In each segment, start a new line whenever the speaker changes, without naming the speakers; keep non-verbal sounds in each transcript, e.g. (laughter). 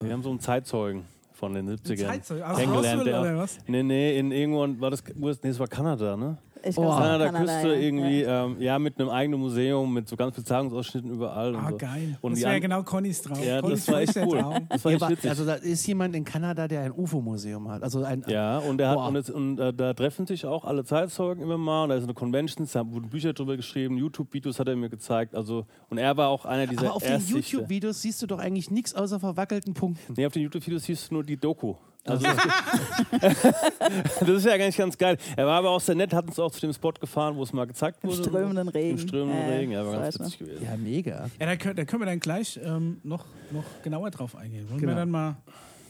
Wir haben so einen Zeitzeugen von den 70ern.
Zeitzeugen? Aus
Kennengelernt,
Roswell
der
oder was?
Nee, nee, in irgendwann war das US, nee, es war Kanada, ne?
Ich
Oh.
glaub,
Kanada, Küste
ja.
irgendwie,
Ja.
ja. Ähm, ja, mit einem eigenen Museum, mit so ganz vielen Zeitungsausschnitten überall. und
Ah,
so.
geil.
Und
das
die
wäre ja
an-
genau Connys Traum.
Ja,
Connys
das war echt
größter
cool.
Traum.
Das war echt witzig.
also da ist jemand in Kanada, der ein UFO-Museum hat. Also ein,
Ja, und, er hat,
Boah.
und, jetzt, und äh, da treffen sich auch alle Zeitzeugen immer mal. Und da ist eine Convention, da wurden Bücher drüber geschrieben, YouTube-Videos hat er mir gezeigt. Also, und er war auch einer dieser
aber auf den
Erstsichter.
YouTube-Videos siehst du doch eigentlich nichts außer verwackelten Punkten.
Nee, auf den YouTube-Videos siehst du nur die Doku. Also, (laughs) das ist ja eigentlich ganz geil. Er war aber auch sehr nett, hat uns auch zu dem Spot gefahren, wo es mal gezeigt wurde.
strömenden
Im
Regen.
strömenden
Ja,
Regen, ja, war
das
ganz
weiß man.
witzig gewesen.
Ja, mega.
Ja, da können, da können wir dann gleich ähm, noch, noch genauer drauf eingehen. Wollen wir
Genau.
dann mal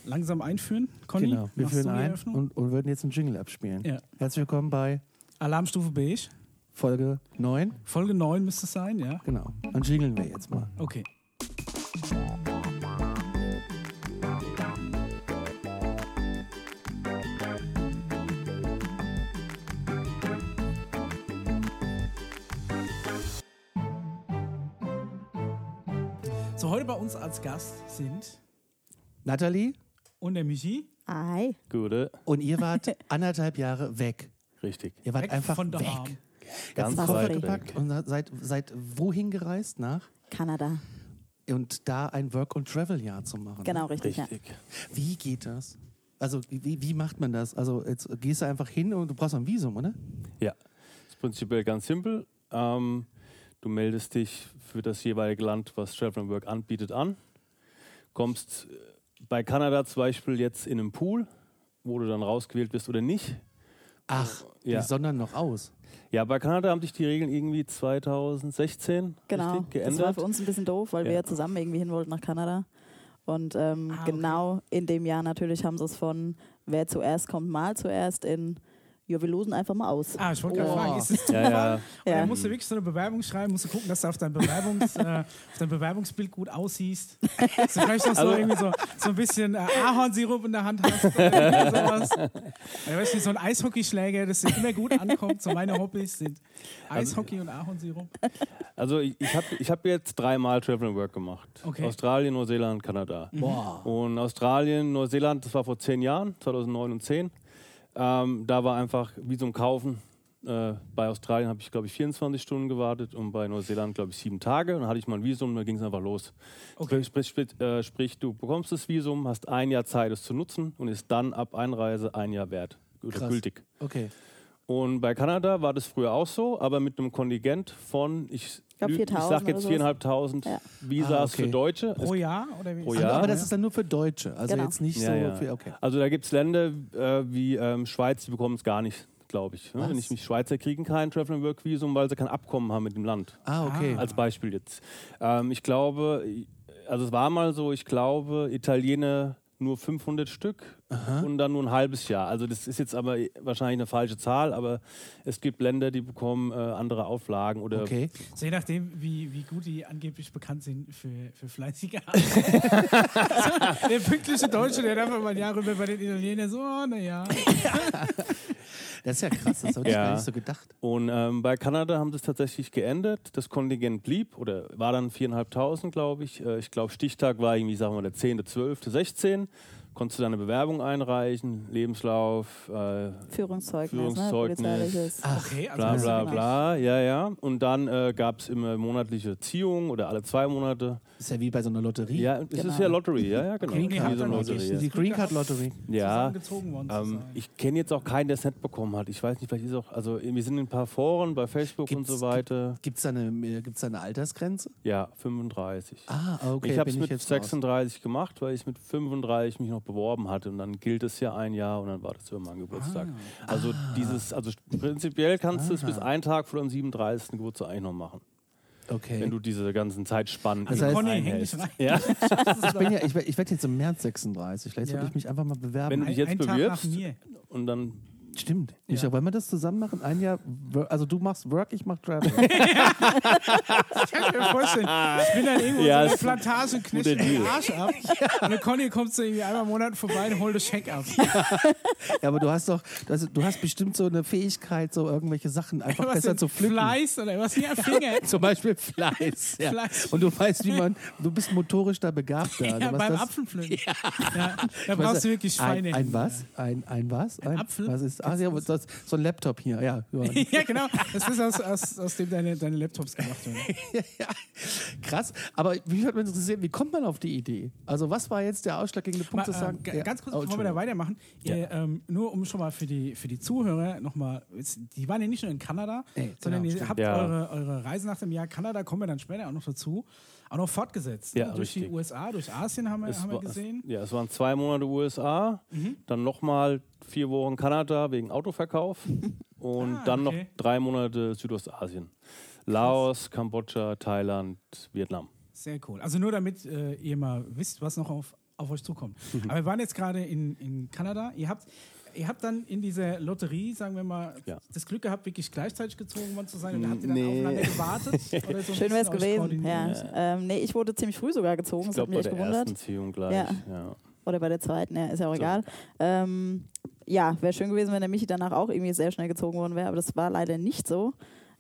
langsam einführen? Conny,
Genau. Wir
machst du
führen
die
ein
Eröffnung?
und, und würden jetzt einen Jingle abspielen.
Ja.
Herzlich willkommen bei
Alarmstufe Beige.
Folge 9.
Folge 9 müsste es sein, ja?
Genau. Dann jingeln wir jetzt mal.
Okay. So, heute bei uns als Gast sind
Natalie,
und der Michi.
Ei.
Gute,
und ihr (laughs) wart anderthalb Jahre weg.
richtig.
Ihr wart
Weg
einfach
von daheim.
weg.
Ganz
war
weit
verrückt.
weg.
Gepackt und seid, seid wohin gereist nach?
Kanada.
Und da ein Work-and-Travel-Jahr zu machen.
Genau, richtig. Ja.
Richtig.
Wie geht das? Also, wie, wie macht man das? Also, jetzt gehst du einfach hin und du brauchst noch ein Visum, oder?
Ja, das ist prinzipiell ganz simpel. Ähm, du meldest dich für das jeweilige Land, was Travel and Work anbietet, an. Kommst äh, bei Kanada zum Beispiel jetzt in einen Pool, wo du dann rausgewählt wirst oder nicht.
Ach,
Ja.
die sondern noch aus.
Ja, bei Kanada haben sich die Regeln irgendwie 2016
Genau.
richtig,
Das war
geändert.
für uns ein bisschen doof, weil wir
Ja.
ja zusammen irgendwie hin wollten nach Kanada. Und ähm,
Ah, okay.
genau in dem Jahr natürlich haben sie es von wer zuerst kommt, mal zuerst in ja, wir losen einfach mal aus.
Ah, ich wollte gerade
Oh.
fragen, ist es
ja, ja.
Ja.
Ja.
Dann musst du wirklich so eine Bewerbung schreiben, musst du gucken, dass du auf dein, Bewerbungs, äh, auf dein Bewerbungsbild gut aussiehst. Dass du vielleicht auch so,
Also-
irgendwie so, so ein bisschen äh, Ahornsirup in der Hand hast. Oder sowas. Ja, weißt du, so ein Eishockeyschläger, das immer gut ankommt. So meine Hobbys sind Eishockey und Ahornsirup.
Also ich, ich habe ich hab jetzt dreimal Travel and Work gemacht.
Okay.
Australien, Neuseeland, Kanada.
Boah.
Und Australien, Neuseeland, das war vor zehn Jahren, 2009 und 10. Ähm, da war einfach Visum kaufen. Äh, bei Australien habe ich, glaube ich, 24 Stunden gewartet und bei Neuseeland, glaube ich, sieben Tage. Dann hatte ich mein Visum und dann ging es einfach los.
Okay.
Sprich, sprich, äh, sprich, du bekommst das Visum, hast ein Jahr Zeit, es zu nutzen und ist dann ab Einreise ein Jahr wert. Oder
Krass.
gültig.
Okay.
Und bei Kanada war das früher auch so, aber mit einem Kontingent von, ich,
glaub,
lüg- ich
4.000
sag
oder
jetzt
sowas.
4.500
Ja.
Visas
Ah, okay.
für Deutsche. Es
Pro Jahr? Oder wie? Also,
Pro
ist
Oh Ja.
das?
Aber das ist dann nur für Deutsche. Also
Genau.
jetzt nicht
Ja,
so
ja.
für. Okay.
Also da gibt es Länder äh, wie ähm, Schweiz, die bekommen es gar nicht, glaube ich. Ne?
Was?
Wenn ich mich Schweizer kriegen kein Travel and Work Visum, weil sie kein Abkommen haben mit dem Land.
Ah, okay.
Als Beispiel jetzt. Ähm, ich glaube, also es war mal so, ich glaube, Italiener nur 500 Stück und dann nur ein halbes Jahr. Also das ist jetzt aber wahrscheinlich eine falsche Zahl, aber es gibt Länder, die bekommen äh, andere Auflagen oder
okay.
So, je nachdem, wie, wie gut die angeblich bekannt sind für, für fleißige
(laughs)
Arbeit. der pünktliche Deutsche, der darf mal ein Jahr rüber bei den Italienern so, oh, naja.
Das ist ja krass. Das habe ich
Ja.
gar nicht so gedacht.
Und ähm, bei Kanada haben sie es tatsächlich geändert. Das Kontingent blieb oder war dann 4.500, glaube ich. Äh, ich glaube, Stichtag war irgendwie, sagen wir, der 10., 12., 16. Konntest du deine Bewerbung einreichen, Lebenslauf, äh,
Führungszeugnis,
Führungszeugnis.
Ne? Polizeiliches.
Okay, also
bla
hast du
bla
gemacht.
bla. Ja, ja. Und dann äh, gab es immer monatliche Ziehungen oder alle zwei Monate.
Ist ja wie bei so einer Lotterie.
Ja, es ist ja Lottery. Ja, ja, genau.
Green
Wie
Card
so eine
dann
Lotterie,
wirklich.
ja.
Die Green Card Lotterie.
Ja,
zusammengezogen worden zu
ähm,
sein.
ich kenne jetzt auch keinen, der es nicht bekommen hat. Ich weiß nicht, vielleicht ist auch, also wir sind in ein paar Foren bei Facebook und
Gibt's-
so weiter.
Gibt es da, eine, äh, gibt's da eine Altersgrenze?
Ja, 35.
Ah, okay.
ich habe es
bin
mit
jetzt raus.
36 gemacht, weil ich mit 35 mich noch beworben hatte und dann gilt es ja ein Jahr und dann war das immer mein Geburtstag.
Ah.
Also dieses, also prinzipiell kannst du es bis einen Tag vor dem 37. Geburtstag eigentlich noch machen,
Okay.
wenn du diese ganzen Zeitspannen
Das heißt-
Conny, häng dich
einhältst.
rein.
Ja.
(laughs)
Ich, bin ja, ich, werd- ich werde jetzt im März 36. Vielleicht
Ja.
sollte ich mich einfach mal bewerben.
Wenn du dich jetzt
Ein Tag nach
bewirbst
mir.
und dann
Stimmt.
Ja.
Micha, wollen wir das zusammen machen? Ein Jahr, Wor- also du machst Work, ich mach Travel.
Kann ich mir vorstellen. Ich bin dann irgendwo
Ja,
auf der
ist ein
Plantage und knisch mir
guter
den
Deal.
Arsch
(laughs)
ab. Und der Conny kommt so irgendwie einmal im Monat vorbei und holt das Scheck ab.
ja, aber du hast doch, also du hast bestimmt so eine Fähigkeit, so irgendwelche Sachen einfach
Was
besser
denn?
zu halt pflücken. Also
Fleiß oder was hier am Finger.
Zum Beispiel Fleiß. Ja.
Fleiß.
Und du weißt, wie man, du bist motorisch da begabt. Da.
(laughs) Ja,
du
beim
das,
Apfelpflücken. Ja. da
weißt
brauchst
du,
du wirklich
ein,
feine
ein
Hände.
was? Ein, ein was? Ein,
Apfel?
Was ist? Ah, ja, das, so ein Laptop hier. Ja, Johann.
(laughs) (laughs) Ja, genau. Das ist aus, aus, aus dem deine, deine Laptops gemacht werden.
ja, krass. Aber mich hat mich interessiert, wie kommt man auf die Idee? Also, was war jetzt der ausschlaggebende Punkt, um zu
Ma-
sagen?
ähm, ga-
ja.
Ganz kurz,
Oh,
bevor wir da
Entschuldigung.
weitermachen, ihr, ähm, nur um schon mal für die, für die Zuhörer nochmal, die waren ja nicht nur in Kanada,
Ey,
sondern
genau,
ihr
stimmt.
habt
Ja.
eure, eure Reise nach dem Jahr Kanada, kommen wir dann später auch noch dazu, auch noch fortgesetzt.
Ja,
ne? Durch die
richtig.
USA, durch Asien haben wir,
Es
haben wir
war- es-
gesehen. Mhm.
Ja, es waren zwei Monate USA, dann nochmal vier Wochen Kanada wegen Autoverkauf
(laughs)
und
Ah,
dann noch
okay.
drei Monate Südostasien. Laos, Kambodscha, Thailand, Vietnam.
Sehr cool. Also nur damit äh, ihr mal wisst, was noch auf, auf euch zukommt.
Mhm.
Aber wir waren jetzt gerade in, in Kanada. Ihr habt, ihr habt dann in dieser Lotterie, sagen wir mal,
Ja.
das Glück gehabt, wirklich gleichzeitig gezogen worden zu sein. Und habt ihr dann
Nee. (laughs)
aufeinander gewartet? Oder so ein
Schön wäre
bisschen euch
es gewesen.
koordiniert?
Ja. Ähm, nee, ich wurde ziemlich früh sogar gezogen.
Ich
Das
glaube,
hat mich
bei der
echt gewundert.
ersten Ziehung gleich.
Ja.
Ja.
Oder bei der zweiten, ja, ist ja auch
So.
egal. Ähm, ja, wäre schön gewesen, wenn der Michi danach auch irgendwie sehr schnell gezogen worden wäre, aber das war leider nicht so.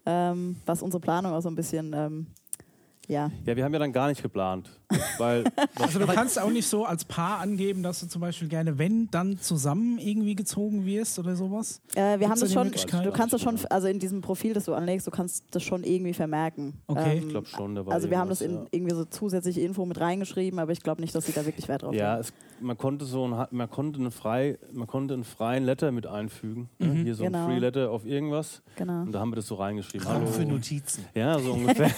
Ähm, was unsere Planung auch so ein bisschen, ähm, ja.
ja, wir haben ja dann gar nicht geplant, weil
Also du kannst auch nicht so als Paar angeben, dass du zum Beispiel gerne, wenn, dann zusammen irgendwie gezogen wirst oder sowas.
Äh, wir haben
Gibt's da
das
die
schon,
Möglichkeit?
du kannst das schon, also in diesem Profil, das du anlegst, du kannst das schon irgendwie vermerken.
Okay.
ich glaube schon, da war eh
Also wir haben das in
irgendwas,
irgendwie so zusätzliche Info mit reingeschrieben, aber ich glaube nicht, dass sie da wirklich Wert drauf
ja, ja
legen.
es, man konnte so ein, man konnte eine frei, man konnte einen freien Letter mit einfügen, ne?
Mhm,
hier so
Genau.
ein Free Letter auf irgendwas
Genau.
und da haben wir das so reingeschrieben.
Raum für
Hallo.
Notizen.
Ja, so ungefähr.
(laughs)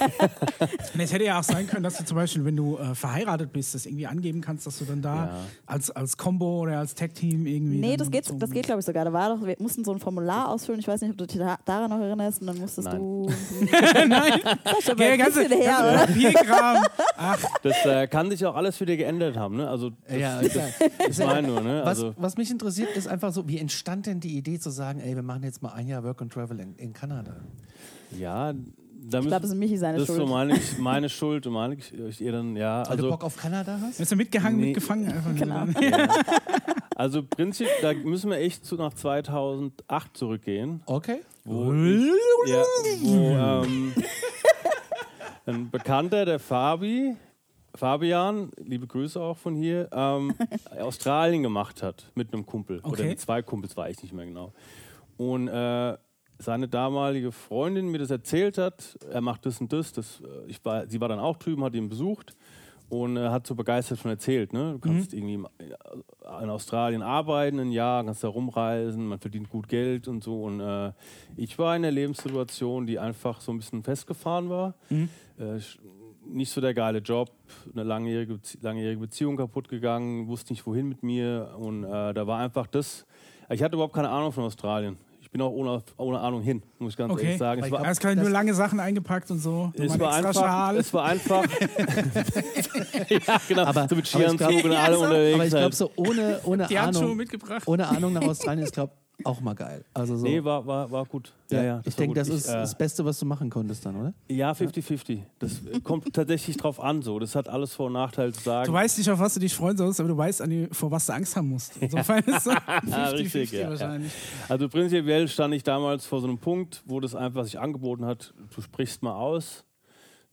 Und es hätte ja auch sein können, dass du zum Beispiel, wenn du äh, verheiratet bist, das irgendwie angeben kannst, dass du dann da
Ja.
als, als Combo oder als Tag-Team irgendwie.
Nee,
dann
das geht,
gezogen
das geht glaube ich sogar. Da war doch, wir mussten so ein Formular ausfüllen. Ich weiß nicht, ob du dich da, daran noch erinnerst. Und dann musstest
Nein. (laughs)
du.
(laughs) Nein.
Das ist
Ja,
ein
ganze,
bisschen her, oder?
ganze Papierkram.
Das äh, kann sich auch alles wieder geändert haben, ne? Also das,
(laughs)
Ja,
das, (laughs)
klar.
das meine nur, ne?
Was,
Also,
was mich interessiert, ist einfach so, wie entstand denn die Idee zu sagen, ey, wir machen jetzt mal ein Jahr Work and Travel in, in Kanada?
ja, da
Ich
müssen,
glaube, das ist Michi seine
das ist
Schuld.
so meine, meine Schuld, meine ich, ich ihr dann, ja.
Weil du
Also,
Bock auf Kanada hast?
Bist du mitgehangen,
Nee.
mitgefangen? Einfach genau.
also Prinzip, da müssen wir echt zu nach 2008 zurückgehen,
Okay.
wo, ja, wo ähm, ein Bekannter, der Fabi, Fabian, liebe Grüße auch von hier, ähm, Australien gemacht hat mit einem Kumpel. Oder
Okay.
mit zwei Kumpels, weiß ich nicht mehr genau. Und äh, seine damalige Freundin mir das erzählt hat, er macht das und das, das äh, ich war, sie war dann auch drüben, hat ihn besucht und äh, hat so begeistert schon erzählt, ne? du kannst
Mhm.
irgendwie im- äh, in Australien arbeiten, ein Jahr, kannst da rumreisen, man verdient gut Geld und so. Und äh, ich war in einer Lebenssituation, die einfach so ein bisschen festgefahren war.
Mhm.
Äh, sch- nicht so der geile Job, eine langjährige, Bezie- langjährige Beziehung kaputt gegangen, wusste nicht wohin mit mir und äh, da war einfach das. Ich hatte überhaupt keine Ahnung von Australien. Ich bin auch ohne, ohne Ahnung hin, muss ich ganz
Okay.
ehrlich sagen.
Weil
Es
ich
war,
Alles klar, nur lange Sachen eingepackt und so.
es
Nochmal
war
extra
einfach, (laughs)
Schal.
es war einfach.
(laughs)
ja, genau.
Aber-
so mit
aber ich
Skianzug
glaub-
und alle
Ja, so.
unterwegs.
Aber ich
halt.
glaube, so ohne, (laughs) ohne,
Die Handschuhe
Ahnung,
mitgebracht.
ohne Ahnung nach Australien ist, glaube ich, auch mal geil. Also so.
Nee, war, war, war gut. Ja, ja,
ich
war
denke,
gut.
das
Ich,
ist
äh,
das Beste, was du machen konntest dann, oder?
Ja, 50-50. Das äh, kommt tatsächlich drauf an. So. Das hat alles Vor- und Nachteile zu sagen.
Du weißt nicht, auf was du dich freuen sollst, aber du weißt, an die, vor was du Angst haben musst. Insofern ist
(laughs)
es so 50-50
richtig, ja, ja.
wahrscheinlich.
Also prinzipiell stand ich damals vor so einem Punkt, wo das einfach sich angeboten hat, du sprichst mal aus,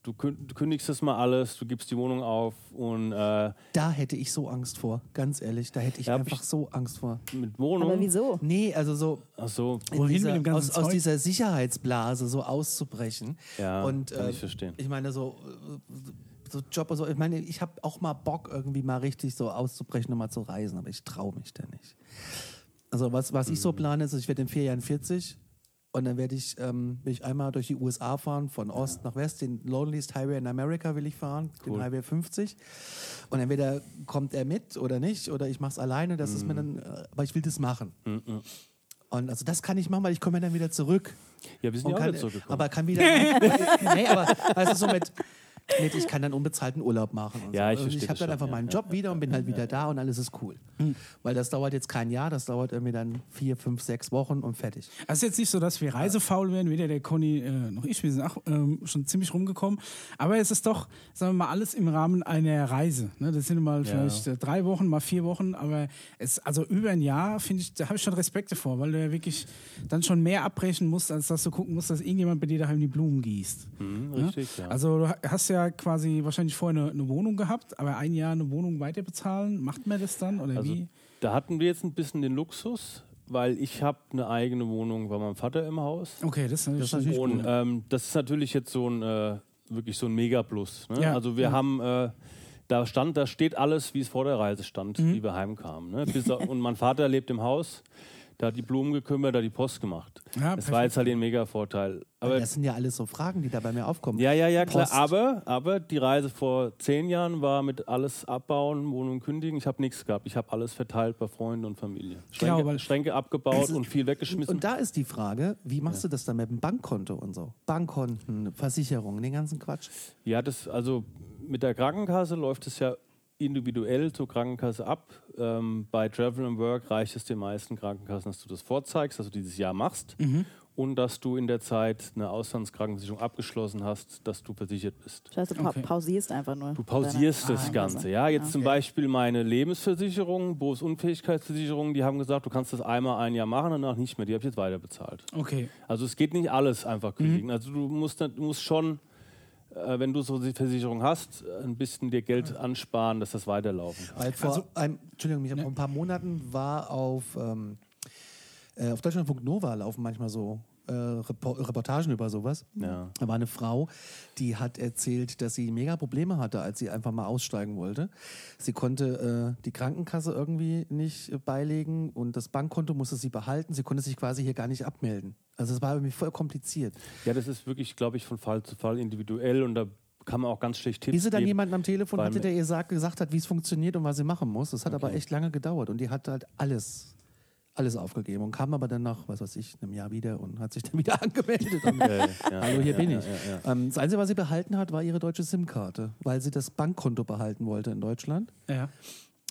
du kün- du kündigst das mal alles, du gibst die Wohnung auf und äh,
Da hätte ich so Angst vor, ganz ehrlich. Da hätte ich
Ja, hab
einfach
ich-
so Angst vor.
mit Wohnung.
Aber wieso?
Nee, also so
Ach so,
in
Wohin mit
dieser,
dem ganzen
aus, aus
Zeug?
dieser Sicherheitsblase so auszubrechen.
Ja,
und,
kann
äh,
ich verstehen.
Ich meine, so, äh, so Job, also, ich meine, ich habe auch mal Bock, irgendwie mal richtig so auszubrechen und mal zu reisen, aber ich traue mich da nicht. Also, was, was ich
Mhm.
so plane, ist, ich werde in vier Jahren 40 und dann werde ich, ähm, will ich einmal durch die USA fahren, von Ost nach West, den Loneliest Highway in America will ich fahren, den Highway 50. Und entweder kommt er mit oder nicht, oder ich mache es alleine, das
Mhm.
ist mir dann, äh, aber ich will das machen. Und also das kann ich machen, weil ich komme ja dann wieder zurück.
Ja, wir sind
Und
ja auch
ne, kann,
(laughs) nicht zurückgekommen.
aber kann wieder. nee, aber also so mit. Nett, ich kann dann unbezahlten Urlaub machen. Und
Ja,
so.
ich
Und
verstehe
ich
das
habe dann
schon,
einfach
ja,
meinen
ja, Hm.
Job wieder und bin halt wieder da und alles ist cool. Weil das dauert jetzt kein Jahr, das dauert irgendwie dann vier, fünf, sechs Wochen und fertig.
Also ist jetzt nicht so, dass wir reisefaul werden, weder der Conny äh, noch ich. Wir sind auch ähm, schon ziemlich rumgekommen. Aber es ist doch, sagen wir mal, alles im Rahmen einer Reise. Ne? Das sind
Ja.
mal vielleicht äh, drei Wochen, mal vier Wochen, aber es, also über ein Jahr, finde ich, da habe ich schon Respekt davor, weil du ja wirklich dann schon mehr abbrechen musst, als dass du gucken musst, dass irgendjemand bei dir daheim die Blumen gießt.
Hm,
ne?
Ja?
richtig, ja.
Also du ha- hast ja quasi wahrscheinlich vorher eine, eine Wohnung gehabt, aber ein Jahr eine Wohnung weiter bezahlen, macht man das dann oder
Also
wie?
da hatten wir jetzt ein bisschen den Luxus, weil ich habe eine eigene Wohnung bei meinem Vater im Haus.
Okay, das ist natürlich,
ist natürlich
schon
Und ähm, das ist natürlich jetzt so ein äh, wirklich so ein Mega-Plus. Ne?
Ja. Mhm.
Also wir
Ja.
haben äh, da stand, da steht alles, wie es vor der Reise stand,
Mhm.
wie wir heimkamen. Ne? Bis, und mein Vater lebt im Haus, da hat die Blumen gekümmert, da hat die Post gemacht.
Ja,
das war
perfekt.
jetzt halt ein Mega-Vorteil. Aber
das sind ja alles so Fragen, die da bei mir aufkommen.
ja, ja, ja, klar.
Post.
Aber, aber die Reise vor zehn Jahren war mit alles abbauen, Wohnung kündigen. Ich habe nichts gehabt. Ich habe alles verteilt bei Freunden und Familie. Schränke,
Genau, weil-
Schränke abgebaut und viel weggeschmissen.
Also Und da ist die Frage, wie machst du das dann mit dem Bankkonto und so? Bankkonten, Versicherungen, den ganzen Quatsch.
ja, das, also mit der Krankenkasse läuft es ja individuell zur Krankenkasse ab. Ähm, bei Travel and Work reicht es den meisten Krankenkassen, dass du das vorzeigst, dass du dieses Jahr machst
Mhm.
und dass du in der Zeit eine Auslandskrankenversicherung abgeschlossen hast, dass du versichert bist.
Das heißt, du pa
Okay.
pausierst einfach nur.
Du pausierst
deine-
das
Ah,
Ganze, ja. Jetzt
Ja.
zum Beispiel meine Lebensversicherung, Berufsunfähigkeitsversicherung, die haben gesagt, du kannst das einmal ein Jahr machen, danach nicht mehr. Die habe ich jetzt weiter bezahlt.
okay.
Also es geht nicht alles einfach kündigen. Also du musst, dann- du musst schon, äh, wenn du so eine Versicherung hast, ein bisschen dir Geld ansparen, dass das weiterlaufen kann.
Weil vor, einem, Entschuldigung, ich hab vor Also, ein paar Monaten war auf, ähm, äh, auf Deutschlandfunk Nova laufen manchmal so äh, Repo Reportagen über sowas.
Ja.
Da war eine Frau, die hat erzählt, dass sie mega Probleme hatte, als sie einfach mal aussteigen wollte. Sie konnte äh, die Krankenkasse irgendwie nicht äh, beilegen und das Bankkonto musste sie behalten. Sie konnte sich quasi hier gar nicht abmelden. Also es war irgendwie voll kompliziert.
Ja, das ist wirklich, glaube ich, von Fall zu Fall individuell und da kann man auch ganz schlecht Tipps
Bis sie dann
geben.
jemanden am Telefon
Weil
hatte,
mir-
der ihr sagt, gesagt hat, wie es funktioniert und was sie machen muss. Das hat aber echt lange gedauert und die hat halt alles, alles aufgegeben und kam aber dann nach, was weiß ich, einem Jahr wieder und hat sich (laughs) dann wieder angemeldet. Und,
Äh,
Hallo, hier bin ich. Ähm, das Einzige, was sie behalten hat, war ihre deutsche SIM-Karte, weil sie das Bankkonto behalten wollte in Deutschland.
Ja.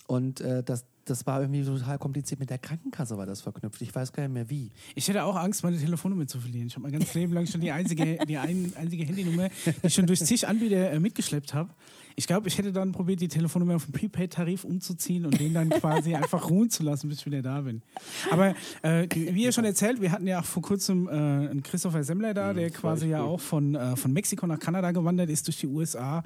Und äh, das, das war irgendwie total kompliziert. Mit der Krankenkasse war das verknüpft. Ich weiß gar nicht mehr wie.
Ich hätte auch Angst, meine Telefonnummer zu verlieren. Ich habe mein ganzes Leben lang schon die einzige,
(laughs)
die ein, einzige Handynummer, die ich schon durch zig Anbieter äh, mitgeschleppt habe. Ich glaube, ich hätte dann probiert, die Telefonnummer auf den Prepaid-Tarif umzuziehen und den
(laughs)
dann quasi einfach ruhen zu lassen, bis ich wieder da bin. Aber äh, wie ihr schon erzählt, wir hatten ja auch vor kurzem äh, einen Christopher Semmler
Hm,
da, der quasi ja auch von, äh, von Mexiko nach Kanada gewandert ist, durch die USA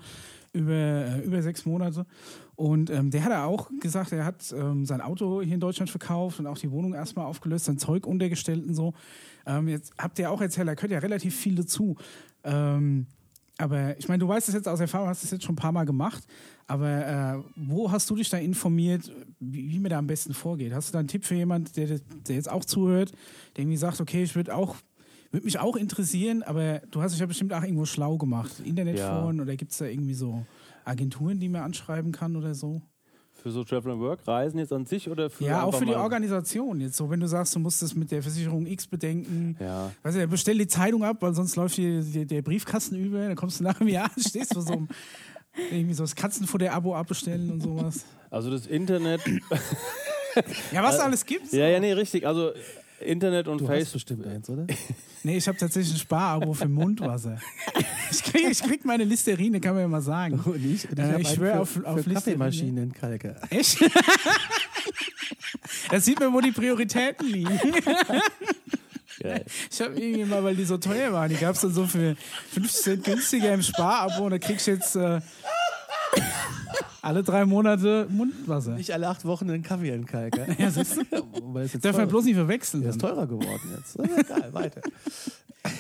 über, äh, über sechs Monate. Und ähm, der hat ja auch gesagt, er hat ähm, sein Auto hier in Deutschland verkauft und auch die Wohnung erstmal aufgelöst, sein Zeug untergestellt und so. Ähm, jetzt habt ihr auch erzählt, da könnt ihr relativ viel dazu. Ähm, aber ich meine, du weißt es jetzt aus Erfahrung, hast es jetzt schon ein paar Mal gemacht. Aber äh, wo hast du dich da informiert, wie, wie man da am besten vorgeht? Hast du da einen Tipp für jemanden, der, das- der jetzt auch zuhört, der irgendwie sagt, okay, ich würde auch, würde mich auch interessieren, aber du hast dich ja bestimmt auch irgendwo schlau gemacht. Internetforen oder gibt es da irgendwie so Agenturen, die man anschreiben kann oder so?
Für so Travel and Work Reisen jetzt an sich oder für
Ja, auch
einfach
für die
mal-
Organisation jetzt. So, wenn du sagst, du musst es mit der Versicherung X bedenken.
Ja.
Weißt du, bestell die Zeitung ab, weil sonst läuft dir der, der Briefkasten über. Dann kommst du nach einem Jahr, (laughs) stehst du so einem, irgendwie so das Katzenfutter-Abo abbestellen und sowas.
Also das Internet
Ja,
Äh,
was alles gibt's?
Ja, ja, nee, richtig. Also Internet und
Du hast
Facebook.
bestimmt eins, oder?
Nee, ich habe tatsächlich ein Sparabo für Mundwasser. Ich krieg, ich krieg meine Listerine, kann man ja mal sagen.
(laughs) Und Oh, ich, und
Äh,
hab
ich
einen
schwör
für,
auf- auf
für
Listerine.
ne? Kaffeemaschinenkalker.
Echt? Da sieht man, wo die Prioritäten liegen.
Ja.
Ich habe irgendwie mal, weil die so teuer waren, die gab es dann so für 50 Cent günstiger im Sparabo und da kriegst du jetzt äh, alle drei Monate Mundwasser.
Nicht alle acht Wochen einen Kaviarenkalker.
(laughs) Ja, siehst du?
(laughs) Weil es jetzt
Darf man
teurer-
bloß nicht verwechseln.
Der ist
dann.
teurer geworden jetzt. Das ist egal, weiter.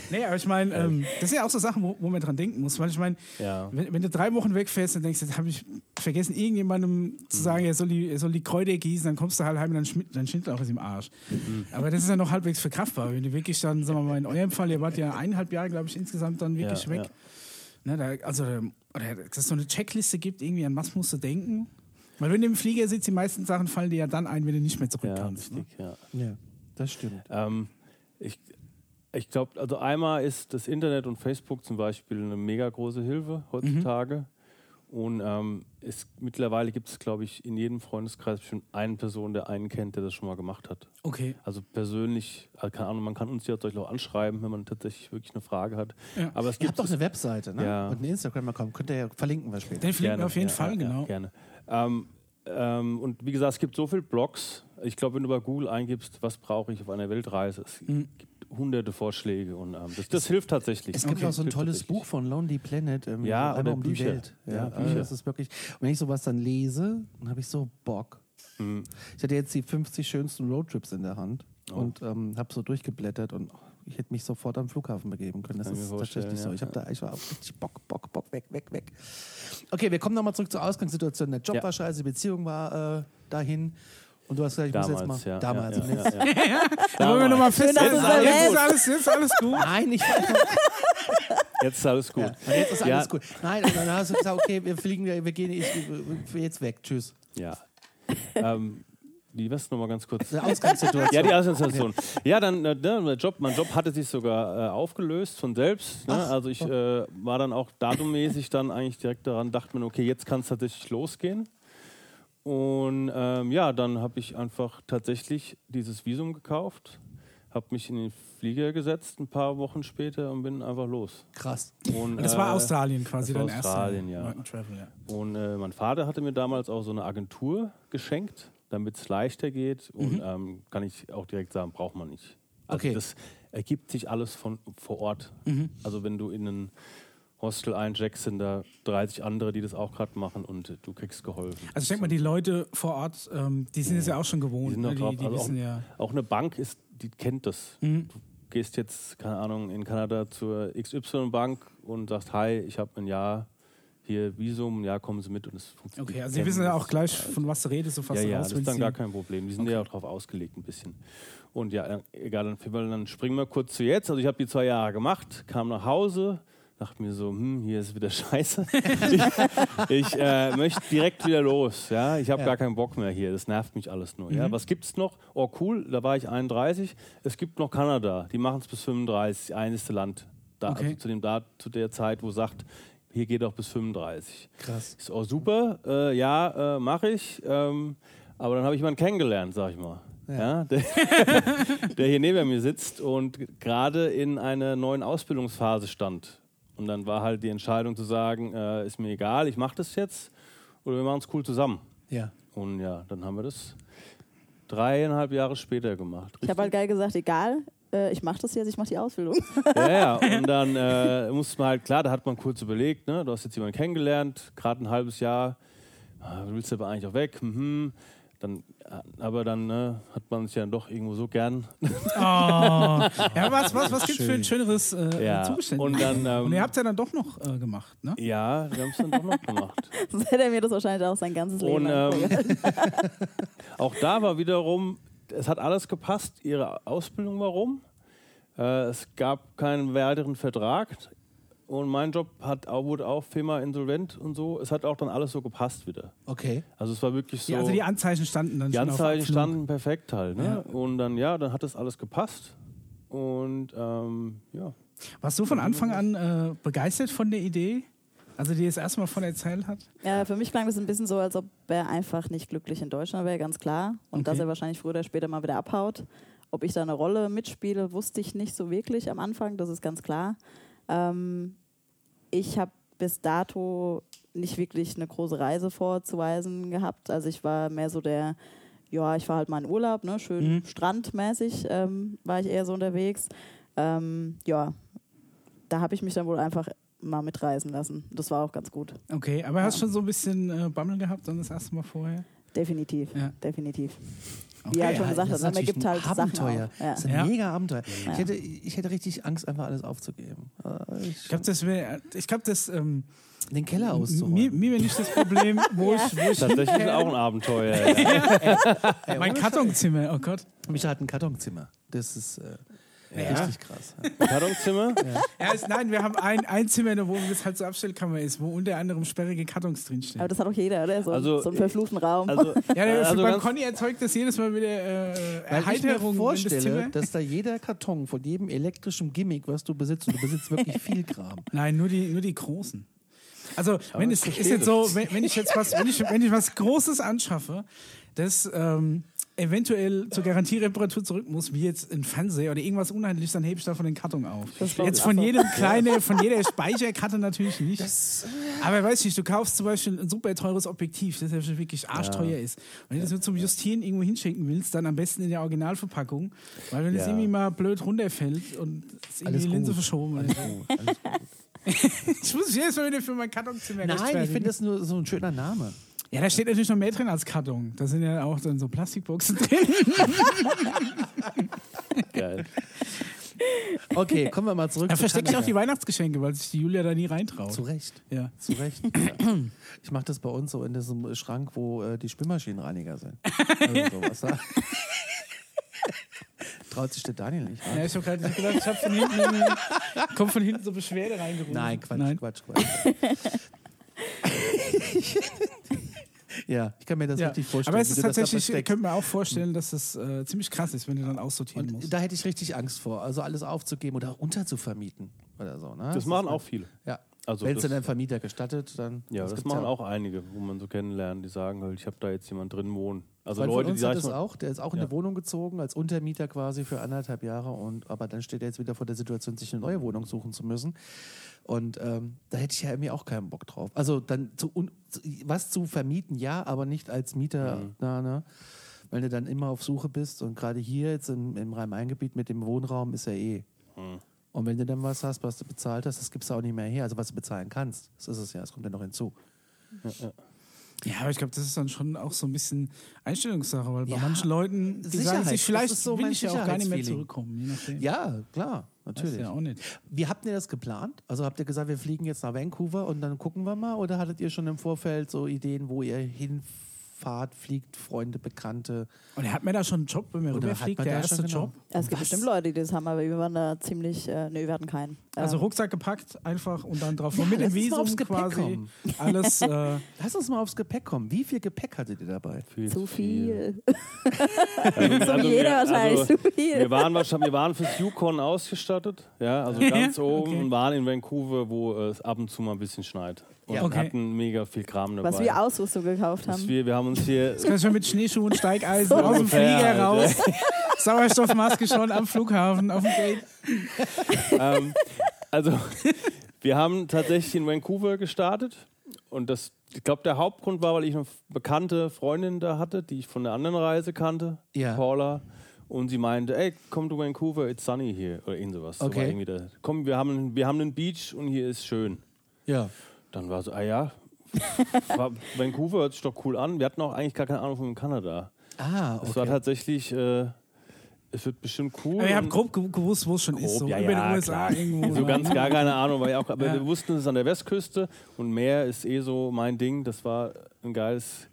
Nee, aber ich meine, ähm, das sind ja auch so Sachen, wo, wo man dran denken muss. Weil ich meine,
(laughs)
Ja.
wenn, wenn du drei Wochen wegfährst, dann denkst du, jetzt habe ich vergessen, irgendjemandem zu sagen,
Mhm.
er soll, die, er soll die Kräuter gießen, dann kommst du halt heim und dann, schmi- dann Schindlauch ist im Arsch.
Mhm.
Aber das ist ja noch halbwegs verkraftbar. Wenn du wirklich dann, sagen wir mal, in eurem Fall, ihr wart ja eineinhalb Jahre, glaube ich, insgesamt dann wirklich
Ja,
weg.
ja.
Ne, da, also, ähm, oder dass es so eine Checkliste gibt, irgendwie an was musst du denken. Weil wenn du im Flieger sitzt, die meisten Sachen fallen ne? dir ja dann ein, wenn du nicht mehr zurück
Ja,
kannst. Ne?
richtig, ja.
Ja, das stimmt.
Ähm, ich, Ich glaube, also einmal ist das Internet und Facebook zum Beispiel eine mega große Hilfe
Mhm.
heutzutage. Und ähm, es, mittlerweile gibt es, glaube ich, in jedem Freundeskreis bestimmt eine Person, der einen kennt, der das schon mal gemacht hat.
Okay.
Also persönlich, äh, keine Ahnung, man kann uns ja tatsächlich auch anschreiben, wenn man tatsächlich wirklich eine Frage hat.
Ja.
Aber es
Ihr
gibt
habt doch eine Webseite, ne?
Ja.
Und einen Instagram-Account. Könnt ihr ja verlinken wir später.
Den verlinken wir auf jeden
ja,
Fall,
ja,
genau.
Ja, gerne. Ähm, ähm, und wie gesagt, es gibt so viele Blogs. Ich glaube, wenn du bei Google eingibst, was brauche ich auf einer Weltreise, es gibt hunderte Vorschläge und ähm, das, das hilft tatsächlich.
Mhm. Es gibt
Okay.
auch so ein
Hilft
tolles
tatsächlich.
Buch von Lonely Planet, ähm,
Ja,
einmal
oder
um
Bücher.
die Welt. Ja,
Ja,
also
Bücher.
das ist wirklich, und wenn ich sowas dann lese, dann habe ich so Bock.
Mhm.
Ich hatte jetzt die 50 schönsten Roadtrips in der Hand
Oh.
und ähm, habe so durchgeblättert und oh, ich hätte mich sofort am Flughafen begeben können. Das
Kann ich
ist
mir vorstellen,
tatsächlich so.
ja.
Ich habe da ich war auch richtig Bock, Bock, Bock, weg, weg, weg. Okay, wir kommen nochmal zurück zur Ausgangssituation. Der Job
Ja.
war scheiße, die Beziehung war äh, dahin. Und du hast gesagt, ich muss
Damals,
jetzt mal.
ja.
damals.
ja,
und
ja,
jetzt,
ja, ja.
(laughs)
Da wollen wir nochmal
Damals.
fest.
Schön, dass
Jetzt, ist
es so
alles- jetzt ist
läuft.
alles, jetzt ist alles
(laughs)
gut.
Nein, ich
Jetzt ist alles gut.
Ja. Und jetzt ist
Ja.
alles gut. Nein, und dann hast du gesagt, okay, wir fliegen, wir wir gehen ich, wir- jetzt weg. Tschüss.
Ja. ähm, wie war's nochmal ganz kurz?
Eine Ausgangssituation.
Ja, die Assoziation. Ja, dann äh, ne, mein Job, mein Job hatte sich sogar äh, aufgelöst von selbst. Ne? Also ich äh, war dann auch datummäßig dann eigentlich direkt daran, dachte man, okay, jetzt kann es tatsächlich losgehen. Und ähm, ja, dann habe ich einfach tatsächlich dieses Visum gekauft, habe mich in den Flieger gesetzt ein paar Wochen später und bin einfach los.
Krass.
Und,
Das war
äh,
Australien quasi
das war
dein erster.
Australien, ja.
Work and Travel, ja.
Und äh, mein Vater hatte mir damals auch so eine Agentur geschenkt, damit es leichter geht.
Mhm.
Und ähm, kann ich auch direkt sagen, braucht man nicht. Also
Okay.
Das ergibt sich alles von vor Ort.
Mhm.
Also wenn du in ein Hostel eincheckst, sind da 30 andere, die das auch gerade machen und äh, du kriegst geholfen.
Also ich denke mal, die Leute vor Ort, ähm, die sind es ja auch schon
Die
gewohnt.
sind
ne?
doch drauf.
Die, die
also
wissen
auch,
ja.
auch eine Bank ist, die kennt das.
Mhm.
Du gehst jetzt, keine Ahnung, in Kanada zur XY-Bank und sagst, hi, ich habe ein Jahr hier Visum, ja, kommen Sie mit und es funktioniert.
Okay, also
Die
sie wissen ja
kennen
auch
das.
gleich, von was du redest und was
Ja,
du
ja, das
raus
ist
willst.
dann gar kein Problem. Die sind ja auch drauf ausgelegt ein bisschen. Und ja, dann, egal, dann, Fieber, dann springen wir kurz zu jetzt. Also ich habe die zwei Jahre gemacht, kam nach Hause, dachte mir so, hm, hier ist wieder (laughs) scheiße. ich ich äh, möchte direkt wieder los. Ja? Ich habe gar keinen Bock mehr hier, das nervt mich alles nur. Ja? Was gibt's noch? Oh cool, da war ich 31. Es gibt noch Kanada, die machen es bis 35, einigste Land. Da,
Okay.
also zu, dem, da, zu der Zeit, wo sagt, hier geht auch bis 35.
Krass.
Ist auch super, äh, ja, äh, mache ich. Ähm, aber dann habe ich jemanden kennengelernt, sag ich mal. Ja. (laughs) der, der hier neben mir sitzt und gerade in einer neuen Ausbildungsphase stand. Und dann war halt die Entscheidung zu sagen, äh, ist mir egal, ich mache das jetzt oder wir machen es cool zusammen.
Ja.
Und ja, dann haben wir das dreieinhalb Jahre später gemacht.
Ich habe halt geil gesagt, egal, äh, ich mache das jetzt, ich mache die Ausbildung. (laughs)
Ja, ja. Und dann äh, musste man halt, klar, da hat man kurz überlegt, ne? du hast jetzt jemanden kennengelernt, gerade ein halbes Jahr, ah, du willst aber eigentlich auch weg. Mhm. Dann, äh, aber dann ne, hat man sich ja doch irgendwo so gern.
Oh. Ja, was, was, was gibt es für ein schöneres äh,
Ja,
Zugeständnis?
und dann, ähm,
und ihr habt es ja dann doch noch äh, gemacht, ne?
Ja, wir haben es dann doch noch gemacht.
(laughs)
Sonst hätte er mir das wahrscheinlich auch sein ganzes Leben
Und
lang
ähm, auch da war wiederum, es hat alles gepasst. Ihre Ausbildung war rum. Äh, es gab keinen weiteren Vertrag. Und mein Job hat, auch- wurde auch Firma insolvent und so. Es hat auch dann alles so gepasst wieder.
Okay.
Also es war wirklich so.
Ja, also die Anzeichen standen dann
Die
schon auf
Anzeichen
Abflug.
standen perfekt halt. Ne? Und dann, ja, dann hat das alles gepasst. Und ähm, ja.
Warst du von Anfang an äh, begeistert von der Idee? Also die es erstmal von erzählt hat?
Ja, für mich klang das ein bisschen so, als ob er einfach nicht glücklich in Deutschland wäre, ganz klar. Und
Okay.
dass er wahrscheinlich früher oder später mal wieder abhaut. Ob ich da eine Rolle mitspiele, wusste ich nicht so wirklich am Anfang, das ist ganz klar. Ähm, ich habe bis dato nicht wirklich eine große Reise vorzuweisen gehabt. Also ich war mehr so der, ja, ich war halt mal in Urlaub, ne? schön strandmäßig ähm, war ich eher so unterwegs. Ähm, ja, da habe ich mich dann wohl einfach mal mitreisen lassen. Das war auch ganz gut.
Okay, aber hast schon so ein bisschen äh, Bammel gehabt dann das erste Mal vorher?
Definitiv,
Ja.
definitiv.
Okay.
Wie er halt schon gesagt
das
hat,
ist
ne, man
natürlich
gibt
ein
halt
Abenteuer.
Sachen
Das
auf.
ist ein
Ja.
mega Abenteuer. Ich, hätte, ich hätte richtig Angst, einfach alles aufzugeben. Äh,
Ich glaube, das wäre, ich glaube, das, ähm,
den Keller
mir,
auszuräumen.
mir wäre nicht das Problem, wo ich, wo ich
Tatsächlich auch ein Abenteuer. Ja.
mein Kartonzimmer, oh Gott.
Micha hat ein Kartonzimmer. Das ist. Äh,
Ja.
Richtig krass. Ja.
Kartonzimmer?
Ja, ist, nein, wir haben ein, ein Zimmer in der Wohnung, das halt so Abstellkammer ist, wo unter anderem sperrige Kartons drinstehen.
Aber das hat auch jeder, oder? So,
Also,
so einen verfluchten Raum. (laughs)
Also,
Ja, der-
also
beim
ganz,
Conny erzeugt das jedes Mal wieder äh,
Weil ich mir
Erheiterung in das
vorstelle,
Zimmer.
dass da jeder Karton von jedem elektrischen Gimmick, was du besitzt, und du besitzt wirklich viel Kram.
Nein, nur die, nur die großen. Also, wenn es ist
verstehe
jetzt so, wenn, wenn ich jetzt was, wenn ich, wenn ich was Großes anschaffe, das ähm, eventuell zur Garantiereparatur zurück muss, wie jetzt ein Fernseher oder irgendwas Unheimliches, dann hebe ich davon den Karton auf.
Das glaub
Jetzt
ich.
von
Ach so.
jedem kleine, von jeder Speicherkarte natürlich nicht.
äh.
Aber weiß nicht, du kaufst zum Beispiel ein super teures Objektiv, das ja wirklich arschteuer ist. Wenn du das nur zum Justieren irgendwo hinschicken willst, dann am besten in der Originalverpackung, weil wenn es
Ja.
irgendwie mal blöd runterfällt und es irgendwie
Alles
die Linse
gut.
verschoben oder so. Ich muss mich jedes Mal wieder für mein Kartonzimmer
Nein, ich
rechtfertigen.
finde das nur so ein schöner Name.
Ja, da steht natürlich noch mehr drin als Karton. Da sind ja auch dann so
(laughs)
Plastikboxen drin.
geil.
Okay, kommen wir mal zurück.
Da
zu
verstecke ich auch
Tanaka.
die Weihnachtsgeschenke, weil sich die Julia da nie reintraut.
Zu Recht.
Ja. (clears throat)
Zu Recht. Ich mache das bei uns so in diesem Schrank, wo äh, die
(laughs)
Spülmaschinenreiniger sind. Also sowas, ne? Traut sich der Daniel nicht. Ne?
Ja, ich habe gerade gedacht, ich habe von hinten,
(laughs)
kommt von hinten so Beschwerde reingerufen.
Nein, Quatsch,
Nein.
(laughs) Quatsch, Quatsch. ja, ich kann mir das
Ja.
richtig vorstellen.
Aber es
wie
ist
du das da
tatsächlich, ich
versteckst.
könnte mir auch vorstellen, dass es äh, ziemlich krass ist, wenn du dann aussortieren
Und
musst.
da hätte ich richtig Angst vor, also alles aufzugeben oder unterzuvermieten oder so. Ne?
Das machen auch viele.
Ja.
Also
Wenn es
das-
dann ein Vermieter gestattet, dann.
Ja, das,
gibt's
machen auch einige, wo man so kennenlernt, die sagen halt, ich habe da jetzt jemand drin wohnen. Also
Freund
Leute,
von
die
uns hat
sagen
das auch, der ist auch in
Ja.
eine Wohnung gezogen, als Untermieter quasi für anderthalb Jahre. Und, aber dann steht er jetzt wieder vor der Situation, sich eine neue Wohnung suchen zu müssen. Und ähm, da hätte ich ja irgendwie auch keinen Bock drauf. Also dann zu, un, zu, was zu vermieten, ja, aber nicht als Mieter.
Mhm.
Na, ne? Weil du dann immer auf Suche bist. Und gerade hier jetzt im, im Rhein-Main-Gebiet mit dem Wohnraum ist ja eh.
Mhm.
Und wenn du dann was hast, was du bezahlt hast, das gibst du auch nicht mehr her. Also was du bezahlen kannst. Das ist es ja, das kommt ja noch hinzu.
Ja, aber ich glaube, das ist dann schon auch so ein bisschen Einstellungssache, weil bei
Ja,
manchen Leuten, die sagen
Sicherheit,
sich,
das
vielleicht
ist so
will
mein
ich ja auch gar nicht mehr
Sicherheitsfeeling.
zurückkommen. Je nachdem.
Ja, klar,
Weißt du
natürlich.
ja auch nicht.
Wie habt ihr das geplant? Also habt ihr gesagt, wir fliegen jetzt nach Vancouver und dann gucken wir mal? Oder hattet ihr schon im Vorfeld so Ideen, wo ihr hinfahrt, fliegt, Freunde, Bekannte?
Und er hat mir da schon einen Job, wenn mir
Oder
rüberfliegt,
hat man
der
da
erste
schon genau-
Job.
Ja, es gibt
Was?
bestimmt Leute, die das haben, aber wir waren da ziemlich, äh, nee, wir hatten keinen.
Also
Ähm,
Rucksack gepackt, einfach und dann drauf. Und mit dem
lass uns mal
Visum
aufs Gepäck
quasi
kommen.
alles.
(laughs)
Äh,
Lass uns mal aufs Gepäck kommen. Wie viel Gepäck hattet ihr dabei?
viel
zu viel.
Also,
So wie jeder wahrscheinlich,
Also,
zu viel.
wir, waren wahrscheinlich, wir waren fürs Yukon ausgestattet, ja, also ganz oben
Okay.
und waren in Vancouver, wo es ab und zu mal ein bisschen schneit. Und
Ja.
Okay.
hatten mega viel Kram dabei.
(laughs) was wir Ausrüstung gekauft
Das
haben.
wir, wir haben uns hier
das schon mit Schneeschuhen, Steigeisen, aus dem
ungefähr,
Flieger
Alter.
raus, (laughs) Sauerstoffmaske schon am Flughafen, auf dem Gate.
ähm, also, wir haben tatsächlich in Vancouver gestartet. Und das, ich glaube, der Hauptgrund war, weil ich eine bekannte Freundin da hatte, die ich von der anderen Reise kannte,
Ja.
Paula. Und sie meinte, ey, komm du Vancouver, it's sunny here. Oder irgend sowas. So
Okay.
war irgendwie der, komm, wir haben, wir haben einen Beach und hier ist schön.
Ja.
Dann war so, ah ja, war, Vancouver hört sich doch cool an. Wir hatten auch eigentlich gar keine Ahnung von Kanada.
Ah,
Es war
okay.
tatsächlich, äh, es wird bestimmt cool.
Aber ich habe
und-
grob ge- gewusst, wo es schon ist. So über den USA
klar.
irgendwo. ne?
So ganz gar keine Ahnung, weil ich auch, aber
Ja.
wir wussten, es ist an der Westküste und Meer ist eh so mein Ding. Das war ein geiles,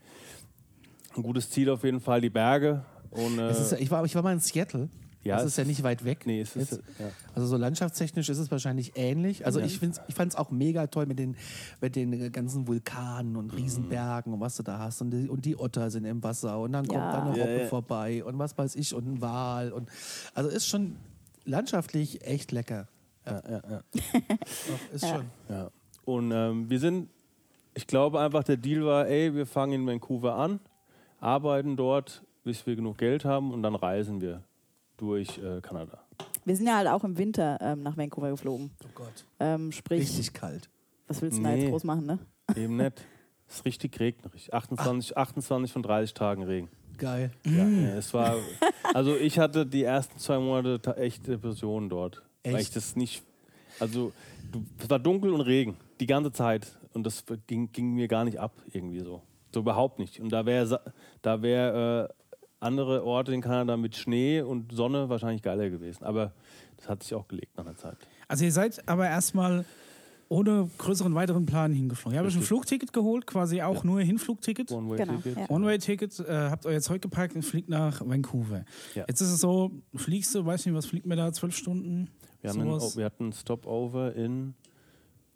ein gutes Ziel auf jeden Fall, die Berge. Und, äh,
Es ist, ja- ich, war, ich war mal in Seattle.
Ja,
das
es-
ist ja nicht weit weg.
nee, es ist,
Jetzt-
ja.
Also so landschaftstechnisch ist es wahrscheinlich ähnlich. Also ich, find's- ich fand es auch mega toll mit den, mit den ganzen Vulkanen und Riesenbergen und was du da hast. Und die, und die Otter sind im Wasser und dann kommt
Ja.
dann eine
Ja,
Robbe
ja.
vorbei und was weiß ich und ein Wal. Und, also ist schon landschaftlich echt lecker.
Ja, ja, ja.
Ist schon.
Ja. Und ähm, wir sind, ich glaube einfach, der Deal war, ey, wir fangen in Vancouver an, arbeiten dort, bis wir genug Geld haben und dann reisen wir durch äh, Kanada.
wir sind ja halt auch im Winter ähm, nach Vancouver geflogen.
Oh Gott.
Ähm, sprich,
Richtig kalt.
was willst du da jetzt
Nee.
groß machen, ne?
Eben nicht. Es ist richtig regnerig. 28, 28 von 30 Tagen Regen.
Geil.
Ja, ja, es war. Also ich hatte die ersten zwei Monate ta- echt Depressionen dort. Weil ich
Echt?
das nicht. Also du, es war dunkel und Regen die ganze Zeit und das ging, ging mir gar nicht ab irgendwie so. So überhaupt nicht. Und da wäre da wär, äh, andere Orte in Kanada mit Schnee und Sonne wahrscheinlich geiler gewesen. Aber das hat sich auch gelegt nach einer Zeit.
Also ihr seid aber erstmal ohne größeren weiteren Plan hingeflogen. Ihr habt euch ein
Richtig.
Flugticket geholt, quasi auch nur Hinflugticket.
One-Way-Ticket.
Genau, ja.
One-Way-Ticket, äh, habt euer Zeug gepackt und fliegt nach Vancouver.
Ja.
Jetzt ist es so, fliegst du, weiß nicht, was fliegt mir da, zwölf Stunden?
Wir, haben einen,
Sowas.
oh, wir hatten einen Stopover in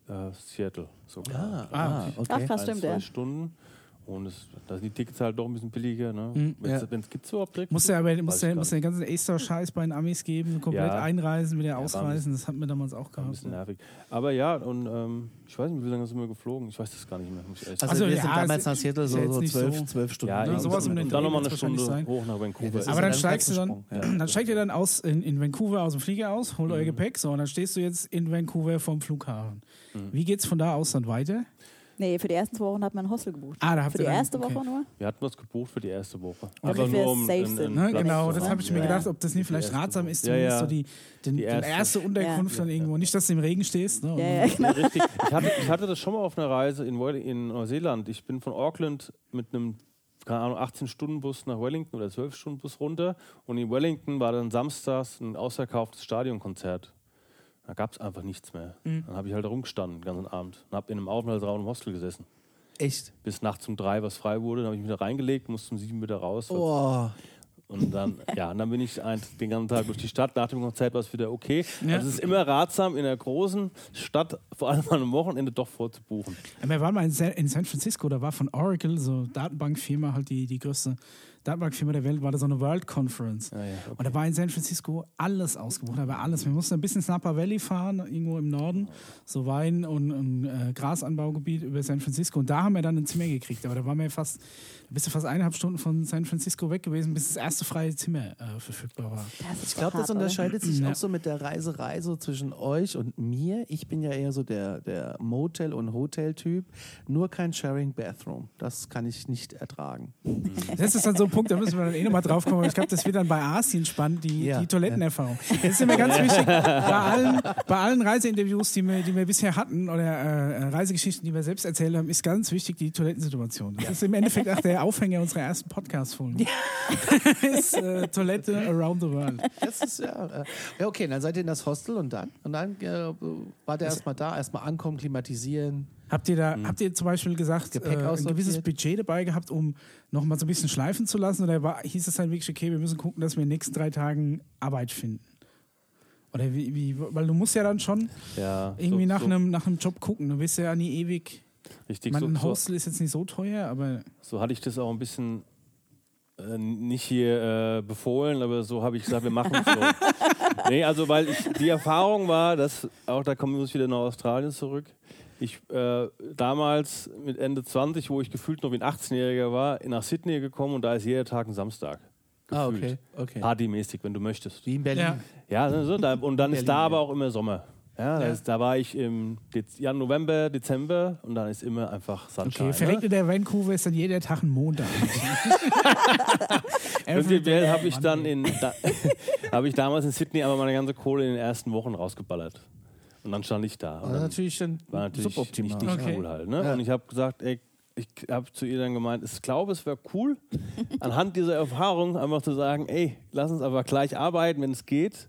äh, Seattle sogar.
Ah,
Ach,
okay.
krass,
Ein,
stimmt,
zwei
ja.
Stunden. Und es, da sind die Tickets halt doch ein bisschen billiger. Ne?
Mhm.
Wenn es
Ja.
gibt's überhaupt direkt.
Musste aber
Weiß ich
musste,
gar
musste den ganzen A-Star-Scheiß bei den Amis geben, komplett
Ja.
einreisen, wieder
war ein
ausreisen. Das hatten wir damals auch
Ein
gehabt.
bisschen nervig. Aber ja, und ähm, ich weiß nicht, wie lange sind wir geflogen? Ich weiß das gar nicht mehr. Muss ich ehrlich
Also,
sagen.
Also,
wir
ja,
sind damals
es-
nach Seattle
ist
so,
ja jetzt
so
nicht
zwölf,
so.
zwölf Stunden.
ja,
ne?
eben.
sowas um den
und dann
Dreh
nochmal eine
wird's wahrscheinlich
Stunde
sein.
hoch nach Vancouver.
das ist
Aber dann
dann
steigst du dann,
Zeitsprung, ja.
dann steigt ihr dann aus in, in Vancouver aus dem Flieger aus, holt euer
Mhm.
Gepäck, so und dann stehst du jetzt in Vancouver vom Flughafen.
Mhm.
Wie geht's von da aus dann weiter?
Nee, für die ersten zwei Wochen hat man ein Hostel gebucht.
Ah, da habt
Für
ihr
die
dann-
erste
okay.
Woche nur?
wir hatten was gebucht für die erste Woche.
Damit
Aber
wir
nur um
safe
einen-
sind.
einen
Ne,
Platz
genau,
zu
das
haben.
habe ich mir
Ja.
gedacht, ob das nicht vielleicht
erste
ratsam
Woche.
ist,
Ja,
zumindest
ja.
so die, den,
Die
die erste,
erste.
Unterkunft
Ja.
dann irgendwo. Nicht, dass du im Regen stehst. Ne? und-
Ja, ja, genau.
Ja, richtig. Ich hatte, ich hatte das schon mal auf einer Reise in, Wel- in Neuseeland. Ich bin von Auckland mit einem, keine Ahnung, 18-Stunden-Bus nach Wellington oder 12-Stunden-Bus runter. Und in Wellington war dann samstags ein ausverkauftes Stadionkonzert. Da gab es einfach nichts mehr. Dann habe ich halt rumgestanden den ganzen Abend und habe in einem Aufenthaltsraum im Hostel gesessen.
Echt?
Bis nachts um drei, was frei wurde, dann habe ich mich da reingelegt, musste um sieben wieder raus. was-
Oh,
Und
(laughs)
dann, ja, und dann bin ich ein, den ganzen Tag durch die Stadt. Nach dem Konzert war es wieder okay.
Ja.
Also es ist immer ratsam, in der großen Stadt, vor allem an einem Wochenende, doch vorzubuchen.
Wir waren mal in San, in San Francisco, da war von Oracle, so Datenbankfirma, halt die, die größte Datenbankfirma der Welt, war da so eine World Conference.
ja, okay.
Und da war in San Francisco alles ausgebucht, aber alles. Wir mussten ein bisschen ins Napa Valley fahren, irgendwo im Norden, so Wein- und, und äh, Grasanbaugebiet über San Francisco. Und da haben wir dann ein Zimmer gekriegt, aber da waren wir fast, da bist du fast eineinhalb Stunden von San Francisco weg gewesen, bis das erste freie Zimmer äh, verfügbar war.
Das ist
ich glaube, das
hart, oder?
unterscheidet sich
Ja.
auch so mit der Reiserei so zwischen euch und mir. Ich bin ja eher so der, der Motel- und Hotel-Typ. Nur kein Sharing-Bathroom. Das kann ich nicht ertragen.
Das ist dann so ein Punkt, da müssen wir dann eh nochmal drauf kommen. aber Ich glaube, das wird dann bei Asien spannend, die,
Ja,
die Toilettenerfahrung. Das ist mir ganz wichtig. Bei allen, bei allen Reiseinterviews, die wir, die wir bisher hatten oder äh, Reisegeschichten, die wir selbst erzählt haben, ist ganz wichtig die Toilettensituation. Das ist im Endeffekt auch der Aufhänger unserer ersten Podcast-Folge. (laughs) ist äh, Toilette around the world.
Das ist ja. Äh, ja, okay, dann seid ihr in das Hostel und dann? Und dann äh, wart ihr erstmal da, erstmal ankommen, klimatisieren.
Habt ihr
Mhm.
da, habt ihr zum Beispiel gesagt, äh,
Gepäck
ein
aussortiert?
gewisses Budget dabei gehabt, um nochmal so ein bisschen schleifen zu lassen? Oder war, hieß es dann wirklich, okay, wir müssen gucken, dass wir in den nächsten drei Tagen Arbeit finden? Oder wie, wie weil du musst ja dann schon
Ja,
irgendwie
so,
nach,
so,
einem, nach einem Job gucken. Du bist ja nie ewig. Ich
Richtig,
meine, ein
so, so,
Hostel ist jetzt nicht so teuer, aber
so hatte ich das auch ein bisschen äh, nicht hier äh, befohlen, aber so habe ich gesagt, wir machen
(laughs)
es so. nee, also weil ich, die Erfahrung war, dass, auch da kommen wir uns wieder nach Australien zurück, ich äh, damals mit Ende 20, wo ich gefühlt noch wie ein 18-Jähriger war, nach Sydney gekommen und da ist jeder Tag ein Samstag.
Ah,
Gefühlt.
okay.
Partymäßig, wenn du möchtest.
Wie in Berlin.
Ja.
Ja, ne, so, da, und dann ist
Berlin,
da aber
ja.
auch immer Sommer. Ja, da,
Ja.
Ist, da war ich im Dez ja, November, Dezember und dann ist immer einfach
okay,
Sunshine. ne?
verregnet der Vancouver ist dann jeder Tag
(laughs)
ein Montag. Äh,
Prinzipiell habe ich dann
Monday. (laughs)
in da, (laughs) habe ich damals in Sydney aber meine ganze Kohle in den ersten Wochen rausgeballert. Und dann stand ich da. Und
Aber das ist
dann
natürlich dann
war natürlich nicht,
suboptimal.
nicht
Okay.
cool halt. Ne?
Ja.
Und ich habe gesagt, ey, ich habe zu ihr dann gemeint, ich glaube, es wäre
(laughs)
cool, anhand dieser Erfahrung einfach zu sagen, ey, lass uns aber gleich arbeiten, wenn es geht.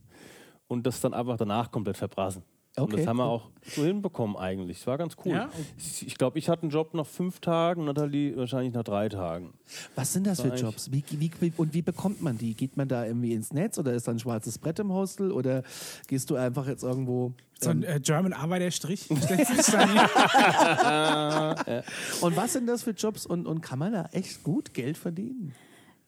Und das dann einfach danach komplett verbrassen. Und
Okay.
das haben wir auch so hinbekommen eigentlich. Es war ganz cool.
Ja.
Ich- Ich glaube, ich hatte einen Job nach fünf Tagen, Nathalie wahrscheinlich nach drei Tagen.
Was sind das für
War ich-
Jobs? Wie, wie, wie, und wie bekommt man die? Geht man da irgendwie ins Netz oder ist da ein schwarzes Brett im Hostel oder gehst du einfach jetzt irgendwo.
So ein
Ähm,
äh, German Arbeiterstrich.
(laughs)
Stellst dich dann hier.
und was sind das für Jobs und, und kann man da echt gut Geld verdienen?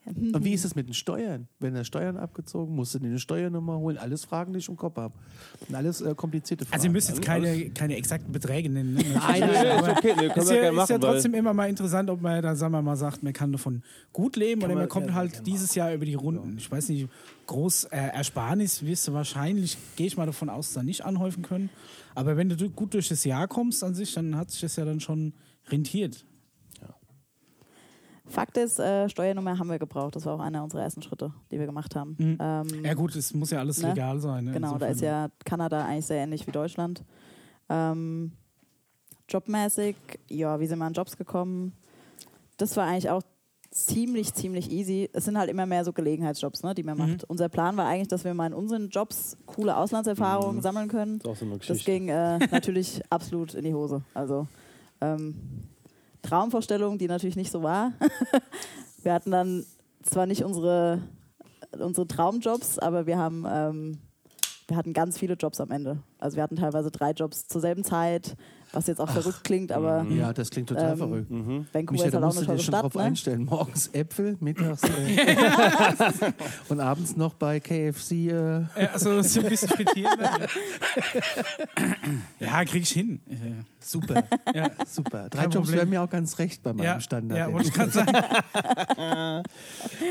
Und wie ist es mit den Steuern? Wenn da Steuern abgezogen, musst du dir eine Steuernummer holen? Alles Fragen, die ich im Kopf habe. Und alles äh, komplizierte Fragen.
Also ihr müsst jetzt keine, keine exakten Beträge nennen. Ne?
Nein, nein, nein, ist okay, nee, können wir
ist ja,
gerne
ist ja
machen, weil-
trotzdem immer mal interessant, ob man da, sagen wir mal, sagt, man kann davon gut leben oder man, kommt halt dieses Jahr über die Runden. Ich weiß nicht, groß äh, Ersparnis wirst du wahrscheinlich, gehe ich mal davon aus, dann nicht anhäufen können. Aber wenn du du gut durch das Jahr kommst an sich, dann hat sich das ja dann schon rentiert.
Fakt ist, äh, Steuernummer haben wir gebraucht. Das war auch einer unserer ersten Schritte, die wir gemacht haben. Ähm,
Ja gut, es muss ja alles
Ne?
legal sein. Ne?
Genau, da ist
Insofern.
ja Kanada eigentlich sehr ähnlich wie Deutschland. Ähm, jobmäßig, ja, wie sind wir an Jobs gekommen? Das war eigentlich auch ziemlich, ziemlich easy. Es sind halt immer mehr so Gelegenheitsjobs, ne, die man
Mhm.
macht. Unser Plan war eigentlich, dass wir mal in unseren Jobs coole Auslandserfahrungen
Mhm.
sammeln können.
Ist auch so eine
Das
Geschichte.
ging äh, natürlich (laughs) absolut in die Hose. Also ähm, Traumvorstellung, die natürlich nicht so war. (laughs) wir hatten dann zwar nicht unsere, unsere Traumjobs, aber wir haben ähm, wir hatten ganz viele Jobs am Ende. Also wir hatten teilweise drei Jobs zur selben Zeit, was jetzt auch verrückt klingt, aber
Mhm.
Ja, das klingt total
Ähm,
verrückt.
Vancouver
Mhm. Michael,
ist
da
halt auch eine
musst du dich
tolle
schon
Stadt.
drauf
Ne?
einstellen. Morgens Äpfel, mittags äh,
(laughs)
und abends noch bei KFC. Äh,
Äh, also das ist ein bisschen frittieren. ja, ja krieg ich hin. Äh,
super,
Ja.
super. Drei
Kein
Jobs
Problem.
wären mir auch ganz recht bei meinem
Ja,
Standard.
ja
den
wollte ich gerade sagen.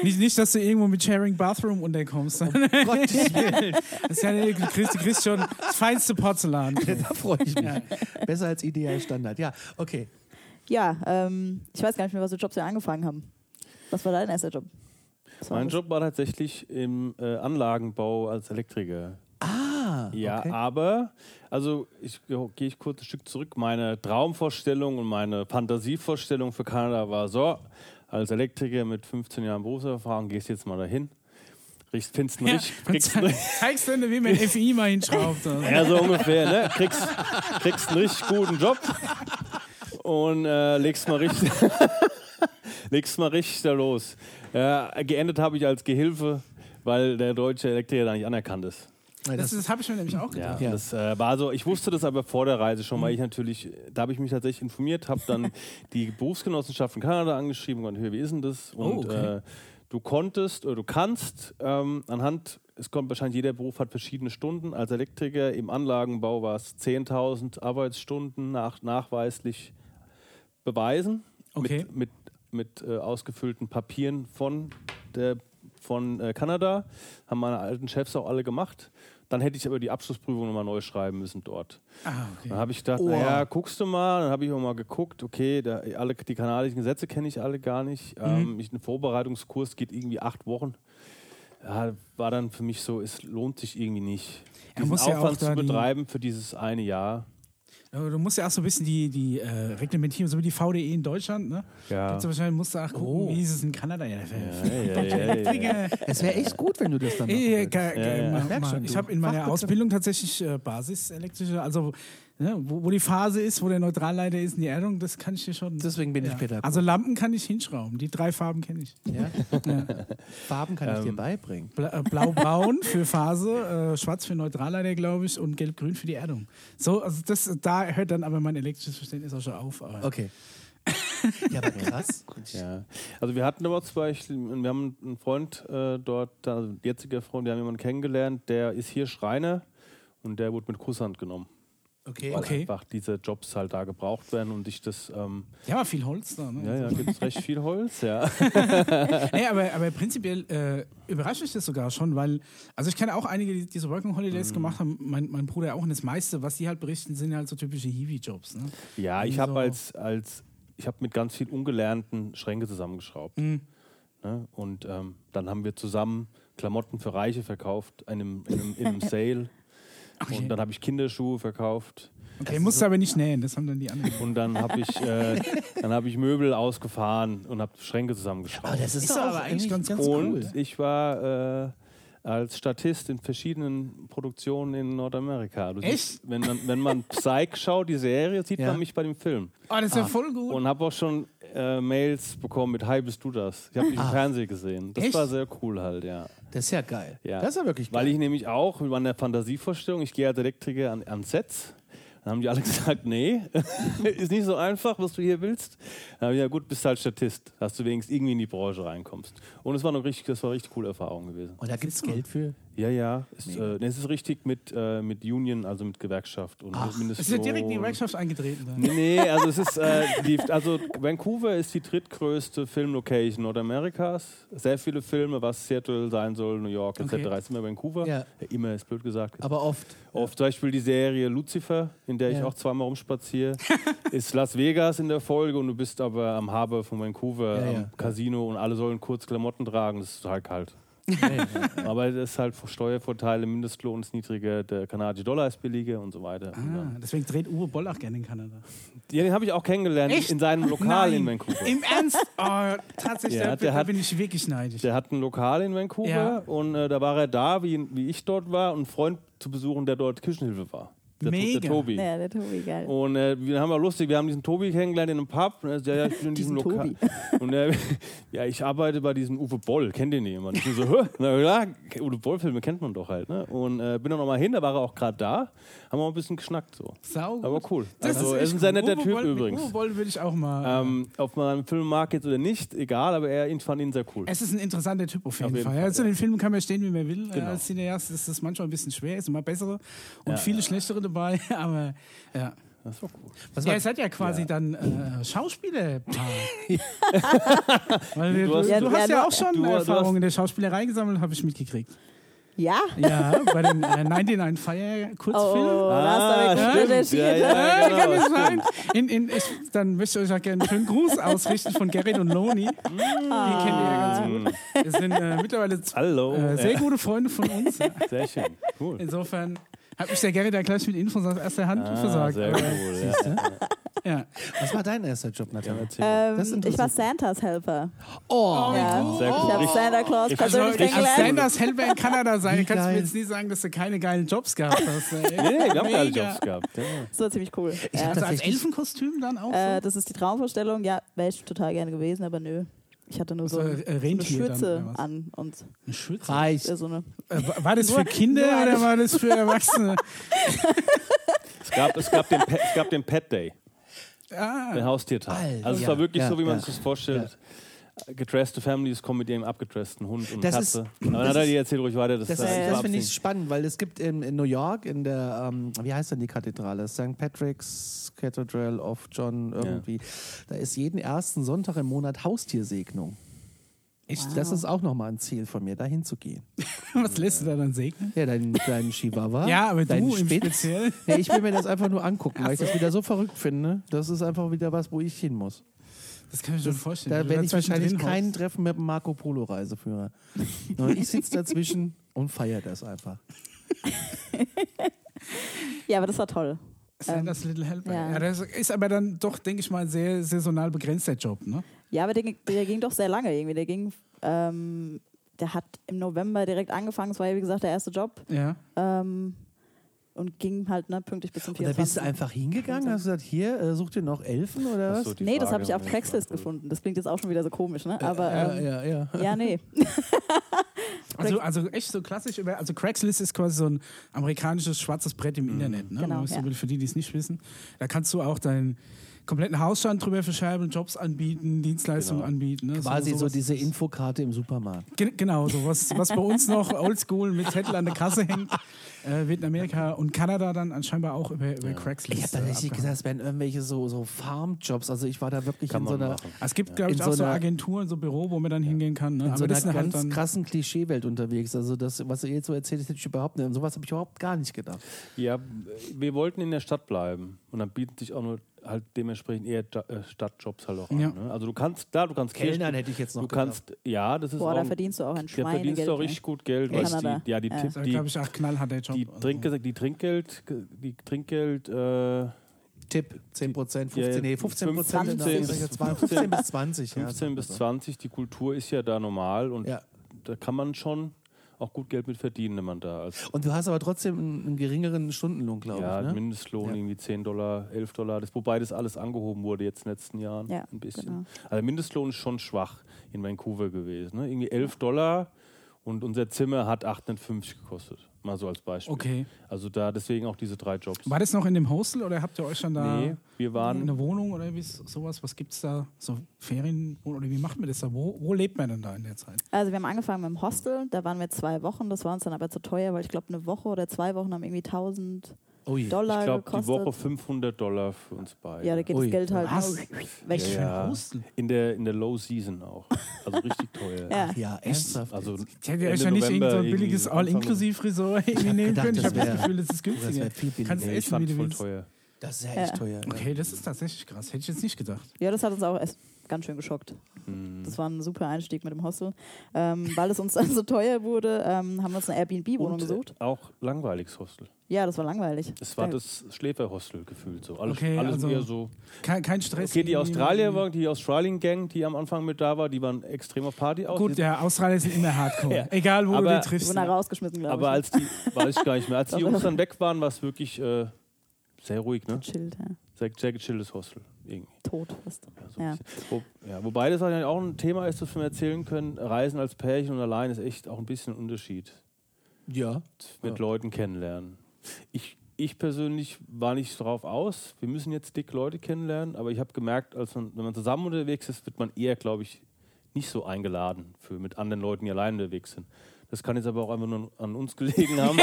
nicht, nicht, dass du irgendwo mit Sharing Bathroom unterkommst. Das (laughs)
ich Gottes Willen,
ist ja, du, kriegst, du kriegst schon das feinste Porzellan.
(laughs) da freue ich mich. Besser als ideal Standard. Ja, okay.
Ja, ähm, ich weiß gar nicht mehr, was für Jobs wir angefangen haben. Was war dein erster Job? Was war
Mein
das?
Job war tatsächlich im äh, Anlagenbau als Elektriker.
Ah,
Ja,
okay.
aber, also ich gehe ich kurz ein Stück zurück. Meine Traumvorstellung und meine Fantasievorstellung für Kanada war so, als Elektriker mit 15 Jahren Berufserfahrung gehst jetzt mal dahin, riechst, findest einen
Ja,
Riech,
(laughs) und
kriegst einen
zeigst du, denn, wie man FI mal hinschraubt.
ja, so ungefähr, ne? Kriegst, kriegst einen richtig guten Job und äh, legst mal richtig, (laughs) legst mal richtig da los. Äh, geendet habe ich als Gehilfe, weil der deutsche Elektriker da nicht anerkannt ist.
Ja,
Das,
das-
das habe ich mir nämlich auch gedacht.
Ja,
Ja.
das äh, war so. Ich wusste das aber vor der Reise schon, weil ich natürlich, da habe ich mich tatsächlich informiert, habe
(laughs)
dann die Berufsgenossenschaft in Kanada angeschrieben und hier, wie ist denn das? Und
Oh, okay.
äh, du konntest oder du kannst ähm, anhand, es kommt wahrscheinlich, jeder Beruf hat verschiedene Stunden. Als Elektriker im Anlagenbau war es 10.000 Arbeitsstunden nach, nachweislich beweisen.
Okay.
Mit, mit, mit äh, ausgefüllten Papieren von, der, von äh, Kanada. Haben meine alten Chefs auch alle gemacht. Dann hätte ich aber die Abschlussprüfung nochmal neu schreiben müssen dort.
Ah,
Dann
okay.
habe ich gedacht,
Oh.
naja, guckst du mal. Dann habe ich auch mal geguckt, okay, da, alle, die kanadischen Gesetze kenne ich alle gar
Mhm.
nicht. Ähm, ich, ein Vorbereitungskurs geht irgendwie acht Wochen. Ja, war dann für mich so, es lohnt sich irgendwie nicht,
Er
diesen
muss ja auch
Aufwand
da
zu
die-
betreiben für dieses eine
(laughs)
Jahr.
Aber Du musst ja auch so ein bisschen die, die äh, Reglementierung, so wie die VDE in Deutschland, ne?
Ja.
Gibt's ja wahrscheinlich musst du auch gucken, wie ist es in Kanada? Ja,
Ey, ey, ey, ey.
Digga.
Es wäre echt gut, wenn du das dann machen
Ey,
würdest.
ka- ka-
Ja, ja.
ma-
Merk
ma-
schon,
Ich
du.
habe in meiner
Fachbegriff.
Ausbildung tatsächlich äh, Basiselektrische, also ne, wo, wo die Phase ist, wo der Neutralleiter ist in die Erdung, das kann ich dir schon.
Deswegen bin ich Pädagoge.
Also Lampen kann ich hinschrauben, die drei Farben kenne ich.
(laughs) Ja? Farben kann ich dir beibringen.
Bla- äh,
(laughs)
Blau-braun für Phase, äh, schwarz für Neutralleiter, glaube ich, und gelb-grün für die Erdung. So, also das, da hört dann aber mein elektrisches Verständnis auch schon auf. Aber
Okay. Ja, aber krass.
Ja. Also wir hatten aber zum Beispiel, wir haben einen Freund äh, dort, also ein jetziger Freund, wir haben jemanden kennengelernt, der ist hier Schreiner und der wurde mit Kusshand genommen.
Okay.
Weil
Okay.
einfach diese Jobs halt da gebraucht werden und ich das, ähm,
Ja, war viel Holz da. Ne?
ja, ja, gibt es recht viel Holz,
(laughs)
ja.
Nee, aber, aber prinzipiell äh, überrascht mich das sogar schon, weil, also ich kenne auch einige, die diese Working
Mhm.
Holidays gemacht haben, mein, mein Bruder auch, und das meiste, was die halt berichten, sind halt so typische Hiwi-Jobs. Ne?
Ja, ich
Also-
habe als, als ich habe mit ganz viel Ungelernten Schränke zusammengeschraubt.
Mhm.
Ne? Und ähm, dann haben wir zusammen Klamotten für Reiche verkauft, in einem, in einem, in
(laughs)
einem Sale.
Okay.
Und dann habe ich Kinderschuhe verkauft.
Okay, musst du aber nicht nähen, das haben dann
(laughs)
die anderen.
Und dann habe ich,
(laughs)
äh, dann hab ich Möbel ausgefahren und habe Schränke
Aber
zusammengeschraubt.
das ist,
Ist
doch
aber
auch
eigentlich
eigentlich
ganz
ganz
und
cool.
ich war äh, als Statist in verschiedenen Produktionen in Nordamerika. Du
Echt?
Siehst, wenn, man, wenn man
(laughs)
Psych schaut, die Serie, sieht
Ja.
man mich bei dem Film.
Oh, das ist ja voll gut.
Und habe auch schon äh, Mails bekommen mit Hi, bist du das? Ich habe dich im Fernsehen gesehen. Das
Echt?
war sehr cool halt, ja.
Das ist ja geil.
ja.
Das ist ja wirklich geil.
Weil ich nämlich auch, über eine Fantasievorstellung, ich gehe als Elektriker an, an Sets. Dann haben die alle (laughs) gesagt, nee, ist nicht so einfach, was du hier willst. Dann habe ich gesagt, gut, bist halt Statist, dass du wenigstens irgendwie in die Branche reinkommst. Und es war eine richtig, das war eine richtig coole Erfahrung gewesen.
und da gibt es Geld für.
Ja, ja, ist, äh, nee, es ist richtig mit, äh, mit Union, also mit Gewerkschaft und mit
Ist ja
Mindestlohn.
direkt in die Gewerkschaft eingetreten. Dann.
Nee, nee, also es ist, äh, die, also Vancouver ist die drittgrößte Filmlocation Nordamerikas. Sehr viele Filme, was Seattle sein soll, New York etc.
Okay.
ist immer Vancouver.
Ja.
Immer ist blöd gesagt.
Aber oft.
Auf zum Beispiel die Serie Lucifer, in der ich
Ja.
auch zweimal rumspaziere,
(laughs)
ist Las Vegas in der Folge und du bist aber am Harbor von Vancouver,
Ja,
am
ja.
Casino und alle sollen kurz Klamotten tragen. Das ist total kalt. Aber das ist halt Steuervorteile, Mindestlohn ist niedriger, der kanadische Dollar ist billiger und so weiter. Und
Ah,
dann-
deswegen dreht Uwe Bollach gerne in Kanada.
Ja, den habe ich auch kennengelernt
Echt?
in seinem Lokal in
Nein.
Vancouver.
Im Ernst? Oh, tatsächlich,
Ja,
da,
der
da
hat-
bin ich wirklich neidisch.
Der hat ein Lokal in Vancouver
Ja.
und äh, da war er da, wie, wie ich dort war, und ein Freund zu besuchen, der dort Küchenhilfe war. Der,
Mega.
der Tobi.
Ja, der Tobi, geil.
Und äh, wir haben ja lustig, wir haben diesen Tobi kennengelernt in einem Pub. Und er sagt, ja, ja, ich bin in diesem
Diesen
Lokal.
(laughs)
Und er, ja, ich arbeite bei diesem Uwe Boll, kennt den jemand? Ich bin so, hä? Na ja, Uwe Boll-Filme kennt man doch halt. Ne? Und äh, bin dann nochmal hin, da war er auch gerade da, haben wir ein bisschen geschnackt so.
Sau.
Aber cool.
Das
also,
ist
er ist
echt
ein sehr
cool.
netter
Uwe
Typ
Boll,
übrigens.
Mit Uwe Boll würde ich auch mal.
Ähm, ob man einen Film mag jetzt oder nicht, egal, aber er ich fand ihn sehr cool.
es ist ein interessanter Typ auf jeden,
jeden
Fall.
Fall,
ja, zu den Filmen kann man stehen, wie man will. Äh,
Genau.
Als Cineast ist das manchmal ein bisschen schwer, ist immer bessere und viele schlechtere dabei. (laughs) Aber ja.
Das war cool.
Was
Ja,
war,
ihr seid ja quasi dann äh, Schauspielerpaar. Weil wir, du,
Du hast-
du, hast
Ja,
ja
du-
auch schon
du- du
Erfahrungen
hast-
in der Schauspielerei gesammelt, habe ich mitgekriegt.
ja?
Ja, bei dem äh, 99 Fire
Oh,
Kurzfilm.
da hast du aber
stimmt.
einen Unterschied.
Ja, ja,
Ja,
genau.
kann nicht sein. In, in, ich, dann möchte ich euch auch gerne einen schönen Gruß ausrichten von Gerrit und Loni. Die kennt ihr
Ah.
ja ganz gut. Das sind äh, mittlerweile zwei,
Also, Hallo.
äh, sehr
Ja,
gute Freunde von uns.
sehr schön. Cool.
Insofern hat mich der Gerrit da gleich mit Infos aus erster Hand
Ah,
versorgt.
sehr
Aber,
cool. Ja.
ja.
was war dein erster Job, Natalia? Das
Ähm,
interessiert
ich war
mich.
Santas Helfer.
Oh,
Ja.
Sehr
Ich
cool.
habe Santa Claus
Ich-
Also,
persönlich
Richtig
als
geil.
kennengelernt.
Sanders Helfer in Kanada sein,
Wie
kannst du mir
geil.
jetzt nicht sagen, dass du keine geilen Jobs gehabt hast. ey.
Nee, nee, wir haben geile
Mega.
Jobs gehabt. Ja.
Das war ziemlich cool. Ja.
Also als
Tatsächlich.
Elfenkostüm dann auch?
Äh, das ist die Traumvorstellung. Ja, wäre ich total gerne gewesen, aber nö. Ich hatte nur
so?
so
Also,
eine
äh, Rentier
Schürze
dann, oder was?
an und
Eine Schürze?
reicht.
äh, so eine.
Äh, wa- war das für
nur
Kinder
eine-
oder war das für Erwachsene? (laughs)
Es, gab, es, gab den Pet, es gab den Pet Day,
Ah.
den Haustiertag.
Alter.
also es
Ja,
war wirklich
ja,
so, wie man
ja.
sich das vorstellt. Gedresste Families kommen mit ihrem abgedressten Hund und
Das
Katze.
ist-
Aber
das
Natalie,
ist-
erzähl ruhig weiter. Das,
Das,
äh,
ist-
war
das finde ich
absehend.
spannend, weil es gibt in, in New York, in der, ähm, wie heißt denn die Kathedrale? St. Patrick's Cathedral of John irgendwie. Da ist jeden ersten Sonntag im Monat Haustiersegnung.
Echt?
Das ist auch nochmal ein Ziel von mir, da hinzugehen.
Was lässt du da dann segnen?
Ja, deinen dein Chihuahua.
Ja, aber
deinen
du im
Spitz.
Speziell.
Ja, ich will mir das einfach nur angucken, weil ich das wieder so verrückt finde. Das ist einfach wieder was, wo ich hin muss.
Das kann ich mir schon vorstellen.
Da
wenn du
werde ich wahrscheinlich
zwischendrin
kein
hockst.
Treffen mit dem Marco Polo Reiseführer. Und ich sitze dazwischen und feiere das einfach.
Ja, aber das war toll.
Santa's Little Helper. Ja.
Ähm, Ja.
das ist aber dann doch, denke ich mal, ein sehr saisonal begrenzter Job, ne?
Ja, aber der, ging- der ging doch sehr lange irgendwie. Der ging, ähm, der hat im November direkt angefangen. Es war ja, wie gesagt, der erste Job.
Ja.
Ähm, und ging halt ne, pünktlich bis zum
Und da
24.
bist du einfach hingegangen, hast gesagt, hier, äh, sucht ihr noch Elfen oder
Ach
was? Äh,
so, die
nee, das
Frage Äh,
habe ich auf
nicht
Craigslist
beantwortet.
gefunden. Das klingt jetzt auch schon wieder so komisch, ne? Aber ähm,
ja, ja.
ja. nee.
Also, also echt so klassisch über. Also Craigslist ist quasi so ein amerikanisches schwarzes Brett im
Mhm.
Internet, ne?
Genau,
Wenn man so
ja.
will, Für die, die es nicht wissen. Da kannst du auch deinen kompletten Hausstand drüber verschreiben, Jobs anbieten, Dienstleistungen
Genau.
anbieten. Ne?
Quasi so
sowas.
diese Infokarte im Supermarkt.
Ge- Genau, so was, was bei uns noch oldschool mit Zettel an der Kasse hängt, äh, wird in Amerika und Kanada dann anscheinbar auch über, über Craigslist.
Ich habe da
äh,
richtig
abgehandelt.
gesagt, es wären irgendwelche so, so Farmjobs. Also ich war da wirklich
Kann
in so
man
einer,
machen.
Also Es gibt, glaube ich,
in
auch
so
so
einer-
Agenturen, so Büro, wo man dann hingehen kann. Ne?
in so
Aber das
einer
sind halt
ganz
dann.
krassen Klischeewelt unterwegs. Also das, was ihr jetzt so erzählt, hätte ich überhaupt nicht. An sowas habe ich überhaupt gar nicht gedacht.
Ja, wir wollten in der Stadt bleiben und dann bieten sich auch nur halt dementsprechend eher Jo- äh, Stadtjobs halt auch an.
Ja.
Ne? Also du kannst, klar, du kannst
Kellnern
Kirchen-
hätte ich jetzt noch
Du kannst, ja, (laughs) das ist
Boah,
auch,
da verdienst du auch
da
ein
verdienst
Schweinegeld.
du auch
ey.
richtig gut Geld,
In
weil
Kanada.
die, ja, die,
ne? Ja.
Tipp-
Das ist,
die,
glaube ich, auch knallharter Job.
die,
Also,
Trinkgeld, die Trinkgeld, die Trinkgeld, äh,
Tipp, 10 Prozent,
Ja,
15,
ja.
nee, 15 Prozent.
15 bis
15 bis 20. ja,
15 bis
so.
20, die Kultur ist ja da normal und
Ja.
da kann man schon auch gut Geld mit verdienen, wenn man da als
Und du hast aber trotzdem einen, einen geringeren Stundenlohn, glaube
ja,
ich. Ne?
Mindestlohn
Ja.
irgendwie 10 Dollar, 11 Dollar, das, wobei das alles angehoben wurde jetzt in den letzten Jahren
Ja,
ein bisschen.
genau.
Also Mindestlohn ist schon schwach in Vancouver gewesen, ne? irgendwie 11 Dollar und unser Zimmer hat 8,50 gekostet, mal so als Beispiel.
Okay.
Also da deswegen auch diese drei Jobs.
War das noch in dem Hostel oder habt ihr euch schon da
Nee, wir
in
waren
eine Wohnung oder wie, sowas? Was gibt es da? So Ferien oder wie macht man das da? Wo, wo lebt man denn da in der Zeit?
Also wir haben angefangen mit dem Hostel, da waren wir zwei Wochen, das war uns dann aber zu teuer, weil ich glaube eine Woche oder zwei Wochen haben irgendwie 1000
Oh je.
Dollar
Ich glaube, die
gekostet.
Woche 500 Dollar für uns beide.
ja, da geht
Ui.
das Geld halt
Was?
weg.
Ja, ja.
Hostel.
in, der, in der Low Season auch. Also
(laughs)
richtig teuer.
Ja.
Ach ja, ernsthaft.
Also
Ich hätte euch
Ende
ja nicht irgend
November,
so ein billiges
irgendwie Anfang-
All-Inclusive-Resort (laughs) irgendwie nehmen
gedacht,
können. Ich
das
habe das
wär-
Gefühl, das ist
das
günstiger.
wäre viel billiger.
Kannst du
Nee, ich
essen, wie
fand
du
voll
willst.
teuer.
das ist ja echt
Ja.
teuer. ne? ja.
Okay, das ist tatsächlich krass. Hätte ich jetzt nicht gedacht.
Ja, das hat uns auch erst ganz schön geschockt.
Mhm.
Das war ein super Einstieg mit dem Hostel. Ähm, weil es uns (laughs) dann so teuer wurde, ähm, haben wir uns eine Airbnb-Wohnung
Und
gesucht.
auch langweiliges Hostel.
Ja, das war langweilig.
Es war
Ja.
das Schläferhostel gefühlt so. Alles,
Äh, Okay,
alles
also-
eher so.
Kein, kein Stress.
Okay, die
irgendwie.
Australier waren, die Australien-Gang, die am Anfang mit da war, die waren extrem auf Party aus.
Gut, ja, Australier sind immer
(laughs)
hardcore.
Ja.
Egal, wo
Aber-
du die triffst.
Wurden da rausgeschmissen, glaube ich. ne?
Aber als die, weiß ich gar nicht
(laughs)
mehr, als die
Doch.
Jungs dann weg waren, war es wirklich äh, sehr ruhig, ne?
Chillt, ja.
Sehr, sehr gechilltes Hostel. Irgendwie.
Tot fast.
Ja, so ein
Ja.
bisschen. Wo, ja, wobei das halt auch ein Thema ist, das wir erzählen können. Reisen als Pärchen und allein ist echt auch ein bisschen ein Unterschied.
Ja.
Mit
Ja.
Leuten kennenlernen. Ich, ich persönlich war nicht drauf aus. Wir müssen jetzt dick Leute kennenlernen, aber ich habe gemerkt, als man, wenn man zusammen unterwegs ist, wird man eher, glaube ich, nicht so eingeladen für mit anderen Leuten, die allein unterwegs sind. Das kann jetzt aber auch einfach nur an uns gelegen haben.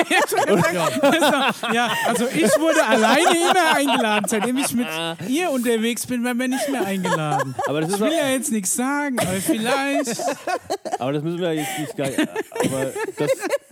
Ja, also ich wurde alleine immer eingeladen, seitdem ich mit ihr unterwegs bin, werden wir nicht mehr eingeladen.
aber das
Ich
ist
will
auch,
ja jetzt nichts sagen, aber vielleicht.
Aber das müssen wir ja jetzt nicht gar Aber das,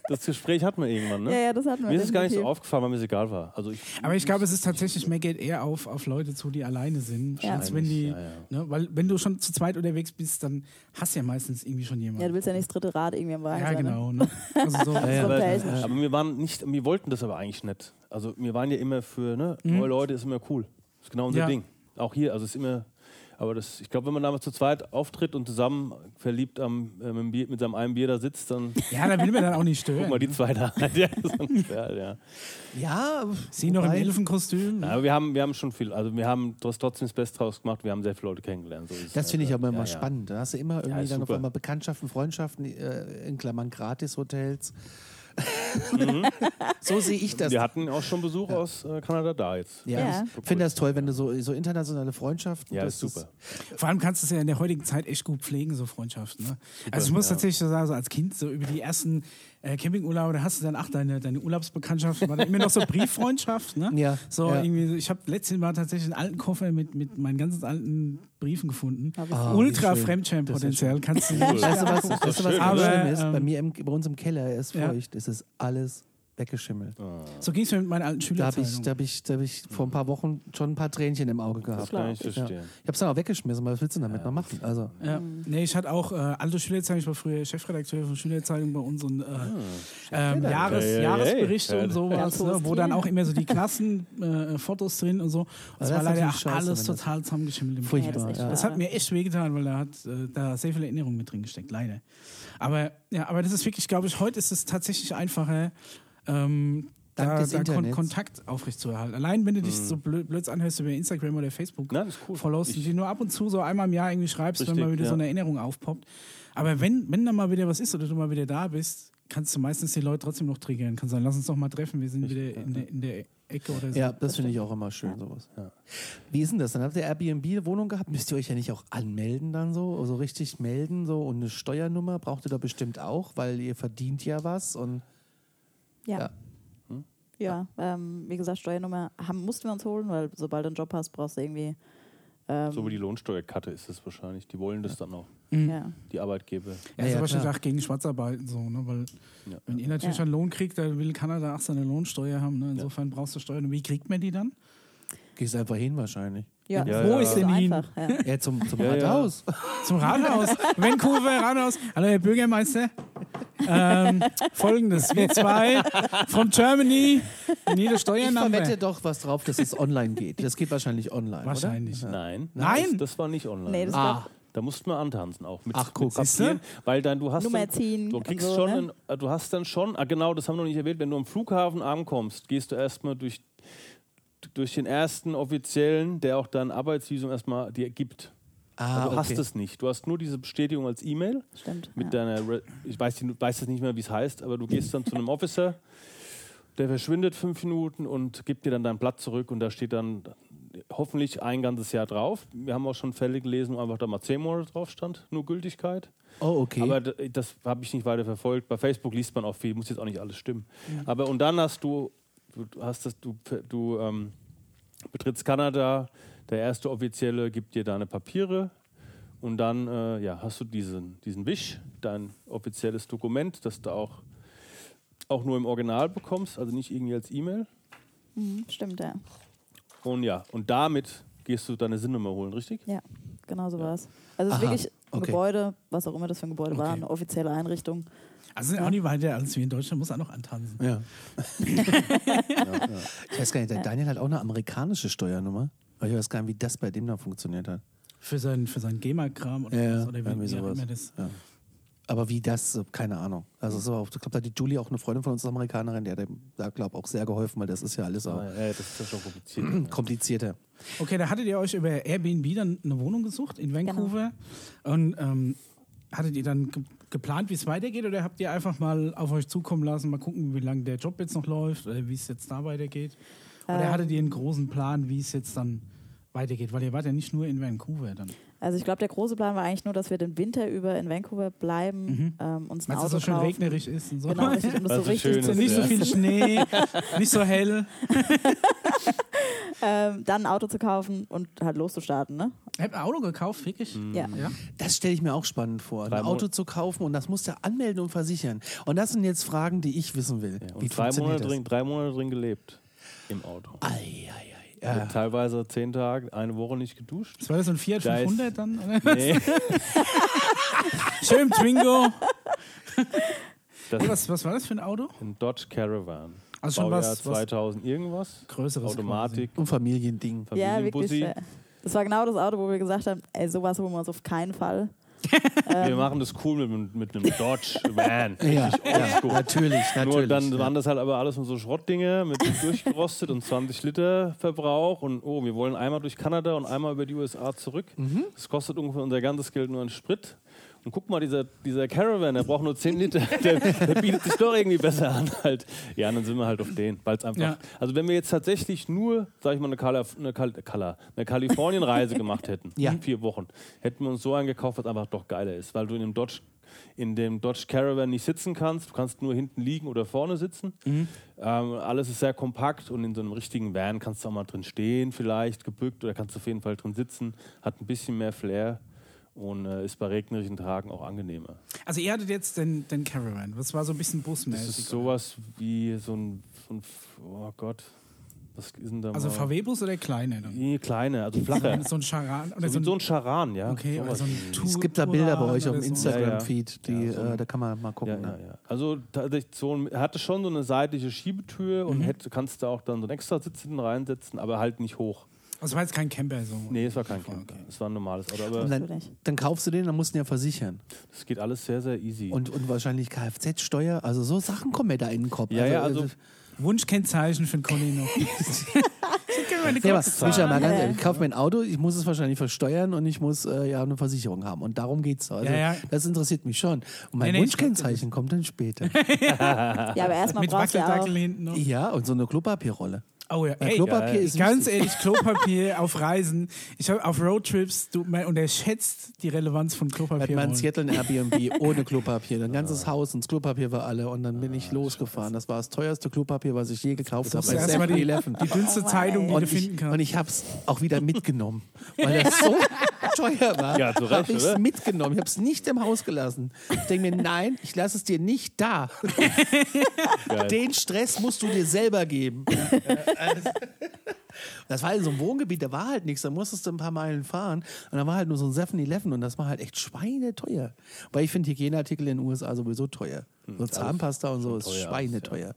das Gespräch hat man irgendwann, ne?
Ja, ja, das hatten wir.
Mir ist es gar nicht so
definitiv.
aufgefallen, weil mir es egal war. Also ich,
Aber ich glaube, es ist tatsächlich, mehr geht eher auf, auf Leute zu, die alleine sind,
Ja.
als wenn die.
Ja, ja.
Ne, weil wenn du schon zu zweit unterwegs bist, dann hast du ja meistens irgendwie schon jemanden.
Ja, du willst ja nicht das dritte Rad irgendwie am Wagen
Ja,
sein. ne?
genau. Ne? Also
(laughs)
so,
ja.
aber,
Pärchen.
aber wir waren nicht, wir wollten das aber eigentlich nicht. Also wir waren ja immer für ne,
Mhm.
neue Leute ist immer cool. Ist genau unser
Ja.
Ding. Auch hier, also es ist immer. Aber das, ich glaube, wenn man damals zu zweit auftritt und zusammen verliebt am, äh, mit, dem Bier, mit seinem einen Bier da sitzt, dann
ja, da will man dann auch nicht
guck mal
stören.
die zwei da. (laughs) ja, so ungefähr,
Mhm.
ja.
Ja.
Sie noch im
wobei-
Elfenkostüm.
Na, aber wir haben, wir haben schon viel, also wir haben das trotzdem das Beste draus gemacht, wir haben sehr viele Leute kennengelernt. So ist es
Das
nicht.
finde ich aber immer
Ja, ja.
spannend. Da hast du immer irgendwie
ist
dann
super.
auf einmal Bekanntschaften, Freundschaften, äh, in Klammern Gratis-Hotels. (laughs) so sehe ich das.
Mhm. Wir hatten auch schon Besuch aus äh, Kanada da jetzt.
Ja,
Ja.
ich finde das toll, wenn du so, so internationale Freundschaften
Ja,
das
ist super.
Vor allem kannst du es ja in der heutigen Zeit echt gut pflegen, so Freundschaften. Ne? Also ich muss tatsächlich so sagen, so als Kind, so über die ersten äh, Campingurlaube, da hast du dann, ach, deine, deine Urlaubsbekanntschaft, war dann immer noch so Brieffreundschaft. Ne?
Ja,
So
ja.
irgendwie, so- ich habe letztens mal tatsächlich einen alten Koffer mit, mit meinen ganzen alten Briefen gefunden.
Hab ich
Ah,
Ultra
wie schön.
Fremdschirmpotenzial, kannst du
Cool.
nicht.
Weißt du, was, weißt du, was
schön,
aber,
oder?
schlimm ist?
Aber,
bei,
ähm,
mir im, bei uns im Keller er ist
ja.
feucht. Es ist alles weggeschimmelt.
So ging es mir mit meinen alten
Da habe ich,
Schülerzeitungen.
da hab ich, da hab ich vor ein paar Wochen schon ein paar Tränchen im Auge gehabt.
Kann ich
Ja.
verstehen.
Ich habe es dann auch weggeschmissen, aber was willst du damit noch machen? Also,
Ja. Nee, ich hatte auch äh, alte Schülerzeitung. Ich war früher Chefredakteur von Schülerzeitung bei uns und äh,
Ah,
ähm, Jahres,
Hey, hey,
Jahresberichte
hey.
und sowas,
Ganz
ne,
hohes
wo
Ziel.
dann auch immer so
(laughs)
die Klassenfotos äh, Fotos drin und so. Und
das
es war
ist
leider
natürlich scheiße,
alles
wenn das-
total zusammengeschimmelt im
Furchtbar,
Keller.
das ist echt
Das
schade.
hat mir echt wehgetan, weil da hat äh, da sehr viel Erinnerung mit drin gesteckt, leider. Aber ja, aber das ist wirklich, glaube ich, heute ist es tatsächlich einfacher. Ähm,
Dank
da,
des
da Kon
Internets. Hm.
Kontakt aufrechtzuerhalten. Allein wenn du dich so blöd, blöd anhörst über Instagram oder Facebook,
Nein, ist cool.
followst und
Ich-
die nur ab und zu so einmal im Jahr irgendwie schreibst, wenn
Richtig,
mal wieder
ja.
so eine Erinnerung aufpoppt. Aber wenn, wenn dann mal wieder was ist oder du mal wieder da bist, kannst du meistens die Leute trotzdem noch triggern. Kannst sagen, lass uns doch mal treffen, wir sind wieder in der, in der Ecke oder so.
ja, das finde ich auch immer schön, sowas. Wie ist denn das? Dann habt ihr Airbnb-Wohnung gehabt. Müsst ihr euch ja nicht auch anmelden dann so? Also richtig melden so und eine Steuernummer braucht ihr da bestimmt auch, weil ihr verdient ja was und
Ja.
Ja.
Ja,
Hm?
Ähm, wie gesagt, Steuernummer haben, mussten wir uns holen, weil sobald du einen Job hast, brauchst du irgendwie. Ähm,
So wie die Lohnsteuerkarte ist es wahrscheinlich. Die wollen das dann auch,
ja.
die Arbeitgeber.
Ja, ist
Ja,
aber schon
klar.
gesagt gegen Schwarzarbeiten so, ne? Weil
Ja.
wenn ihr natürlich
Ja.
einen Lohn kriegt, dann will Kanada auch seine Lohnsteuer haben. Ne? Insofern brauchst du Steuern. Und wie kriegt man die dann?
gehst einfach hin wahrscheinlich.
Ja.
Ja,
Wo ja. ist
So
denn die hin?
einfach. Ja.
Ja, zum,
(laughs)
zum
Ja, ja.
Rathaus.
Zum Rathaus. Vancouver, Rathaus. Hallo, Herr Bürgermeister. Ähm, Folgendes: Wir zwei von Germany. Jede
Ich verwette
Steuernummer.
doch was drauf, dass es online geht. Das geht wahrscheinlich online,
Wahrscheinlich.
Nein.
Nein?
Das, das war nicht online.
Nee, das
oder? Ah,
war
da mussten wir antanzen auch. Mit,
Ach,
mit
guck,
Papieren, weil dann du hast
Nummer
dann,
ziehen
du
und
kriegst
so,
schon,
ne?
einen- äh, du hast dann schon, ah, genau, das haben wir noch nicht erwähnt, wenn du am Flughafen ankommst, gehst du erstmal durch, durch den ersten offiziellen, der auch dein Arbeitsvisum erstmal dir gibt. Also
ah
du
okay.
hast es nicht. Du hast nur diese Bestätigung als E-Mail.
stimmt.
mit
ja.
deiner, Re ich weiß, die- weiß jetzt nicht mehr, wie es heißt, aber du gehst dann zu
(laughs)
einem Officer, der verschwindet fünf Minuten und gibt dir dann dein Blatt zurück und da steht dann hoffentlich ein ganzes Jahr drauf. Wir haben auch schon Fälle gelesen, wo einfach da mal zehn Monate drauf stand, nur Gültigkeit.
Oh, okay.
Aber d- das habe ich nicht weiter verfolgt. Bei Facebook liest man auch viel, muss jetzt auch nicht alles stimmen. Aber und dann hast du, du du hast das, du, du ähm, betrittst Kanada, der erste offizielle gibt dir deine Papiere und dann äh, ja, hast du diesen, diesen Wisch, dein offizielles Dokument, das du auch, auch nur im Original bekommst, also nicht irgendwie als E-Mail.
Mhm, stimmt, ja.
Und ja, und damit gehst du deine Sinnnummer holen, richtig?
ja. genau so war es. Also es
Aha,
ist wirklich ein
okay.
Gebäude, was auch immer das für ein Gebäude war,
Okay.
eine offizielle Einrichtung.
Also sind auch nicht weiter als wir in Deutschland, muss auch noch antanzen.
(laughs)
Ja. Ich weiß gar nicht, der Daniel hat auch eine amerikanische Steuernummer. Aber ich weiß gar nicht, wie das bei dem dann funktioniert hat.
Für seinen, für seinen GEMA-Kram oder, was, oder wie,
irgendwie
wie auch
sowas.
immer das.
Ja. Aber wie das, äh, keine Ahnung.
Mhm.
Also es war auch, ich glaube, da hat die Julie auch eine Freundin von uns, Amerikanerin, die hat dem da, glaube ich, auch sehr geholfen, weil das ist ja alles auch
Ah, Ja, ja, das ist ja schon
(clears throat)
kompliziert.
komplizierter.
Okay, da hattet ihr euch über Airbnb dann eine Wohnung gesucht in
Genau.
Vancouver. Und ähm, hattet ihr dann ge geplant, wie es weitergeht oder habt ihr einfach mal auf euch zukommen lassen, mal gucken, wie lange der Job jetzt noch läuft oder wie es jetzt da weitergeht? Oder
Ähm.
hattet ihr einen großen Plan, wie es jetzt dann weitergeht? Weil ihr wart ja nicht nur in Vancouver dann.
Also ich glaube, der große Plan war eigentlich nur, dass wir den Winter über in Vancouver bleiben, ähm, uns ein
Weil es
Auto
so schön
kaufen.
regnerisch ist und so. (laughs)
Genau, richtig, um das
Also
so richtig
schön
zu
ist,
Nicht so
Ja.
viel Schnee, nicht so hell.
ähm, dann ein Auto zu kaufen und halt loszustarten, ne?
Habt ihr ein Auto gekauft, wirklich?
Mhm.
Ja.
Ja.
Das stelle ich mir auch spannend vor,
Drei
ein Auto
Mon-
zu kaufen und das musst du anmelden und versichern. Und das sind jetzt Fragen, die ich wissen will.
Ja,
wie
und drei
funktioniert
Monate, drin, drei Monate drin gelebt im Auto.
das? Ei, ei, ei.
Äh.
Ja.
Ja.
Also Teilweise zehn Tage, eine Woche nicht geduscht.
(laughs) Das war das so ein Fiat
Da ist-
500 dann?
(laughs)
Oder?
Nee,
Schön im Twingo.
das
Hey,
ist
was, was war das für ein Auto?
ein Dodge Caravan.
Also schon
Baujahr
was- was-
2000 irgendwas.
Größeres.
Automatik,
Und Familiending.
Ja, wirklich.
Familienbussi.
äh, Das war genau das Auto, wo wir gesagt haben, ey, sowas holen wir uns auf keinen Fall.
Ähm.
Wir machen das cool mit, mit einem Dodge Van.
Ja, ja natürlich,
(laughs)
natürlich.
Nur dann
ja.
waren das halt aber alles nur so Schrottdinge mit (laughs) durchgerostet und 20 Liter Verbrauch und oh, wir wollen einmal durch Kanada und einmal über die USA zurück.
Mhm.
Das kostet ungefähr unser ganzes Geld nur an Sprit. Und guck mal, dieser, dieser Caravan, der braucht nur 10 Liter, (laughs) der, der bietet sich doch irgendwie besser an halt. Ja, und dann sind wir halt auf den, weil es einfach...
Ja.
Also wenn wir jetzt tatsächlich nur, sag ich mal, eine, Kalif eine, Kal Kala, eine Kalifornienreise (laughs) gemacht hätten,
Ja.
vier Wochen, hätten wir uns so eingekauft, was einfach doch geiler ist, weil du in dem Dodge in dem Dodge Caravan nicht sitzen kannst. Du kannst nur hinten liegen oder vorne sitzen.
Mhm.
Ähm, alles ist sehr kompakt und in so einem richtigen Van kannst du auch mal drin stehen, vielleicht gebückt oder kannst du auf jeden Fall drin sitzen. Hat ein bisschen mehr Flair und äh, ist bei regnerischen Tagen auch angenehmer.
Also ihr hattet jetzt den, den Caravan. Das war so ein bisschen busmäßig.
Das ist sowas wie so ein, so ein oh Gott, was ist denn da
also
mal?
VW-Bus oder kleine? Dann?
Nee, kleine, also flache. (laughs)
(laughs) So ein Charan oder
so, wie so ein Charan, ja.
okay, oder
Sowas.
so ein Tour
es gibt da Bilder bei euch auf
oder
dem
so.
Instagram-Feed, die,
Ja, so ein-
äh, da kann man mal gucken.
Ja, ja,
ne?
ja. Also tatsächlich so ein, er hatte schon so eine seitliche Schiebetür und hätte, kannst da auch dann so einen extra Sitz hinten reinsetzen, aber halt nicht hoch.
Also war jetzt kein Camper so.
Nee, es war kein Camper. Es war ein normales Auto, aber
Und dann,
Natürlich.
dann kaufst du den, dann musst du ihn ja versichern.
es geht alles sehr, sehr easy.
Und, und wahrscheinlich Kfz-Steuer, also so Sachen kommen mir da in den Kopf. äh,
ja, ja, also
Wunschkennzeichen für den Conny noch. (laughs) Ich kenn meine
Nee, aber,
Kurzzeit.
Micha, mal ganz,
Ja.
ehrlich, ich kaufe mir ein Auto, ich muss es wahrscheinlich versteuern und ich muss äh, ja eine Versicherung haben. Und darum geht es. Also,
Ja, ja.
Das interessiert mich schon. Und mein
Nee, nee,
Wunschkennzeichen kommt dann
(laughs)
später.
Ja, aber erstmal
Mit
brauchst du ja auch.
Wackeldackel hinten noch.
ja, und so eine Klopapierrolle.
Oh ja,
Ja,
ey,
Äh, Klopapier ist
ganz
wichtig.
ehrlich,
(laughs)
Klopapier auf Reisen. Ich habe auf Roadtrips, du man unterschätzt die Relevanz von
Hat
Klopapier.
man in Seattle ein
(laughs)
Airbnb ohne Klopapier. Ein ganzes Haus und das Klopapier war alle und dann bin ich losgefahren. Das war das teuerste Klopapier, was ich je gekauft habe bei
erst mal die,
7-Eleven.
die dünnste
Oh,
Zeitung, die
Und
du
ich,
finden
und
kannst.
ich habe es auch wieder mitgenommen, weil das
(laughs)
so teuer war.
Ja, zu Recht,
habe ich es
oder?
mitgenommen. Ich habe es nicht im Haus gelassen. Ich denke mir, nein, ich lasse es dir nicht
(laughs)
da.
Geil.
Den Stress musst du dir selber geben. Das war in so einem Wohngebiet, da war halt nichts. Da musstest du ein paar Meilen fahren. Und da war halt nur so ein 7-Eleven und das war halt echt schweineteuer. Weil ich finde Hygieneartikel in den USA sowieso teuer.
Hm,
So Zahnpasta und so ist
teuer,
schweineteuer.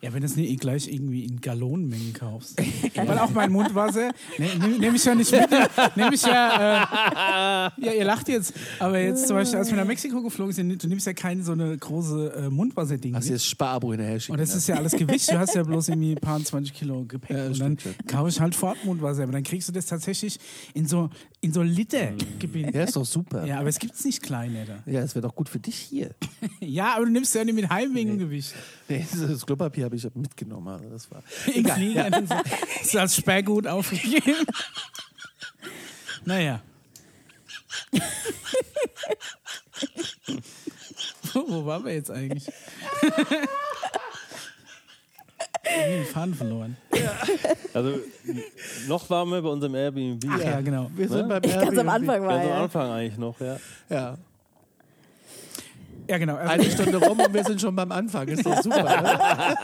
Ja, wenn du es nicht eh gleich irgendwie in Gallonenmengen
(laughs)
kaufst. Weil auch mein Mundwasser, ne, nehme nehm ich ja nicht mit. Nehme ich ja, äh, ja, ihr lacht jetzt. Aber jetzt zum Beispiel, als wir nach Mexiko geflogen sind, du nimmst ja keine so eine große äh, Mundwasserding
Hast du
mit.
jetzt Sparabo hinterher
Und
schicken
das ist ja alles Gewicht. Du hast ja bloß irgendwie ein paar und 20 Kilo Gepäck.
ne? Ja, das
und dann
stimmt
kaufe ich halt vor Ort Mundwasser. Aber dann kriegst du das tatsächlich in so, in so Liter
Mhm. Ja,
gebindet.
ist doch super.
Ja, aber es gibt es nicht kleiner da.
Ja, es wäre doch gut für dich hier.
Ja, aber du nimmst ja nicht mit heim wegen dem Gewicht.
(laughs) Nee, das Klopapier habe ich mitgenommen. Also
(laughs)
das war
Im Flieger. dann so- Ist als Sperrgut aufgegeben. naja. (laughs) Wo wo waren wir jetzt eigentlich? (laughs) Irgendwie den Faden verloren.
also noch waren wir bei unserem Airbnb.
Ach ja, genau.
Wir sind beim
Ne? (laughs) Ganz am Anfang war
Ganz am
ja.
Anfang eigentlich noch, ja.
Ja.
Ja, genau. Also-
Eine Stunde
(laughs)
rum ne? und wir sind schon beim Anfang. Ist doch super.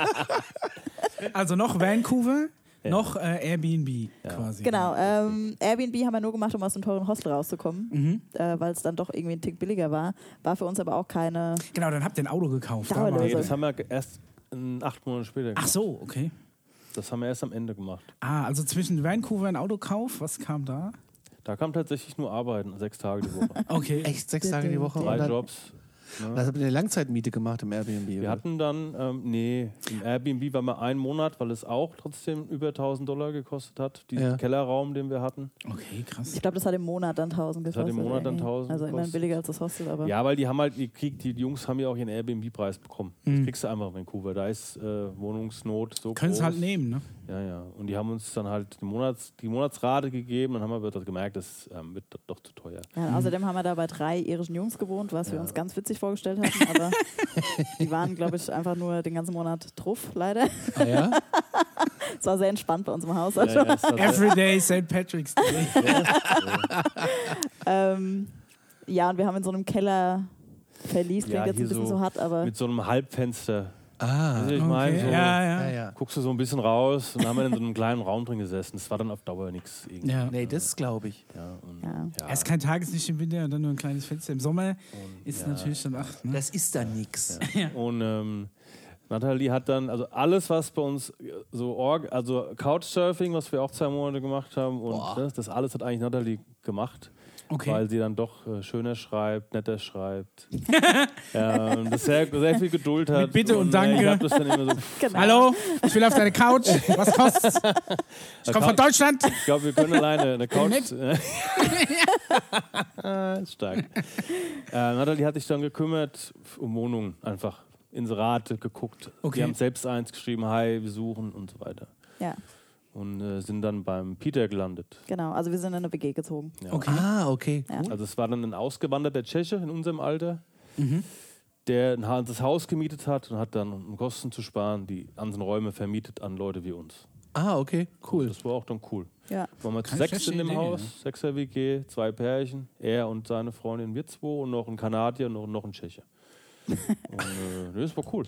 Also noch Vancouver,
Ja.
Noch äh, Airbnb
Ja.
quasi.
Genau, ähm, Airbnb haben wir nur gemacht, um aus dem teuren Hostel rauszukommen,
Mhm.
äh, weil es dann doch irgendwie ein Tick billiger war. War für uns aber auch keine.
Genau, dann habt ihr ein Auto gekauft.
Dauerlos.
Nee,
damals.
das haben wir ge- erst ähm, acht Monate später
Ach
gemacht.
so, okay.
Das haben wir erst am Ende gemacht.
Ah, also zwischen Vancouver ein Autokauf, was kam da?
Da kam tatsächlich nur Arbeiten, sechs Tage die Woche.
Okay.
Echt sechs Tage die Woche?
Drei
und dann-
Jobs.
Was habt ihr eine Langzeitmiete gemacht im Airbnb?
Wir
oder?
hatten dann, ähm, nee, im Airbnb waren wir einen Monat, weil es auch trotzdem über 1000 Dollar gekostet hat, diesen
Ja.
Kellerraum, den wir hatten.
Okay, krass.
Ich glaube, das hat im Monat dann 1000
Das
gekostet.
hat im Monat dann
irgendwie.
1000
Also immerhin
gekostet.
billiger als das Hostel, aber.
Ja, weil die haben halt, die, krieg, die Jungs haben ja auch ihren Airbnb-Preis bekommen.
Mhm.
Das kriegst du einfach in Vancouver. Da ist äh, Wohnungsnot so
Können es
groß.
halt nehmen, ne?
Ja, ja. Und die haben uns dann halt die, Monats, die Monatsrate gegeben. Dann haben wir das gemerkt, das ähm, wird doch- doch zu teuer.
Ja, und außerdem haben wir da bei drei irischen Jungs gewohnt, was wir
Ja.
uns ganz witzig vorgestellt haben, aber die waren, glaube ich, einfach nur den ganzen Monat truff, leider.
(laughs)
Ah, ja?
Es war sehr entspannt bei uns im
(laughs)
Haus.
Ja,
Also,
ja, es hat-
Everyday St. Patrick's Day.
ähm, ja, und wir haben in so einem Keller verlies, klingt
Ja,
jetzt ein
hier
bisschen
so
so hart, aber
mit so einem Halbfenster.
Ah.
Weißt du, (laughs) ich meine, so,
Okay. Ja,
Ja,
ja.
ja.
guckst du so ein bisschen raus und dann haben wir in so einem kleinen Raum drin gesessen. Das war dann auf Dauer nichts.
ja.
Nee, das glaube ich.
Ja, und,
Ja.
ja.
Erst kein Tageslicht im Winter und dann nur ein kleines Fenster. Im Sommer
Und,
ist
ja.
natürlich dann acht.
Hm?
Ne?
Das ist da nix.
Und ähm, Nathalie hat dann, also alles, was bei uns äh, so Org, also Couchsurfing, was wir auch zwei Monate gemacht haben, und
Boah.
das, das alles hat eigentlich Nathalie gemacht,
Okay.
weil sie dann doch äh, schöner schreibt, netter
(laughs)
schreibt. ähm, das sehr, sehr viel Geduld hat.
Mit Bitte und
äh,
Danke.
Ich hab das dann immer so. pff,
genau.
Hallo, ich will auf deine Couch. Was
(laughs)
kostet's? Ich komme von Deutschland.
Ich glaube, wir können alleine
Äh,
eine Couch.
Nett.
(laughs) Stark. Äh, Nathalie hat sich dann gekümmert um Wohnungen, einfach Inserate geguckt.
Okay.
Wir haben selbst eins geschrieben, hi, wir suchen und so weiter.
Ja,
Und äh, sind dann beim Peter gelandet.
genau. Also wir sind in eine WG gezogen.
Ja.
Okay.
Ah, okay.
Ja.
Also es war dann ein ausgewanderter Tscheche in unserem Alter,
Mhm.
der ein ha- das Haus gemietet hat und hat dann, um Kosten zu sparen, die ganzen Räume vermietet an Leute wie uns.
Ah, okay.
Und
Cool.
Das war auch dann cool.
Ja,
Waren wir zu
Keine
sechs
schlechte
in dem
Idee,
Haus, sechser WG, zwei Pärchen, er und seine Freundin, wir zwei und noch ein Kanadier und noch, noch ein
(laughs)
Tscheche. Und, äh, nee, das war cool.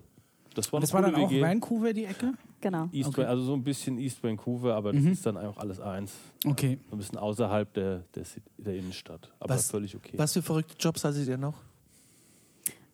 Das war, eine
Das war dann
coole
auch
WG.
Vancouver, die Ecke?
genau.
East
Okay. Mhm.
Also so ein bisschen East Vancouver, aber das ist dann auch alles eins.
Okay.
So ein bisschen außerhalb der, der, Ci- der Innenstadt. Aber
Was-
völlig okay.
Was für verrückte Jobs hattet ihr noch?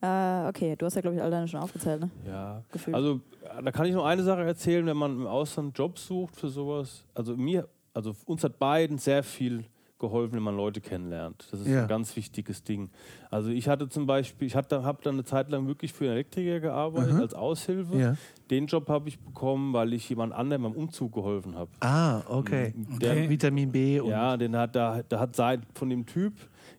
Äh, okay, du hast ja, glaube ich, all deine schon aufgezählt, ne?
Ja.
Gefühlt.
Also äh, da kann ich nur eine Sache erzählen, wenn man im Ausland Job sucht für sowas. Also mir, also uns hat beiden sehr viel geholfen, wenn man Leute kennenlernt. Das ist
Ja.
ein ganz wichtiges Ding. Also ich hatte zum Beispiel, ich hatte, habe dann eine Zeit lang wirklich für einen Elektriker gearbeitet als Aushilfe.
Ja.
Den Job habe ich bekommen, weil ich jemand anderem beim Umzug geholfen habe.
Ah, okay.
Hm, Der-
Okay.
Vitamin B und.
ja, den hat da, da hat seit von dem Typ,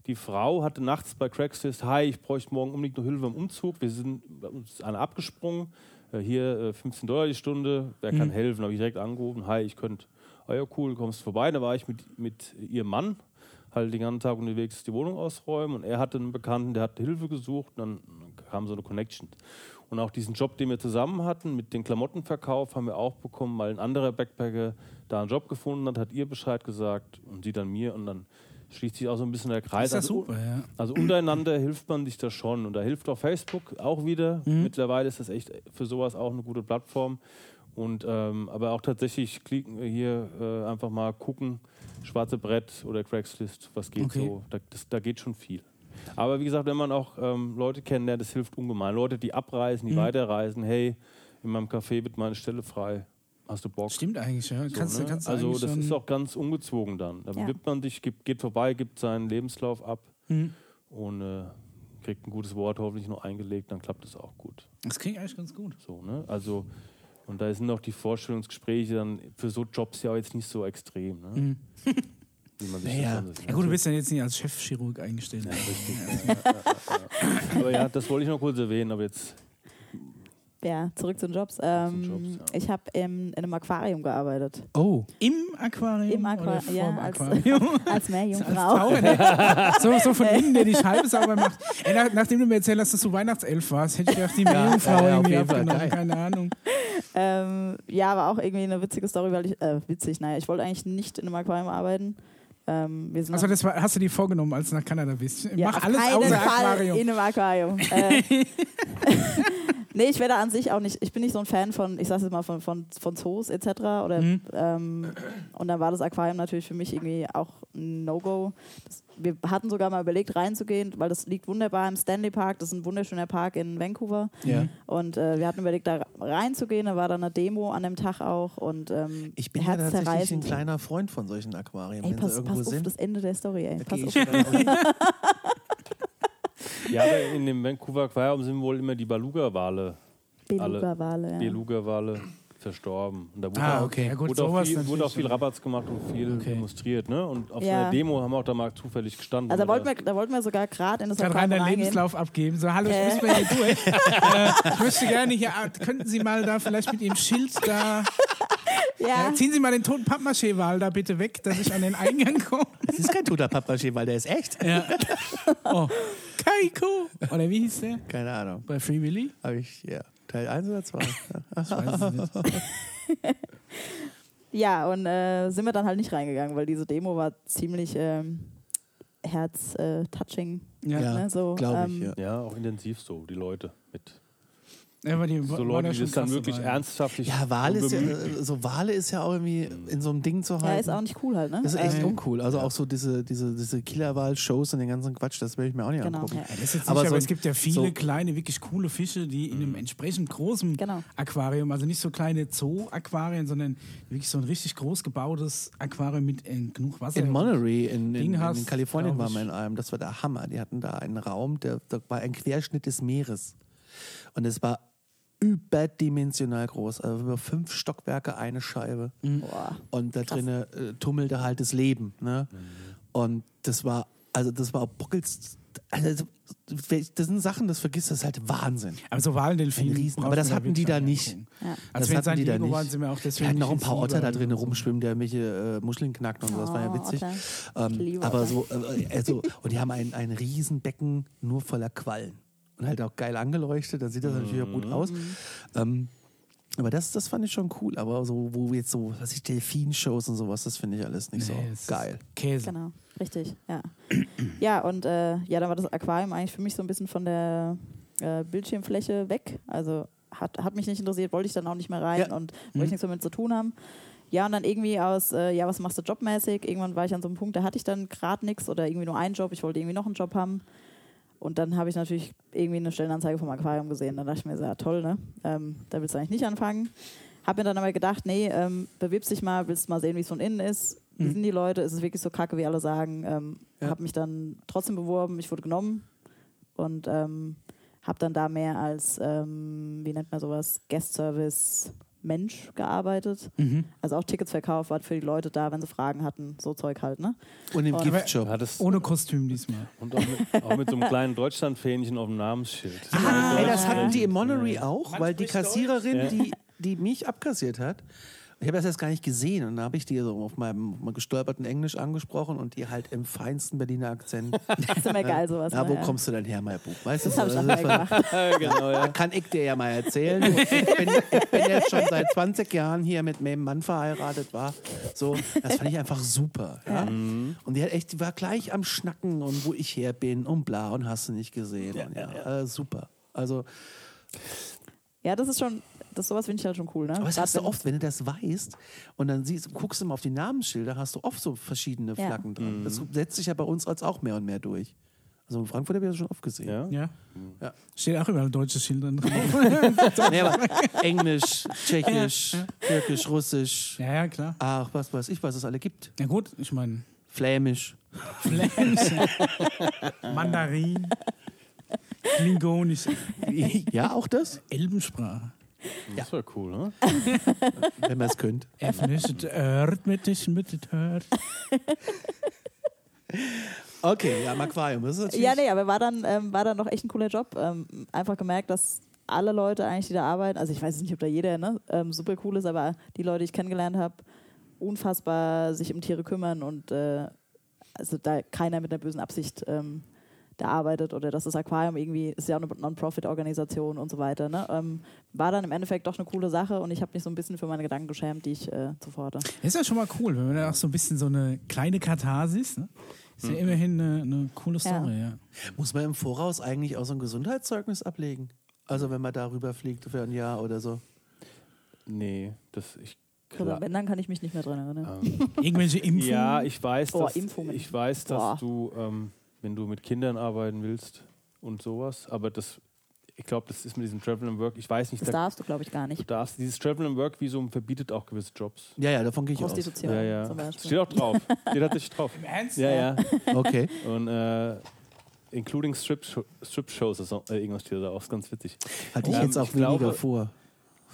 die Frau hatte nachts bei Craigslist, hi, ich bräuchte morgen unbedingt noch Hilfe beim Umzug. Wir sind uns ist einer abgesprungen, äh, hier äh, 15 Dollar die Stunde, wer kann helfen? Habe ich direkt angerufen, hi, ich könnte. Ah ja, cool, kommst vorbei. Da war ich mit, mit ihrem Mann halt den ganzen Tag unterwegs die Wohnung ausräumen und er hatte einen Bekannten, der hat Hilfe gesucht und dann kam so eine Connection. Und auch diesen Job, den wir zusammen hatten mit dem Klamottenverkauf, haben wir auch bekommen, weil ein anderer Backpacker da einen Job gefunden hat, hat ihr Bescheid gesagt und sie dann mir und dann schließt sich auch so ein bisschen der Kreis.
Ist das
Also
super, ja.
also untereinander hilft man sich da schon und da hilft auch Facebook auch wieder. Mittlerweile ist das echt für sowas auch eine gute Plattform. Und ähm, aber auch tatsächlich klicken wir hier äh, einfach mal gucken, schwarze Brett oder Craigslist, was geht
Okay.
so. Da, das, da geht schon viel. Aber wie gesagt, wenn man auch ähm, Leute kennenlernt, das hilft ungemein. Leute, die abreisen, die weiterreisen, hey, in meinem Café wird meine Stelle frei. Hast du Bock?
Stimmt eigentlich, ja.
So,
Kannst, du
ne?
kannst du
also
eigentlich
das
schon-
ist auch ganz ungezwungen dann. Da
Ja.
gibt man dich, gibt, geht vorbei, gibt seinen Lebenslauf ab
Hm.
und äh, kriegt ein gutes Wort hoffentlich noch eingelegt, dann klappt das auch gut.
Das klingt eigentlich ganz gut.
So, ne? Also und da sind auch die Vorstellungsgespräche dann für so Jobs ja jetzt nicht so extrem, ne? Wie man sich
Naja.
das
Hm. Mhm.
ne?
Ja gut, du bist ja jetzt nicht als Chefchirurg eingestellt.
(laughs) aber ja, das wollte ich noch kurz erwähnen, aber jetzt
Ja, zurück zu den Jobs.
zu
Ähm,
den Jobs, ja.
Ich habe in einem Aquarium gearbeitet.
Oh.
Im Aquarium?
Im Aqua-
oder
ja,
vorm
als-
Aquarium?
(laughs) Als
Als
Meerjungfrau.
Frau,
(laughs)
ne? so, so von innen, der die Scheibe sauber macht. Ey, nach, nachdem du mir erzählt hast, dass du Weihnachtself warst, hätte ich gedacht, die
Ja,
Meerjungfrau
ja, ja, auf
irgendwie
jeden Fall,
abgenommen.
geil.
Keine Ahnung.
Ähm, ja, war auch irgendwie eine witzige Story, weil ich, äh, witzig, naja, ich wollte eigentlich nicht in einem Aquarium arbeiten. Ähm, wir sind
Also das war, hast du dir vorgenommen, als du nach Kanada bist.
ja,
Mach
auf
alles
keinen
außer
Fall
(laughs) Aquarium.
in einem Aquarium. äh, Nee, ich werde an sich auch nicht, ich bin nicht so ein Fan von, ich sag's jetzt mal, von, von, von Zoos etc. Oder,
Mhm.
ähm, und dann war das Aquarium natürlich für mich irgendwie auch ein No-Go. Das- Wir hatten sogar mal überlegt, reinzugehen, weil das liegt wunderbar im Stanley Park, das ist ein wunderschöner Park in Vancouver.
Ja.
Mhm.
Und äh, wir hatten überlegt, da reinzugehen, da war dann eine Demo an dem Tag auch und ähm,
Ich bin ja tatsächlich ein
herzzerreißend.
kleiner Freund von solchen Aquarien,
Ey,
wenn sie
pass,
irgendwo
pass auf
sind.
das Ende der Story, ey.
da
Pass
gehe
auf.
ich
(laughs)
wieder raus.
Ja, aber in dem Vancouver Aquarium sind wohl immer die Baluga-Wale,
Beluga-Wale. Ja.
Beluga-Wale verstorben. Und da wurde,
Ah,
auch-
okay. Ja, gut,
wurde, auch
sowas
viel, wurde auch
natürlich
viel
schon.
Rabatz gemacht und viel
Okay.
demonstriert. Ne? Und auf
Ja.
so einer Demo haben wir auch da mal zufällig gestanden.
Also da
wo
wollten wir, da wollten wir sogar gerade in das
Kann rein
Aquarium
deinen
reingehen.
Lebenslauf abgeben. So, hallo,
Äh.
ich muss mal hier
(laughs)
durch. äh, ich möchte gerne hier, ah, könnten Sie mal da vielleicht mit Ihrem Schild da,
Ja.
äh, ziehen Sie mal den toten Pappmaché-Wal da bitte weg, dass ich an den Eingang komme.
Das ist kein toter Pappmaché, weil der ist echt.
Ja. Oh. Kaiko. Oder wie hieß der?
Keine Ahnung.
Bei Free Willy?
Habe ich, ja. Teil 1 oder 2?
Ich weiß es nicht.
Ja, und äh, sind wir dann halt nicht reingegangen, weil diese Demo war ziemlich ähm, äh, herz-touching.
Ja.
Ja.
ja.
ne? so,
Glaube ich,
ähm,
ja.
Ja, auch intensiv so, die Leute mit.
aber die
So
waren
Leute,
da
die
schon
das dann
krass
wirklich
dabei.
ernsthaft
Ja, Wale ist ja, äh,
bemüht.
so Wale ist ja auch irgendwie in so einem Ding zu halten.
Ja, ist auch nicht cool halt, ne?
Das ist echt
Ähm,
uncool. Also auch so diese, diese, diese Killerwahl-Shows und den ganzen Quatsch, das will ich mir auch nicht
Genau,
angucken.
ja.
Ja, das ist jetzt aber,
Aber
nicht,
so
aber
ein-
es gibt ja viele
so- Mhm.
kleine, wirklich coole Fische, die in einem entsprechend großen
Genau.
Aquarium, also nicht so kleine Zoo-Aquarien, sondern wirklich so ein richtig groß gebautes Aquarium mit äh, genug Wasser.
In Monterey, in, in,
Ding
in,
hast,
Kalifornien
glaub
waren
ich.
wir in einem, das war der Hammer. Die hatten da einen Raum, der, da war ein Querschnitt des Meeres. Und es war überdimensional groß, also über fünf Stockwerke eine Scheibe.
Boah.
Und da drinne äh, tummelte halt das Leben. Ne?
Mhm.
Und das war, also das war Bockels. Also, das sind Sachen, das vergisst, das ist halt Wahnsinn.
Aber so Walendelfine.
Ein Riesen-
braucht
aber das
man
hatten die da
wirklich
nicht.
angucken.
Ja.
Als
das
wir in
hatten
San
die da
Diego
nicht.
waren, sind wir auch deswegen
Wir hatten
nicht
noch ein
ins
paar Otter da
Fieber
drin
oder so.
rumschwimmen, der welche äh, Muscheln knackt und so. Das war ja
Oh,
witzig.
Otter. Ich
Ähm,
liebe
aber
Otter.
so, äh, also, und die haben ein, ein Riesenbecken nur voller Quallen. Und halt auch geil angeleuchtet, dann sieht das natürlich auch gut
Mhm.
aus. Ähm, aber das, das fand ich schon cool. Aber so, wo jetzt so, was weiß ich, Delfinshows und sowas, das finde ich alles nicht
Nee, es
so geil.
Ist Käse.
Genau, richtig, ja. (clears throat) ja, und äh, ja, dann war das Aquarium eigentlich für mich so ein bisschen von der äh, Bildschirmfläche weg. Also hat, hat mich nicht interessiert, wollte ich dann auch nicht mehr rein
Ja.
und wollte ich nichts damit zu tun haben. Ja, und dann irgendwie aus, äh, ja, was machst du jobmäßig? Irgendwann war ich an so einem Punkt, da hatte ich dann gerade nichts oder irgendwie nur einen Job, ich wollte irgendwie noch einen Job haben. Und dann habe ich natürlich irgendwie eine Stellenanzeige vom Aquarium gesehen. Dann dachte ich mir, so, ja toll, ne? Ähm, da willst du eigentlich nicht anfangen. Habe mir dann aber gedacht, nee, ähm, bewirbst dich mal, willst mal sehen, wie es von innen ist. Wie sind die Leute? Ist es wirklich so kacke, wie alle sagen? Ähm,
Mhm. Ja.
Habe mich dann trotzdem beworben, ich wurde genommen und ähm, habe dann da mehr als, ähm, wie nennt man sowas, Guest Service Mensch gearbeitet.
Mhm.
Also auch Tickets verkauft, war für die Leute da, wenn sie Fragen hatten, so Zeug halt, ne?
Und im
Und-
Du
Giftjob.
hattest-
Ohne Kostüm diesmal.
Und auch mit, auch mit so einem kleinen Deutschlandfähnchen auf dem Namensschild.
Ah, ey, das hatten die in
im
Monterey auch, weil die
spricht
Kassiererin,
Deutsch.
die, die mich abkassiert hat, ich habe das erst gar nicht gesehen und da habe ich die so auf meinem gestolperten Englisch angesprochen und die halt im feinsten Berliner Akzent.
Ist
(laughs)
immer (laughs) geil, sowas.
Na,
ne?
wo
Ja.
kommst du denn her, mein Bub? Weißt
Das
du,
habe ich auch
(laughs) also
mal gemacht.
genau, ja.
Da kann ich dir ja mal (laughs) erzählen. Ich bin, ich bin jetzt schon seit 20 Jahren hier mit meinem Mann verheiratet, war. So, das fand ich einfach super. Ja? Und die hat echt, die war gleich am Schnacken und wo ich her bin und bla und hast du nicht gesehen. und ja, Äh, super. Also,
Ja, das ist schon, das sowas finde ich halt schon cool, ne?
aber das
Grad
hast du
wenn-
oft, wenn du das weißt und dann siehst, guckst du mal auf die Namensschilder, hast du oft so verschiedene
Ja.
Flaggen dran. Das setzt sich ja bei uns als auch mehr und mehr durch. Also in Frankfurt habe ich das schon oft gesehen. (laughs)
ja.
Ja.
Ja.
Steht auch überall deutsches Schild drin.
Nee, aber Englisch, Tschechisch, Türkisch, Russisch.
ja, ja, klar.
Ach, was weiß ich, was es alle gibt.
Na gut, ich (laughs) meine,
Flämisch. (laughs)
(laughs) Mandarin, Klingonisch,
ja, auch das,
Elbensprache.
Das war cool, ne?
wenn man es könnte.
Öffnet, hört mit dich, mit dich, hört.
Okay, ja, im Aquarium. Das ist natürlich
Ja, nee, aber war dann, ähm, war dann noch echt ein cooler Job. Ähm, einfach gemerkt, dass alle Leute eigentlich, die da arbeiten, also ich weiß nicht, ob da jeder ne, ähm, super cool ist, aber die Leute, die ich kennengelernt habe, unfassbar sich um Tiere kümmern und äh, also da keiner mit einer bösen Absicht ähm, da arbeitet oder dass das Aquarium irgendwie ist ja auch eine Non-Profit-Organisation und so weiter. Ne? Ähm, war dann im Endeffekt doch eine coole Sache und ich habe mich so ein bisschen für meine Gedanken geschämt, die ich äh, zuvor hatte.
Das ist ja schon mal cool, wenn man da auch so ein bisschen so eine kleine Katharsis, ne? Ist ja immerhin eine, eine coole Story, ja.
Muss man im Voraus eigentlich auch so ein Gesundheitszeugnis ablegen? Also wenn man da rüberfliegt für ein Jahr oder so.
Nee, das ich.
Aber Also wenn, dann kann ich mich nicht mehr dran erinnern.
Ähm,
Irgendwelche Impfungen.
ja, ich weiß,
Boah,
dass,
Impfungen.
ich weiß, dass
Boah.
du, ähm, wenn du mit Kindern arbeiten willst und sowas, aber das, ich glaube, das ist mit diesem Travel and Work, ich weiß nicht,
Das
da,
darfst du, glaube ich, gar
du
nicht.
darfst, dieses Travel and Work Visum verbietet auch gewisse Jobs.
Ja, ja, davon gehe ich aus.
Prostitution
ja, ja.
zum
Steht
Beispiel.
auch drauf. Steht tatsächlich
(laughs)
drauf.
Im Ernst?
Ja, ja.
Okay.
Und äh, including Strip, Sho- Strip Shows, ist auch- äh, irgendwas steht da auch, ist ganz witzig.
Hatte ich
Ähm,
jetzt auch
ich
weniger
glaube-
vor.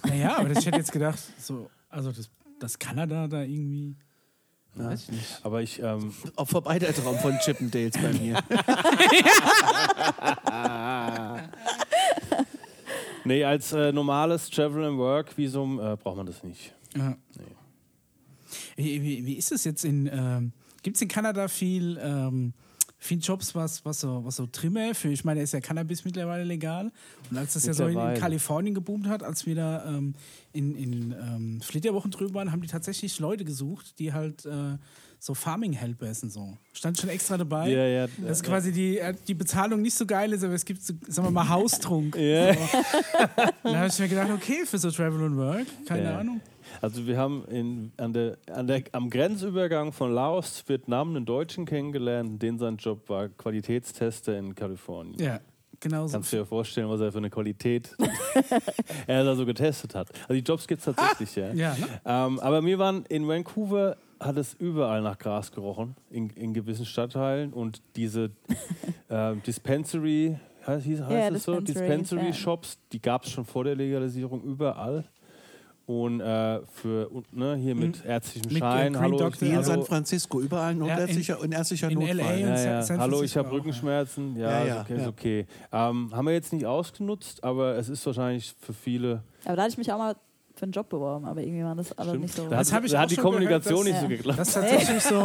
Naja, aber das, ich hätte jetzt gedacht, so, also das, das Kanada da irgendwie.
Ja.
Weiß ich nicht.
Aber ich, ähm,
Auch vorbei der Traum von Chippendales bei mir.
nee, als äh, normales Travel and Work Visum äh, braucht man das nicht.
Ja. Wie, wie, wie ist es jetzt in. Ähm, Gibt es in Kanada viel, ähm, viel Jobs, was, was, so, was so Trimmer für. Ich meine, da ist ja Cannabis mittlerweile legal. Und als das ja so in, in
Mittlerweile.
Kalifornien geboomt hat, als wir da ähm, in, in ähm, Flitterwochen drüben waren, haben die tatsächlich Leute gesucht, die halt äh, so Farming-Helpers und so. Stand schon extra dabei.
Ja, ja,
Das ist quasi die, äh, die Bezahlung nicht so geil ist, aber es gibt, so, sagen wir mal, Haustrunk.
(laughs) Ja.
Da habe ich mir gedacht, okay, für so Travel and Work, keine
Ja.
Ahnung.
Also wir haben in, an der, an der, am Grenzübergang von Laos, Vietnam einen Deutschen kennengelernt, den sein Job war Qualitätstester in Kalifornien.
Ja, genau so.
Kannst du dir vorstellen, was er für eine Qualität (laughs) er da so getestet hat. Also die Jobs gibt es tatsächlich, ja.
Ja, ne?
Ähm, aber mir waren in Vancouver hat es überall nach Gras gerochen, in, in gewissen Stadtteilen. Und
(laughs)
diese ähm, Dispensary, heißt, hieß, heißt
Ja,
es so?
Dispensary, ja.
Dispensary-Shops, die gab es schon vor der Legalisierung überall. Und äh, für und, ne, hier mit ärztlichem
Mit, äh,
Schein,
Green
hallo,
Doctor.
ich,
Hier in San
hallo,
Francisco, überall ein
Ja, in-
ärztlicher, in, ärztlicher
in
Notfall.
LA.
ja,
San-
ja.
San
hallo, ich
Francisco
habe
auch, ja.
Rückenschmerzen. Ja,
Ja, ja,
ist okay,
ja.
ist okay. Ähm, haben wir jetzt nicht ausgenutzt, aber es ist wahrscheinlich für viele
Aber da hatte ich mich auch mal für einen Job beworben, aber irgendwie waren das alle
Stimmt.
nicht so.
Da
Das
hat,
hab ich
da
auch
hat die
schon
Kommunikation
gehört,
nicht so
dass-
geklappt.
Das ist tatsächlich so.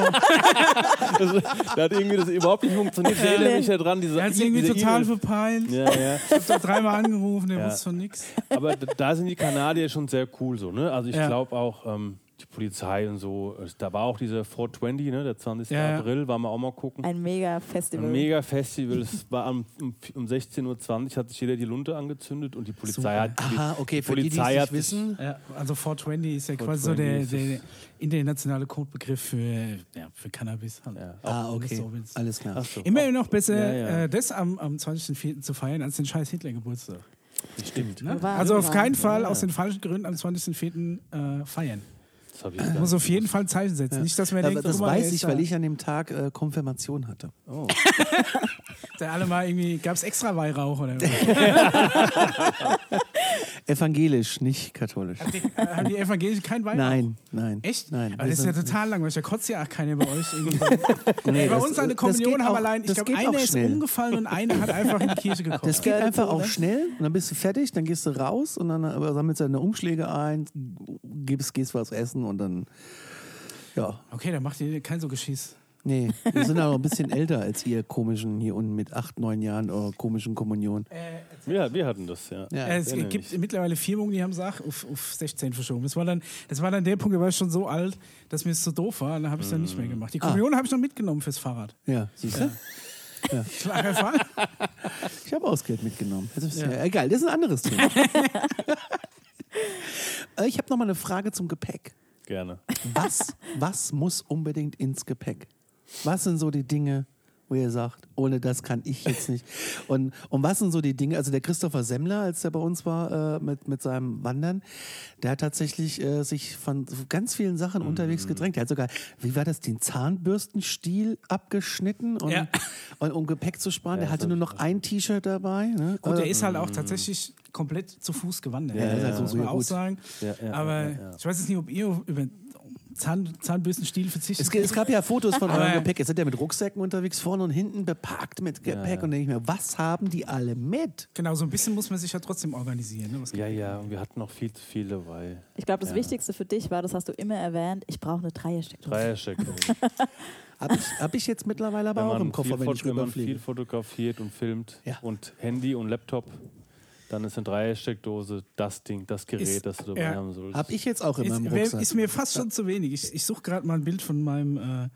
Das, da hat irgendwie das überhaupt nicht funktioniert. Ich erinnere mich ja dran, diese,
Er hat sich irgendwie
diese
total
E-Mail.
verpeilt.
ja, ja.
Ich hab da dreimal angerufen, der
Ja.
wusste von nix.
Aber d- da sind die Kanadier schon sehr cool so, ne? Also ich
Ja.
glaube auch ähm, die Polizei und so. äh, Da war auch dieser 420, ne? Der 20.
Ja, ja.
April, waren wir auch mal gucken.
Ein mega Festival.
Ein mega Festival. Es war am, um, um 16.20 Uhr hat sich jeder die Lunte angezündet und die Polizei
Super.
hat.
Aha, okay, für die, die es
Polizei
nicht
hat-
wissen.
Ja, also 420 ist ja quasi so der,
420
der
ist
internationale Codebegriff für, ja, für Cannabis. Halt.
Ja.
Ah,
Wenn du's
okay.
so willst.
Alles klar.
Ach so.
Immer noch besser,
Ja, ja.
Äh, das am, am 20.04. zu feiern, als den scheiß Hitler-Geburtstag.
stimmt.
Ne?
War-
Also auf
war-
keinen Fall
ja.
aus den falschen Gründen am 20.04. Äh, feiern.
Das hab ich gar
Muss
nicht.
auf jeden Fall ein Zeichen setzen. Nicht, dass man
Aber
denkt,
das
guck mal,
weiß
der
ich,
ist da.
weil ich an dem Tag äh, Konfirmation hatte.
Oh.
Da alle mal irgendwie, gab es extra Weihrauch oder was?
Evangelisch, nicht katholisch.
Haben die Evangelischen kein Weihrauch?
Nein, nein.
Echt?
Nein. Also,
Aber das ist ja total langweilig. Da kotzt ja auch keiner bei euch. irgendwie.
(laughs) nee,
bei
das-
uns an der
das geht
Kommunion haben
auch-
allein, ich
das
glaube,
geht
einer
auch
ist
schnell.
umgefallen und einer hat einfach in die Kirche gekommen.
Das geht einfach auch schnell und dann bist du fertig, dann gehst du raus und dann äh, sammelst du deine Umschläge ein, gibst, gehst was essen und dann. Ja,
okay, dann macht ihr kein so Geschiss.
nee, wir sind aber ein bisschen älter als ihr komischen hier unten mit acht, neun Jahren oh, komischen Kommunion.
Wir, wir hatten das, ja.
Ja.
Äh, es
erinnere
gibt mittlerweile Firmungen, die haben Sachen auf, auf 16 verschoben. Das war, dann, das war dann der Punkt, da war ich schon so alt, dass mir es zu doof war und dann habe ich es dann nicht
Mhm.
mehr gemacht. Die
Ah.
Kommunion habe ich noch mitgenommen fürs Fahrrad.
Ja, siehst du?
Schlager
(laughs)
Fall.
Ich habe Ausgeld mitgenommen. Das ist,
Ja.
ja. Egal, das ist ein
(laughs)
anderes Thema. (laughs) Äh, ich habe nochmal eine Frage zum Gepäck.
Gerne.
Was, was muss unbedingt ins Gepäck? Was sind so die Dinge, wo ihr sagt, ohne das kann ich jetzt nicht? Und, und was sind so die Dinge? Also der Christopher Semmler, als der bei uns war äh, mit, mit seinem Wandern, der hat tatsächlich äh, sich von ganz vielen Sachen
Mm.
unterwegs gedrängt. Der hat sogar, wie war das, den Zahnbürstenstiel abgeschnitten, und,
Ja.
und, um Gepäck zu sparen. der
das
hatte
hab
nur
ich
noch ein T-Shirt dabei. Ne?
Gut, der
Äh,
ist halt auch tatsächlich komplett zu Fuß gewandert. ne?
Ja,
das
ja,
muss
ja,
man
ja,
auch
gut.
sagen.
Ja, ja,
Aber
ja, ja.
ich weiß jetzt nicht, ob ihr über Zahn, Zahnbürstenstil verzichtet.
Es, ge- es gab ja Fotos
(laughs)
von
Aber-
eurem Gepäck. Jetzt sind ja mit Rucksäcken unterwegs, vorne und hinten bepackt mit Gepäck. Und denke ich mir, was haben die alle mit?
Genau, so ein bisschen muss man sich ja trotzdem organisieren. Ne? Was
Ja, ja, und wir hatten noch viel zu viele, weil
Ich glaube, das
Ja.
Wichtigste für dich war, das hast du immer erwähnt, ich brauche eine Dreiersteckdose.
Dreiersteckung.
Habe ich, hab ich jetzt mittlerweile aber
wenn
auch
man,
im Koffer,
viel,
wenn
fot-
ich
wenn man viel
rüberfliege.
fotografiert und filmt
Ja.
und Handy und Laptop, dann ist eine Dreiersteckdose das Ding, das Gerät,
Ist-
das du dabei
ja.
haben sollst.
Habe ich jetzt auch in
Ist,
meinem
wär,
Rucksack.
ist mir fast schon zu wenig. Ich, ich suche gerade mal ein Bild von meinem, äh,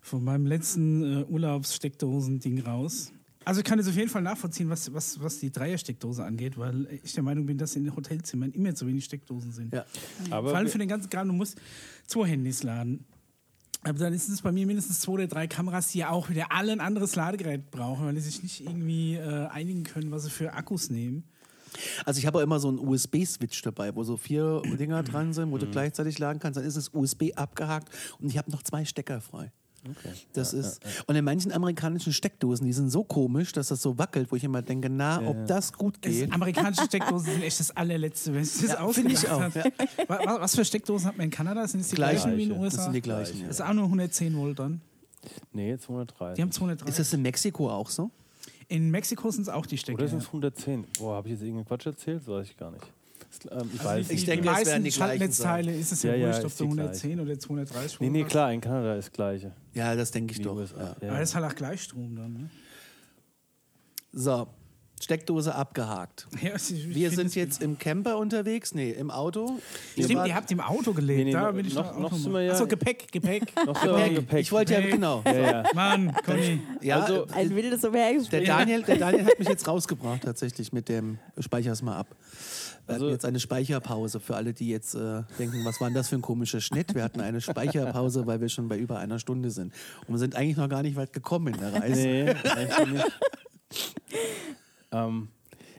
von meinem letzten äh, Urlaubssteckdosen-Ding raus. Also ich kann es auf jeden Fall nachvollziehen, was, was, was die Dreiersteckdose angeht, weil ich der Meinung bin, dass in den Hotelzimmern immer zu wenig Steckdosen sind.
Ja.
Aber
Vor allem
wir-
für den ganzen Kram, du musst zwei Handys laden. Aber dann ist es bei mir mindestens zwei oder drei Kameras, die ja auch wieder alle ein anderes Ladegerät brauchen, weil die sich nicht irgendwie äh, einigen können, was sie für Akkus nehmen.
Also ich habe auch immer so einen USB-Switch dabei, wo so
(clears throat)
vier Dinger dran sind, wo
Mhm.
du gleichzeitig laden kannst. Dann ist es USB abgehakt und ich habe noch zwei Stecker frei. Das ist. Und in manchen amerikanischen Steckdosen, die sind so komisch, dass das so wackelt, wo ich immer denke, na, ob das gut
Das,
geht.
amerikanische Steckdosen sind echt das allerletzte, wenn es das
Ja,
ja,
finde ich auch, ja.
Was, was für Steckdosen hat man in Kanada? Sind das die
Gleiche.
gleichen wie in den
Das
USA?
sind die gleichen.
Das
Ja.
ist auch nur 110 Volt dann.
Nee, 230.
Die haben 230.
Ist das in Mexiko auch so?
in Mexiko sind es auch die
Oder
Stecker.
ist
ja. Also
es 110? Boah, habe ich jetzt irgendeinen Quatsch erzählt? Das weiß ich gar nicht. Das, ähm, ich weiß nicht.
die,
Also Ich denke,
die
es werden
meisten
die gleichen
Schallnetzteile ist es ja,
Ja, ja,
wurscht,
ist
ob du
die
110 oder 230
nee, nee,
Volt hast.
klar, in Kanada ist das gleiche.
Ja, das denke ich
Wie in
doch.
den USA.
Ja.
Ja.
Aber das ist halt auch Gleichstrom dann. Ne? (laughs)
So, Steckdose abgehakt.
Ja, also ich
Wir
find
sind
das-
jetzt im Camper unterwegs, nee, im Auto. Ihr
Stimmt,
wart-
ihr habt im Auto gelebt.
Nee, nee,
da
noch-
bin ich
noch-
doch auch
noch sind
mal-
wir ja-
Achso,
(laughs)
Gepäck, Gepäck.
Noch so ein Gepäck.
Ich wollte ja,
Nee.
genau.
Ja, ja.
Mann, Conny.
Ja,
Also-
Ein wildes
Der
Umhergespiel.
Daniel, der Daniel hat mich jetzt rausgebracht tatsächlich mit dem Speicher's mal ab. Wir
Also-
hatten jetzt eine Speicherpause für alle, die jetzt äh, denken, was war denn das für ein komischer Schnitt? Wir hatten eine Speicherpause, weil wir schon bei über einer Stunde sind. Und wir sind eigentlich noch gar nicht weit gekommen in der Reise.
Nee, eigentlich nicht. ähm,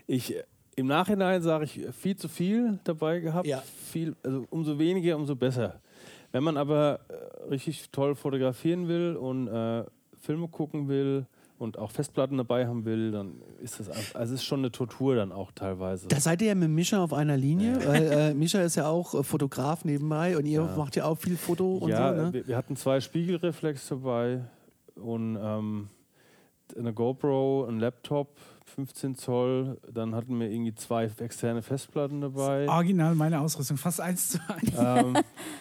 ich, äh, Im Nachhinein sage ich, viel zu viel dabei gehabt.
Ja.
Viel, also umso weniger, umso besser. Wenn man aber äh, richtig toll fotografieren will und äh, Filme gucken will und auch Festplatten dabei haben will, dann ist das einfach- also es ist schon eine Tortur dann auch teilweise.
Da seid ihr ja mit Mischa auf einer Linie, weil äh, Mischa ist ja auch äh, Fotograf nebenbei und ihr macht ja auch viel Foto und
ja,
so, ne?
wir, wir hatten zwei Spiegelreflex dabei und ähm, eine GoPro, ein Laptop, 15 Zoll. Dann hatten wir irgendwie zwei externe Festplatten dabei.
Ah.
Original meine Ausrüstung, fast eins zu eins.
ähm,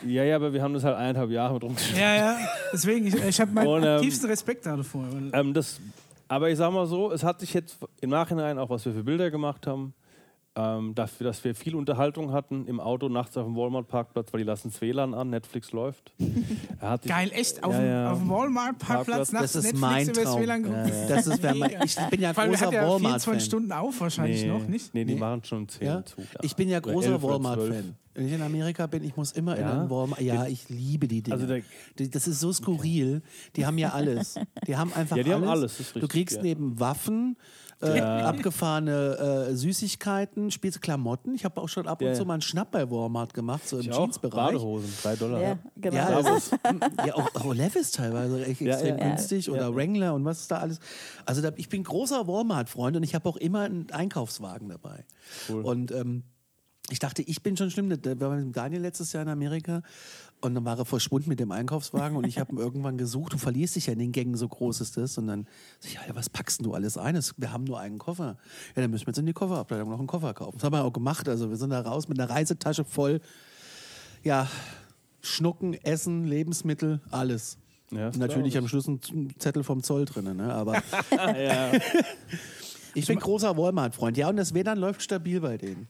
ja, ja, aber wir haben das halt eineinhalb Jahre mit rumgeschickt.
Ja, ja. Deswegen, ich, ich habe meinen
Und, ähm,
tiefsten Respekt davor. weil-
Ähm, das, aber ich sag mal so, es hat sich jetzt im Nachhinein, auch was wir für Bilder gemacht haben, ähm, dass, wir, dass wir viel Unterhaltung hatten im Auto nachts auf dem Walmart-Parkplatz, weil die lassen das WLAN an, Netflix
(laughs)
läuft. Er hat sich-
Geil, echt, auf,
Ja,
dem-
ja.
auf dem Walmart-Parkplatz
Parkplatz,
nachts
das ist
Netflix
mein
über das
Traum.
WLAN geguckt.
Ja, ja.
Das ist, wenn man,
(laughs) Mega.
ich bin ja
Vor allem, der
großer
hat ja
Walmart-Fan.
24 Stunden auf wahrscheinlich
nee,
noch, nicht?
Nee, die
Nee.
machen schon um 10
Ja?
zu.
Ich bin ja
Oder
großer
11 oder 12.
Walmart-Fan. Wenn ich in Amerika bin, ich muss immer in
Ja?
einen Walmart. Ja, ich liebe die Dinger.
Also der-
Die- das ist so skurril. Die haben ja alles. Die haben
(laughs)
einfach
Ja, die
alles.
haben alles, das ist
du
richtig,
kriegst
ja.
neben Waffen, äh, abgefahrene äh, Süßigkeiten, spielst Klamotten. Ich habe auch schon ab und
Ja,
zu
ja.
mal einen Schnapp bei Walmart gemacht, so im
Ich auch.
Jeansbereich.
Badehosen, 3 Dollar.
Ja, genau.
Ja,
Ja,
das ist,
(laughs)
ja auch, auch Levis teilweise echt
Ja,
extrem
ja.
günstig
Ja.
oder
Ja.
Wrangler und was ist da alles. Also da, ich bin großer Walmart-Freund und ich habe auch immer einen Einkaufswagen dabei.
Cool.
Und ähm, ich dachte, ich bin schon schlimm. Da war man mit Daniel letztes Jahr in Amerika und dann war er verschwunden mit dem Einkaufswagen und ich habe ihn (laughs) irgendwann gesucht. Du verlierst dich ja in den Gängen, so groß ist das. Und dann sag ich, Alter, was packst denn du alles ein? Das- Wir haben nur einen Koffer. Ja, dann müssen wir jetzt in die Kofferabteilung noch einen Koffer kaufen. Das haben wir auch gemacht. Also wir sind da raus mit einer Reisetasche voll ja, Schnucken, Essen, Lebensmittel, alles.
Ja, das
Natürlich
glaub
am Schluss ein Zettel vom Zoll drin, ne? aber
Ja.
ich bin großer Walmart-Freund. Ja, und das WLAN läuft stabil bei denen.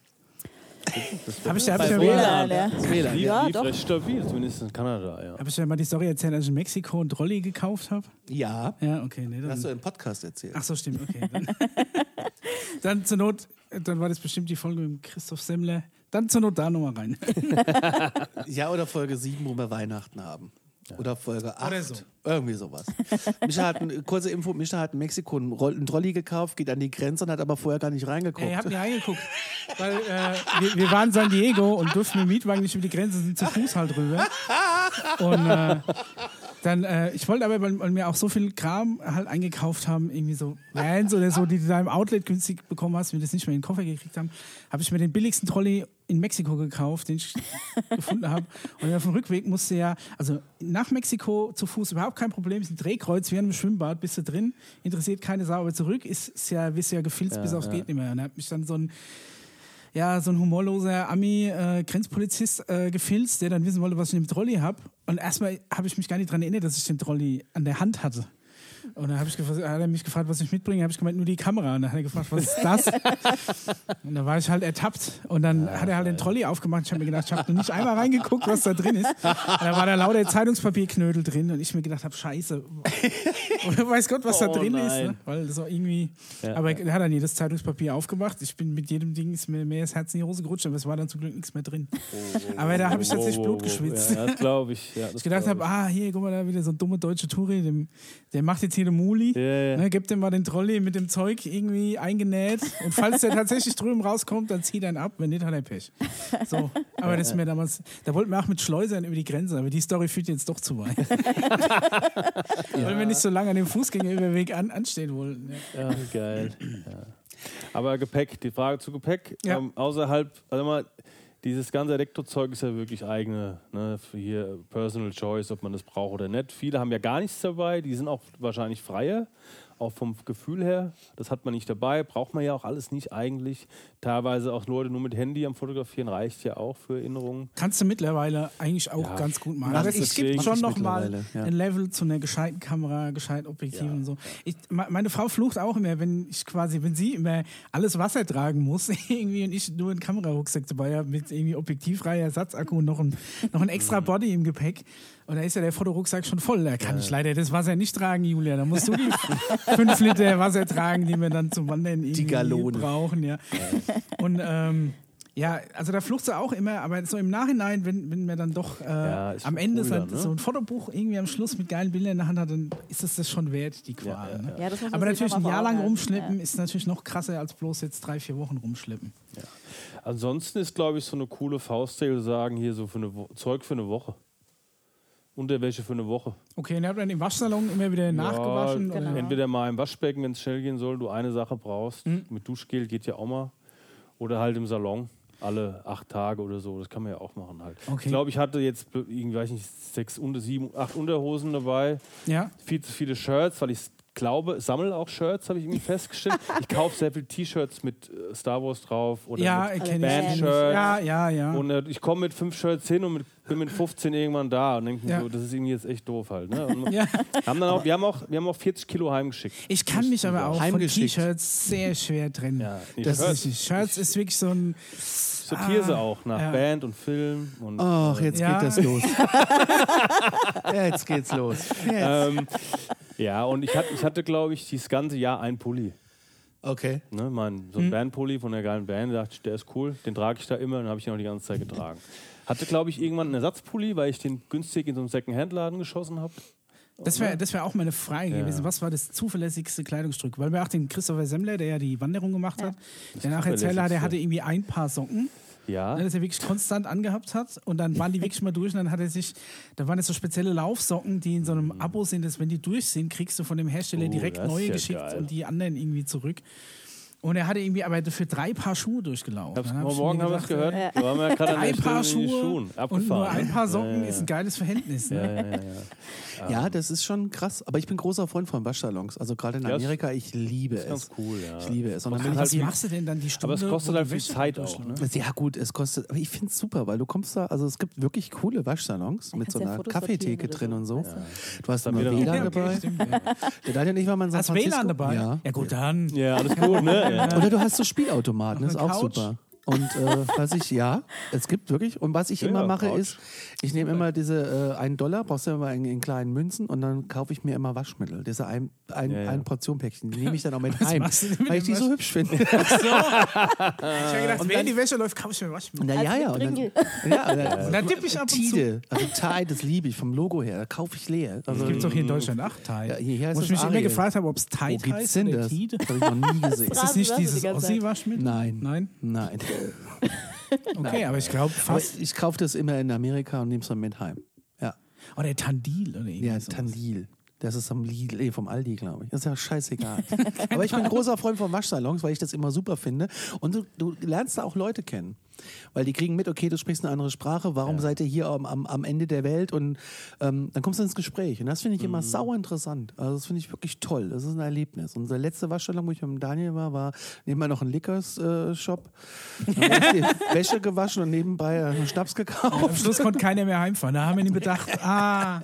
Habe ich, dir- hab ich,
Bei
dir mal-
Walmart.
WLAN, ja.
Das WLAN,
Lief,
ja.
Ja,
lief
doch.
recht stabil, zumindest in Kanada. Ja.
hab ich dir mal die Story erzählt, als ich in Mexiko einen Rolli gekauft habe?
ja.
Ja, okay. Nee, dann,
Hast du im
(laughs)
Podcast erzählt.
Ach so, stimmt, okay. Dann, dann zur Not, äh, dann war das bestimmt die Folge mit Christoph Semmler. Dann zur Not da nochmal rein.
Ja, oder Folge 7, wo wir Weihnachten haben. Oder Folge 8.
Oder so.
Irgendwie sowas. Micha hat, ein- kurze Info, Micha hat in Mexiko einen, Roll, einen Trolley gekauft, geht an die Grenze und hat aber vorher gar nicht reingeguckt.
Ja, ihr habt nicht reingeguckt. Weil äh, wir, wir waren in San Diego und durften mit dem Mietwagen nicht über die Grenze, sind zu Fuß halt rüber. Und äh, dann, äh, ich wollte aber, weil, weil wir auch so viel Kram halt eingekauft haben, irgendwie so Vans oder so, die du da im Outlet günstig bekommen hast, wir das nicht mehr in den Koffer gekriegt haben, habe ich mir den billigsten Trolley in Mexiko gekauft, den ich (laughs) gefunden habe. Und auf dem Rückweg musste ja, also nach Mexiko zu Fuß überhaupt kein Problem, ist ein Drehkreuz wie an einem Schwimmbad, bist du drin, interessiert keine Sau, aber zurück ist, ist ja, bist du ja gefilzt bis aufs geht nicht mehr. Und da hat mich dann so ein ja, so ein humorloser Ami-Grenzpolizist äh, gefilzt, der dann wissen wollte, was ich in dem Trolley habe. Und erstmal habe ich mich gar nicht daran erinnert, dass ich den Trolley an der Hand hatte. Und dann hab ich gefragt, hat er mich gefragt, was ich mitbringe. habe ich gemeint, nur die Kamera. Und dann hat er gefragt, was ist
(laughs)
das? und dann war ich halt ertappt. Und dann hat er halt den Trolley aufgemacht. Ich habe mir gedacht, ich habe noch nicht einmal reingeguckt, was da drin ist. Und da war da lauter Zeitungspapierknödel drin. Und ich mir gedacht habe,
(laughs)
scheiße. Oder weiß Gott, was da
Oh
drin ist.
nein.
Ne? Weil das auch irgendwie...
Ja,
aber er hat dann jedes Zeitungspapier aufgemacht. Ich bin mit jedem Ding, ist mir mehr das Herz in die Hose gerutscht. Aber es war dann zum Glück nichts mehr drin. aber da habe ich tatsächlich Blut geschwitzt
Oh, Ja, das glaube ich. Ja, das
ich gedacht
glaub
habe, ah, hier, guck mal, da wieder so ein dummer deutsche Touri, dem, der macht jetzt hier den Muli,
Ja, ja.
ne, gibt dem mal den Trolley mit dem Zeug irgendwie eingenäht und falls der tatsächlich drüben rauskommt, dann zieht er ihn ab, wenn nicht, hat er Pech. So, aber das ist mir damals, da wollten wir auch mit Schleusern über die Grenze, aber die Story führt jetzt doch zu weit. Weil wir nicht so lange an dem Fußgängerüberweg an, anstehen wollten. Ja.
Ja, Ah, geil. Ja. Aber Gepäck, die Frage zu Gepäck.
Ja.
Ähm, außerhalb, also mal, dieses ganze Elektrozeug ist ja wirklich eigene, ne, für hier Personal Choice, ob man das braucht oder nicht. Viele haben ja gar nichts dabei, die sind auch wahrscheinlich freier, auch vom Gefühl her. Das hat man nicht dabei, braucht man ja auch alles nicht eigentlich. Teilweise auch Leute nur mit Handy am Fotografieren reicht ja auch für Erinnerungen.
Kannst du mittlerweile eigentlich auch
Ja.
ganz gut machen.
Mach
Aber
ich
es gibt
deswegen.
schon
Mach ich
nochmal
mittlerweile, ja.
ein Level zu einer gescheiten Kamera, gescheit Objektiv
Ja,
und so. Ich, me- meine Frau flucht auch immer, wenn ich quasi, wenn sie immer alles Wasser tragen muss, (laughs) irgendwie und ich nur einen Kamerarucksack dabei habe mit irgendwie objektivfreier Ersatzakku und noch ein, noch ein extra Body im Gepäck. Und da ist ja der Fotorucksack schon voll. Da kann ich leider das Wasser nicht tragen, Julia. Da musst du die (laughs) fünf Liter Wasser tragen, die wir dann zum Wandern irgendwie
Gallone.
brauchen. Ja. Und ähm, ja, also da flucht sie auch immer, aber so im Nachhinein, wenn, wenn man dann doch äh,
Ja, ist
am
schon
Ende
cooler,
sein,
ne?
so ein Fotobuch irgendwie am Schluss mit geilen Bildern in der Hand hat, dann ist es das schon wert, die Qual.
Ja, ja,
ne?
Ja, das muss man
Aber
sich
natürlich
noch
ein
mal vor
Jahr
Augen
lang
halten,
rumschleppen ist natürlich noch krasser als bloß jetzt drei, vier Wochen rumschleppen.
Ansonsten ist, glaube ich, so eine coole Faustregel sagen, hier so für eine Wo Zeug für eine Woche. Unterwäsche für eine Woche.
Okay, und ihr habt dann im Waschsalon immer wieder nachgewaschen.
Ja,
oder?
genau.
Entweder mal im Waschbecken, wenn es schnell gehen soll, du eine Sache brauchst.
Mhm.
Mit Duschgel geht ja auch mal. Oder halt im Salon alle acht Tage oder so. Das kann man ja auch machen halt.
Okay.
Ich glaube, ich hatte jetzt, irgendwie, weiß ich nicht, sechs, unter, sieben, acht Unterhosen dabei
Ja,
viel zu viele Shirts, weil ich glaube, sammle auch Shirts, habe ich
(laughs)
irgendwie festgestellt. ich kaufe sehr viel T-Shirts mit äh, Star Wars drauf oder
ja
mit
kenne ich. kenn ich.
Band-Shirts.
Ja, ja, ja.
Und äh, ich komme mit fünf Shirts hin und mit, bin mit 15 irgendwann da und denke mir
Ja.
so, das ist irgendwie jetzt echt doof halt.
(laughs)
Ne? Und
ja.
haben dann auch, wir, haben auch, wir haben auch 40 Kilo heimgeschickt.
Ich kann mich aber auch von
Heimgeschickt.
T-Shirts sehr schwer trennen.
Ja, die
das
Shirts.
ist richtig. Shirts ist wirklich so ein.
Sortiere
Ah,
auch nach
ja.
Band und Film. Und, ähm,
Ach, jetzt
Ja.
geht das los. jetzt geht's los.
ähm, ja, und ich, hat, ich hatte, glaube ich, dieses ganze Jahr einen Pulli.
Okay.
Ne, mein,
Mhm.
so ein Bandpulli von der geilen Band, da dachte ich, der ist cool, den trage ich da immer und habe ich ihn auch die ganze Zeit getragen. Hatte, glaube ich, irgendwann einen Ersatzpulli, weil ich den günstig in so einem Secondhand-Laden geschossen habe.
Das wäre das wär auch meine Frage
ne? Ja.
gewesen. Was war das zuverlässigste Kleidungsstück? Weil wir auch den Christopher Semmler, der ja die Wanderung gemacht hat, der nachher erzählt hat, der
Zuverlässigste.
hatte irgendwie ein paar Socken,
Ja,
ne, das er wirklich konstant angehabt hat. Und dann waren die wirklich mal durch und dann hat er sich, da waren jetzt so spezielle Laufsocken, die in so einem Abo sind, dass wenn die durch sind, kriegst du von dem Hersteller
Hm. Oh,
direkt
das ist
neue
ja
geschickt
geil.
und die anderen irgendwie zurück. Und er hatte irgendwie aber für drei Paar Schuhe durchgelaufen.
hab's,
Dann hab ich
morgen
mir
haben wir es
gedacht,
gehört. Da waren wir ja gerade an
Drei
der Stelle
Paar
mit den
Schuhe
Schuhen.
und nur ein paar Socken
Ja, ja.
ist ein geiles Verhältnis. Ne?
Ja, ja, ja, ja.
Ja, das ist schon krass. Aber ich bin großer Freund von Waschsalons. Also gerade in
Ähm. Ja, ist-
Amerika, ich liebe
ist ganz
es.
cool, ja.
Ich liebe es. Und dann bin
Aber
ich
was
halt eben-
machst du denn dann die
Aber
Stunde?
es
wo
kostet
um die
halt viel
Wäsche
Zeit
durch-
auch. Ne?
Ja gut, es kostet, aber ich finde es super, weil du kommst da, also es gibt wirklich coole Waschsalons
Man
mit so
kann's ja
einer
Fotos
Kaffeetheke
sortieren
drin
oder
und
so,
so.
weißt du?
Du hast
Dann
immer
wieder-
WLAN
Ja,
dabei. Der Daniel und ich waren mal in San
Hast
Francisco.
WLAN dabei?
Ja.
gut, dann.
ja, alles gut,
(laughs)
ne? Ja.
Oder du hast so Spielautomaten, das ist
Auf einer
auch
Couch?
super. Und äh, was ich, ja, es gibt wirklich. Und was ich
Ja,
immer
ja,
mache,
Couch.
ist, ich nehme immer diese äh, 1 Dollar, brauchst du ja immer in, in kleinen Münzen und dann kaufe ich mir immer Waschmittel. Diese ein, ein,
Ja, ja.
ein Portion Päckchen. Die nehme ich dann
(laughs)
auch mit heim,
machst du denn mit
weil ich die
dem
so hübsch
(laughs)
finde.
So. Ich habe gedacht, wenn die Wäsche läuft, kann ich mir Waschmittel.
Na, ja, ja. Und dann, (laughs) ja, und
(laughs)
dann,
Dann tippe ich ab und zu.
Tide, also Tide, das liebe ich vom Logo her. Da kaufe ich leer. Also,
Das gibt es auch hier in Deutschland. Ach, Tide.
Ja, hierher ist
Wo ich
es
mich immer
Ariel.
gefragt habe, ob es
wo
Tide
gibt's
heißt
denn
oder
das?
Tide.
Das habe ich noch nie gesehen.
Ist das nicht
Rasen,
dieses
die ganze Zeit.
Ossi-Waschmittel?
Nein.
Nein?
Nein.
Okay, aber ich glaube
Aber
fast.
ich kaufe das immer in Amerika und nehme es dann mit heim. Ja.
Oder oh, Tandil oder irgendwie
Ja,
sowas.
Tandil. Das ist am Lidl, eh, vom Aldi, glaube ich. Das ist ja scheißegal. Aber ich bin großer Freund von Waschsalons, weil ich das immer super finde. Und du, du lernst da auch Leute kennen. Weil die kriegen mit, okay, du sprichst eine andere Sprache, warum seid ihr hier am, am, am Ende der Welt? Und ähm, dann kommst du ins Gespräch. Und das finde ich immer sauer interessant. Also das finde ich wirklich toll. Das ist ein Erlebnis. Unsere letzte Waschstellung, wo ich mit dem Daniel war, war nebenbei noch ein Lickers-Shop. Da habe ich die Wäsche gewaschen und nebenbei äh, einen Schnaps
Am
gekauft.
Schluss konnte keiner mehr heimfahren. Da haben wir ihn bedacht, ah,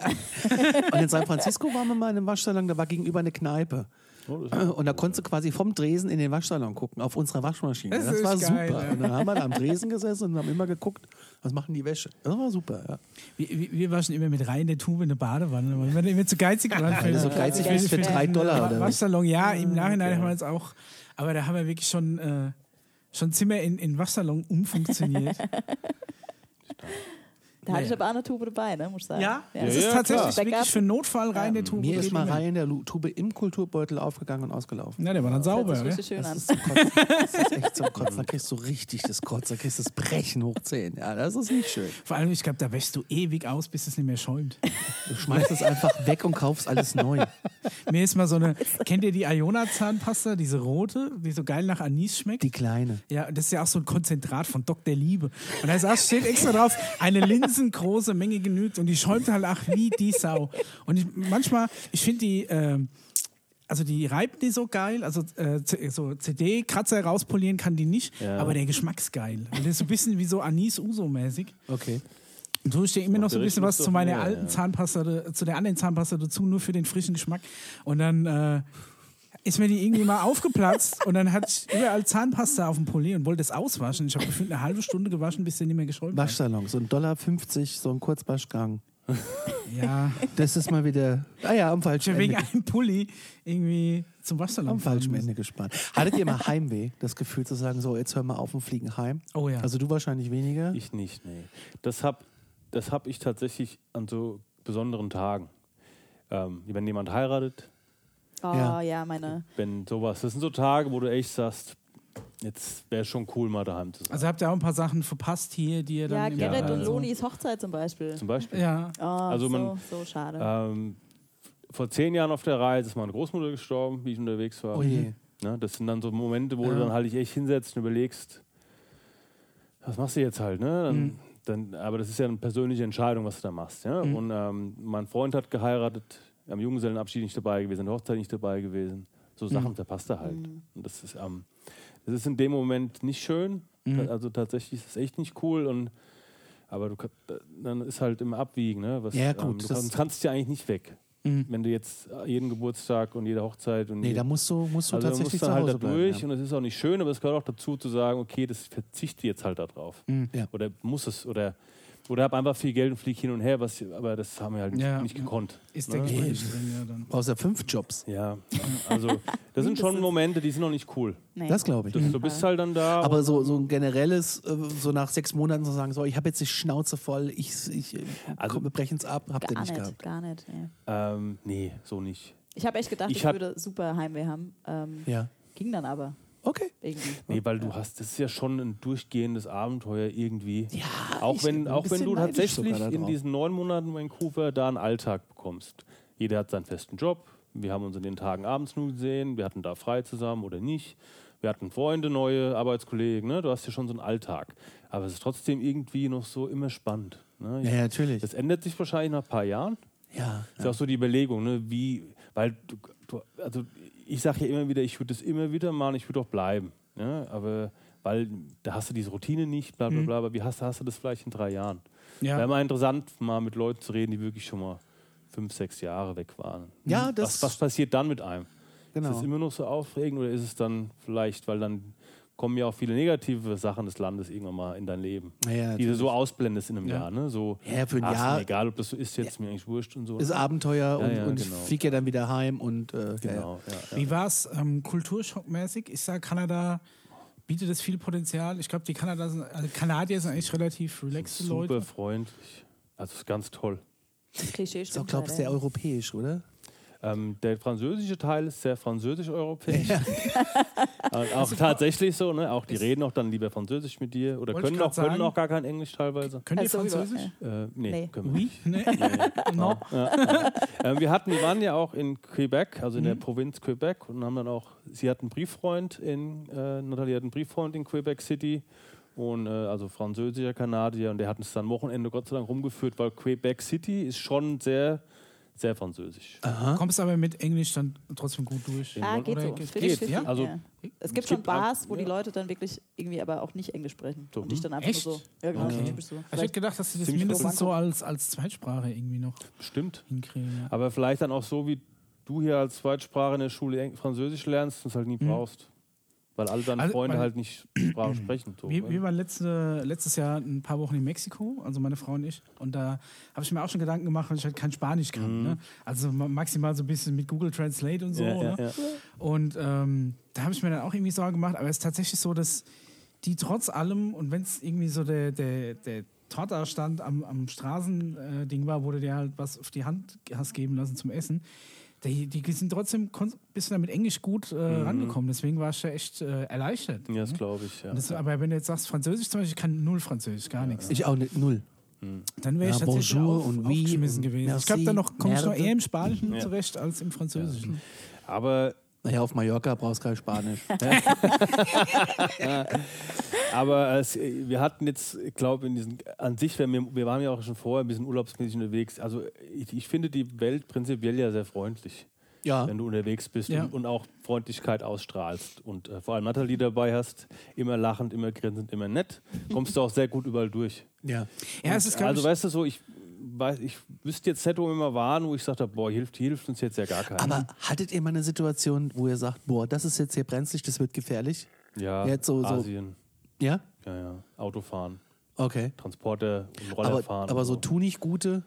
Und in San Francisco waren wir mal in einem Waschsalon, da war gegenüber eine Kneipe.
Oh,
Äh, Und da konntest du quasi vom Dresen in den Waschsalon gucken, auf unserer Waschmaschine.
Das
Das,
ist
war
geil,
super.
ja.
Und dann haben wir da am Dresen gesessen und haben immer geguckt, was machen die Wäsche. Das war super, ja.
wir, wir- wir waschen immer mit rein in der Tube in der Badewanne. Weil wir immer zu geizig waren.
Weil du so also geizig bist für drei Dollar oder was. Ah,
Waschsalon, ja, im Nachhinein haben wir jetzt auch. Aber da haben wir wirklich schon, äh, schon Zimmer in, in Waschsalon
(laughs)
umfunktioniert.
Da hatte ich
Naja.
aber auch eine Tube dabei, ne, muss ich sagen.
das
Ja,
ist
ja,
tatsächlich
klar.
wirklich für Notfall rein in der Tube.
Mir ist
geht
mal
immer.
Reihe in der Lu- Tube im Kulturbeutel aufgegangen und ausgelaufen.
Na, der war dann
Hört
sauber,
sich
ne?
richtig schön
Das
an.
ist, zum Kotzen. das ist echt zum Kotzen. Da kriegst du richtig das Kotzen, da kriegst du das Brechen hoch 10. Ja, das ist nicht schön.
Vor allem, ich glaube, da wäschst du ewig aus, bis es nicht mehr schäumt.
Du schmeißt es einfach weg und kaufst alles neu.
Mir ist mal so
(laughs)
eine.
Also.
Kennt ihr die Iona-Zahnpasta, diese rote, die so geil nach Anis schmeckt?
Die kleine.
Ja, das ist ja auch so ein Konzentrat von Dr. Liebe. Und da ist auch- steht extra drauf, eine linsengroße Menge genügt und die schäumt halt ach wie die Sau. Und ich, manchmal, ich finde die, ähm, also die reiben die so geil, also äh, C- so CD-Kratzer rauspolieren kann die nicht,
Ja.
aber der Geschmack ist geil. Und das ist so ein bisschen wie so Anis-Uso-mäßig.
Okay.
Und so steht immer noch so ein
der Richtung
bisschen was
ist
zu
doch
meiner
mehr,
alten
ja.
Zahnpasta, da- zu der anderen Zahnpasta dazu, nur für den frischen Geschmack. Und dann äh, ist mir die irgendwie mal (laughs) aufgeplatzt und dann hatte ich überall Zahnpasta auf dem Pulli und wollte es auswaschen. Ich habe gefühlt eine halbe Stunde gewaschen, bis der nicht mehr geschäumt hat.
Waschsalon, so ein Dollar 50, so ein Kurzwaschgang.
Ja,
Das ist mal wieder. Ah ja, am
ich
falschen
habe wegen
Ende.
einem Pulli irgendwie zum Waschsalon
Am
fahren
falschen
müssen.
Ende gespannt. Hattet ihr mal Heimweh, das Gefühl zu sagen, so, jetzt hör mal auf und fliegen heim?
Oh ja.
Also du wahrscheinlich weniger.
Ich nicht, nee. Das habe das hab ich tatsächlich an so besonderen Tagen. Ähm, wenn jemand heiratet,
Oh
Ja.
ja, meine.
wenn sowas. Das sind so Tage, wo du echt sagst, jetzt wäre schon cool, mal daheim zu sein.
also habt ihr auch ein paar Sachen verpasst hier, die ihr
Ja,
dann... im-
Ja,
Gerrit und
also-
Lonis Hochzeit zum Beispiel.
Zum Beispiel.
Ja,
Oh,
Also
also
man-
so, so schade.
Ähm, vor zehn Jahren auf der Reise ist meine Großmutter gestorben, wie ich unterwegs war.
Oh je.
Ne? Das sind dann so Momente, wo du
Ja.
dann halt dich echt hinsetzt und überlegst, was machst du jetzt halt, ne? Dann,
Mhm.
dann, aber das ist ja eine persönliche Entscheidung, was du da machst. Ja?
Mhm.
Und ähm, mein Freund hat geheiratet, am Junggesellenabschied nicht dabei gewesen, an der Hochzeit nicht dabei gewesen. So Sachen verpasst er halt.
Hm,
Und das ist, ähm, das ist in dem Moment nicht schön.
Mhm.
Also tatsächlich ist es echt nicht cool. Und, aber du, kann- dann ist halt im Abwiegen, ne? Was,
Ja, gut,
du
das-
kannst, kannst ja eigentlich nicht weg.
Mhm.
Wenn du jetzt jeden Geburtstag und jede Hochzeit und
Nee,
jede
da musst du, musst du
also man muss
tatsächlich
dann
zu
halt da
Hause bleiben.
durch und es ist auch nicht schön, aber es gehört auch dazu zu sagen, okay, das verzichte jetzt halt da drauf.
ja. Ja.
Oder muss es oder oder habe einfach viel Geld und fliege hin und her, was aber das haben wir halt nicht,
Ja.
nicht gekonnt.
ist der
Ne?
Gespräch drin, ja dann.
Außer fünf Jobs.
Ja,
(laughs)
also das sind schon Momente, die sind noch nicht cool.
nee.
Das glaube ich.
Das, du bist halt dann da.
Aber
und-
so, so ein generelles, äh, so nach sechs Monaten zu sagen, so, ich habe jetzt die Schnauze voll, ich, ich äh,
Also-
komm, wir brechen es ab, habt ihr
gar
nicht
nicht,
gehabt.
gar nicht. Nee.
ähm, nee, so nicht.
Ich habe echt gedacht,
Ich
ich,
hab-
würde super Heimweh haben. Ähm,
Ja.
Ging dann aber
Okay.
irgendwie.
Nee, weil du hast, das ist ja schon ein durchgehendes Abenteuer irgendwie.
Ja,
Auch
ich
wenn,
bin ein
auch wenn
bisschen
du
neidisch
tatsächlich
sogar da
in
drauf.
diesen neun Monaten Vancouver da einen Alltag bekommst. Jeder hat seinen festen Job. Wir haben uns in den Tagen abends nur gesehen. Wir hatten da frei zusammen oder nicht. Wir hatten Freunde, neue Arbeitskollegen. Ne? Du hast ja schon so einen Alltag. Aber es ist trotzdem irgendwie noch so immer spannend. Ne?
Ja, ja, natürlich.
Das ändert sich wahrscheinlich nach ein paar Jahren.
Ja.
Ist ja auch so die Überlegung, ne? wie, weil du, du, also ich sage ja immer wieder, ich würde es immer wieder machen, ich würde auch bleiben. Ne? Aber weil da hast du diese Routine nicht, bla
Mhm.
bla bla, aber wie hast, hast du das vielleicht in drei Jahren?
Ja.
Wäre mal interessant, mal mit Leuten zu reden, die wirklich schon mal fünf, sechs Jahre weg waren.
Ja, das-
was, was passiert dann mit einem? Ist
Genau.
es immer noch so aufregend oder ist es dann vielleicht, weil dann kommen ja auch viele negative Sachen des Landes irgendwann mal in dein Leben.
Ja, ja,
die du so ausblendest in einem Jahr. Ne? So,
Ja, für ein
ach, ist
Jahr-
Mir egal, ob das so ist, jetzt mir eigentlich wurscht und so.
Ist Abenteuer
Ja,
und,
ja,
und
genau.
flieg ja dann wieder heim und äh, ja.
Genau, ja, ja.
Wie war es ähm, kulturschockmäßig? Ich sage, Kanada bietet es viel Potenzial. Ich glaube, die Kanada sind, also Kanadier sind eigentlich relativ relaxte
Super
Leute.
freundlich. Also ist ganz toll.
Das Klischee
Ist auch,
stimmt
glaube ich,
leider.
sehr
(laughs)
europäisch, oder?
Ähm, der französische Teil ist sehr französisch-europäisch. Und auch tatsächlich so, ne? Auch die reden auch dann lieber Französisch mit dir oder
Wollte ich
können
grad
auch, können
sagen.
auch gar kein Englisch teilweise.
Könnt ihr
Also, wie war-
Französisch?
Äh, nee,
Nee.
können wir
Oui?
nicht. (laughs)
Nee. (laughs) No. (laughs)
Ähm, wir hatten, wir waren ja auch in Quebec, also in
Mhm.
der Provinz Quebec und haben dann auch, sie hat einen Brieffreund in, äh, Nathalie hat einen Brieffreund in Quebec City Und äh, also französischer Kanadier und der hat uns dann am Wochenende Gott sei Dank rumgeführt, weil Quebec City ist schon sehr, sehr französisch.
Ah. Kommst aber mit Englisch dann trotzdem gut durch.
Ah, geht
Oder
so.
geht-
Finde
geht,
ich
ja?
schwierig,
Also,
ja. Es
gibt
gibt schon
ab-
Bars, wo die
ja. ne?
Leute dann wirklich irgendwie aber auch nicht Englisch sprechen.
So,
und ich dann einfach
echt?
nur so. Ja, genau,
Okay.
typisch
Also
so.
Ich hätte
Vielleicht
gedacht, dass sie das
Ziemlich
mindestens
verwandt.
so als, als Zweitsprache irgendwie noch
Bestimmt.
hinkriegen. Ja.
Aber vielleicht dann auch so, wie du hier als Zweitsprache in der Schule Eng- Französisch lernst und es halt nie
Mhm.
brauchst. Weil alle deine
Also,
Freunde
weil-
halt nicht
(clears throat)
Sprache sprechen. So. ne?
Wir, wir waren letzte, letztes Jahr ein paar Wochen in Mexiko, also meine Frau und ich. Und da habe ich mir auch schon Gedanken gemacht, weil ich halt kein Spanisch kann. Ne? Also ma- maximal so ein bisschen mit Google Translate und so.
Mhm. Ja,
ne?
ja, ja.
Und ähm, da habe ich mir dann auch irgendwie Sorgen gemacht, aber es ist tatsächlich so, dass die trotz allem, und wenn es irgendwie so der, der, der Torta-Stand am, am Straßending äh, Ding war, wo du dir halt was auf die Hand hast geben lassen zum Essen, die, die sind trotzdem kon- bist du damit Englisch gut äh,
Mhm.
rangekommen. Deswegen war ich ja echt äh, erleichtert.
ja, das glaube ich. Ja.
Und Das, aber wenn du jetzt sagst, Französisch zum Beispiel, ich kann null Französisch, gar nichts.
Ich auch nicht, null.
Dann wäre ich
Ja,
tatsächlich
bonjour
auf,
und oui
aufgeschmissen
und
gewesen.
merci,
ich glaube, dann noch komme ich noch
merde.
eher im Spanischen
Ja.
zurecht als im Französischen.
Aber,
Naja, auf Mallorca brauchst du
(laughs)
kein Spanisch.
aber es, wir hatten jetzt, ich glaube, in diesen, an sich, wenn wir, wir waren ja auch schon vorher ein bisschen urlaubsmäßig unterwegs. Also ich, ich finde die Welt prinzipiell ja sehr freundlich.
ja.
wenn du unterwegs bist
Ja.
und, und auch Freundlichkeit ausstrahlst und äh, vor allem Nathalie dabei hast, immer lachend, immer grinsend, immer nett, kommst du auch sehr gut überall durch.
ja.
Ja, es ist, glaub
also
ich,
weißt du so, ich, weiß, ich wüsste jetzt nicht, wo wir mal waren, wo ich sagte, boah, hilft, hilft uns jetzt ja gar keiner.
Aber hattet ihr mal eine Situation, wo ihr sagt, boah, das ist jetzt hier brenzlig, das wird gefährlich?
ja,
jetzt so- so-
Asien,
Ja?
Ja, ja. Autofahren,
Okay.
Transporter und Roller
Aber,
fahren.
aber
und
so tu nicht gute.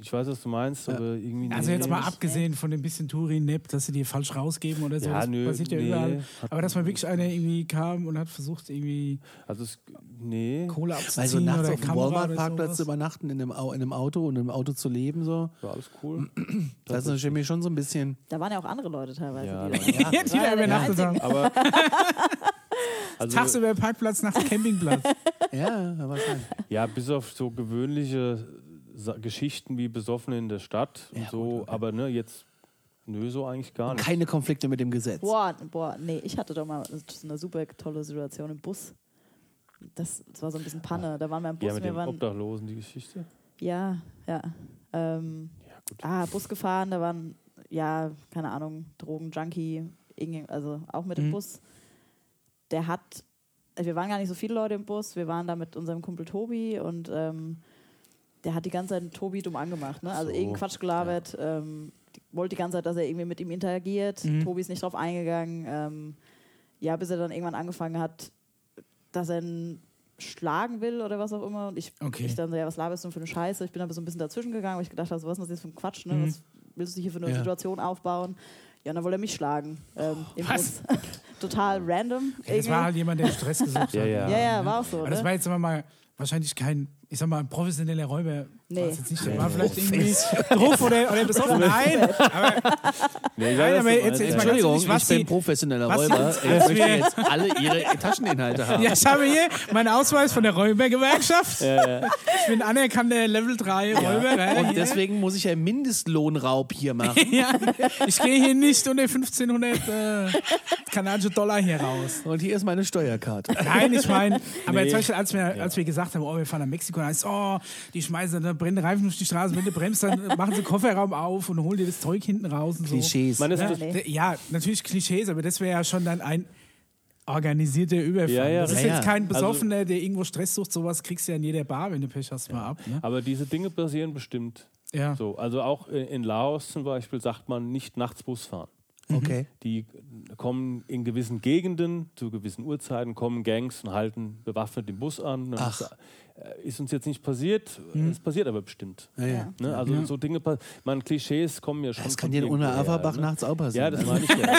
ich weiß, was du meinst, aber irgendwie
Also
nee.
jetzt mal abgesehen von dem bisschen Turin-Nip, dass sie die falsch rausgeben oder so,
Ja,
das
nö,
passiert ja
nee.
überall.
Hat-
Aber dass mal wirklich einer irgendwie kam und hat versucht, irgendwie
Also es, nee,
Kohle
Weil so
abzuziehen
also nachts
oder
auf dem
Kamera oder
Walmart-Parkplatz zu
sowas.
übernachten, in einem, Au- in einem Auto und im Auto zu leben, so.
war alles cool.
Das ist natürlich schon so
(laughs)
ein bisschen.
Da waren ja auch andere Leute teilweise.
Ja,
die
da-
(laughs)
da waren.
Ja, die da
(laughs) Ja,
übernachtet
ja.
haben. (laughs)
Aber also,
Tagsüber Parkplatz, nachts Campingplatz.
Ja, aber schon.
Ja, bis auf so gewöhnliche Sa Geschichten wie Besoffene in der Stadt und
Ja,
so, aber ne, jetzt, nö, so eigentlich gar nicht.
Keine Konflikte mit dem Gesetz.
Boah, boah, nee, ich hatte doch mal so eine super tolle Situation im Bus. Das, das war so ein bisschen Panne. Da waren wir im Bus,
Ja, mit
wir
den
waren.
Obdachlosen die
(laughs)
Geschichte.
Ja, ja. Ähm,
Ja, gut.
ah, Bus gefahren, da waren, ja, keine Ahnung, Drogen, Junkie, irgendwie- also auch mit
Mhm.
dem Bus. Der hat, also wir waren gar nicht so viele Leute im Bus, wir waren da mit unserem Kumpel Tobi und ähm, der hat die ganze Zeit Tobi dumm angemacht, ne? Also
So,
irgendeinen Quatsch gelabert, ähm, die- wollte die ganze Zeit, dass er irgendwie mit ihm interagiert.
Mhm.
Tobi ist nicht drauf eingegangen. Ähm, ja, bis er dann irgendwann angefangen hat, dass er ihn schlagen will oder was auch immer. Und ich,
Okay.
ich dann so, ja, was laberst du denn für eine Scheiße? Ich bin aber so ein bisschen dazwischen gegangen, weil ich gedacht habe, so, was ist das jetzt für ein Quatsch?
Mhm.
Ne? Was willst du hier für eine
Ja.
Situation aufbauen? Ja, und dann wollte er mich schlagen. Ähm, im
Was?
Bus. (laughs) Total random.
Es
irgendwie.
war halt jemand, der Stress gesucht
Ja,
hat.
ja.
ja, ja, war auch so.
Aber das
Ne?
war jetzt aber mal wahrscheinlich kein, ich sag mal, professioneller Räuber.
Nee.
War es jetzt nicht, der war vielleicht irgendwie drauf oder, oder besoffen. Nein,
Nee,
Nein,
das
aber
ist-
jetzt- jetzt mal-
Entschuldigung,
ganz ehrlich, was
ich bin
Sie-
professioneller
was Sie
Räuber.
jetzt
Ich
als
möchte
wir-
jetzt alle ihre Tascheninhalte haben.
Ja, ich habe hier meinen Ausweis von der Räubergewerkschaft.
Ja, ja.
Ich bin anerkannter Level 3 Räuber. ne? Ja.
Und deswegen muss ich ja Mindestlohnraub hier machen.
(laughs) ja, ich gehe hier nicht unter 1500 äh, kanadische Dollar hier raus.
Und hier ist meine Steuerkarte.
Nein, ich meine, aber
Nee.
zum Beispiel, als wir, als wir gesagt haben, oh, wir fahren nach Mexiko, dann heißt es, oh, die schmeißen dann brennen Reifen durch die Straße, wenn du bremst, dann machen sie den Kofferraum auf und holen dir das Zeug hinten raus und so.
Klischees.
Man ist
Ja,
das,
Nee.
ja, natürlich Klischees, aber das wäre ja schon dann ein organisierter Überfall.
Ja, ja, Also
das ist
ja,
jetzt
ja.
kein Besoffener, der irgendwo Stress sucht, sowas kriegst du ja in jeder Bar, wenn du Pech hast, mal ab. Ne?
aber diese Dinge passieren bestimmt.
Ja.
So, also auch in in Laos zum Beispiel sagt man nicht nachts Bus fahren.
Okay.
Die kommen in gewissen Gegenden zu gewissen Uhrzeiten, kommen Gangs und halten bewaffnet den Bus an. Dann
Ach.
ist- äh, Ist uns jetzt nicht passiert, es passiert aber bestimmt.
Ja, ja.
Ne? Also so Dinge, pass- man Klischees kommen ja schon.
Das
von
kann dir in
irgendwo her,
Unna-Averbach
ne?
nachts auch passieren.
Ja, das meine
(laughs)
ich ja.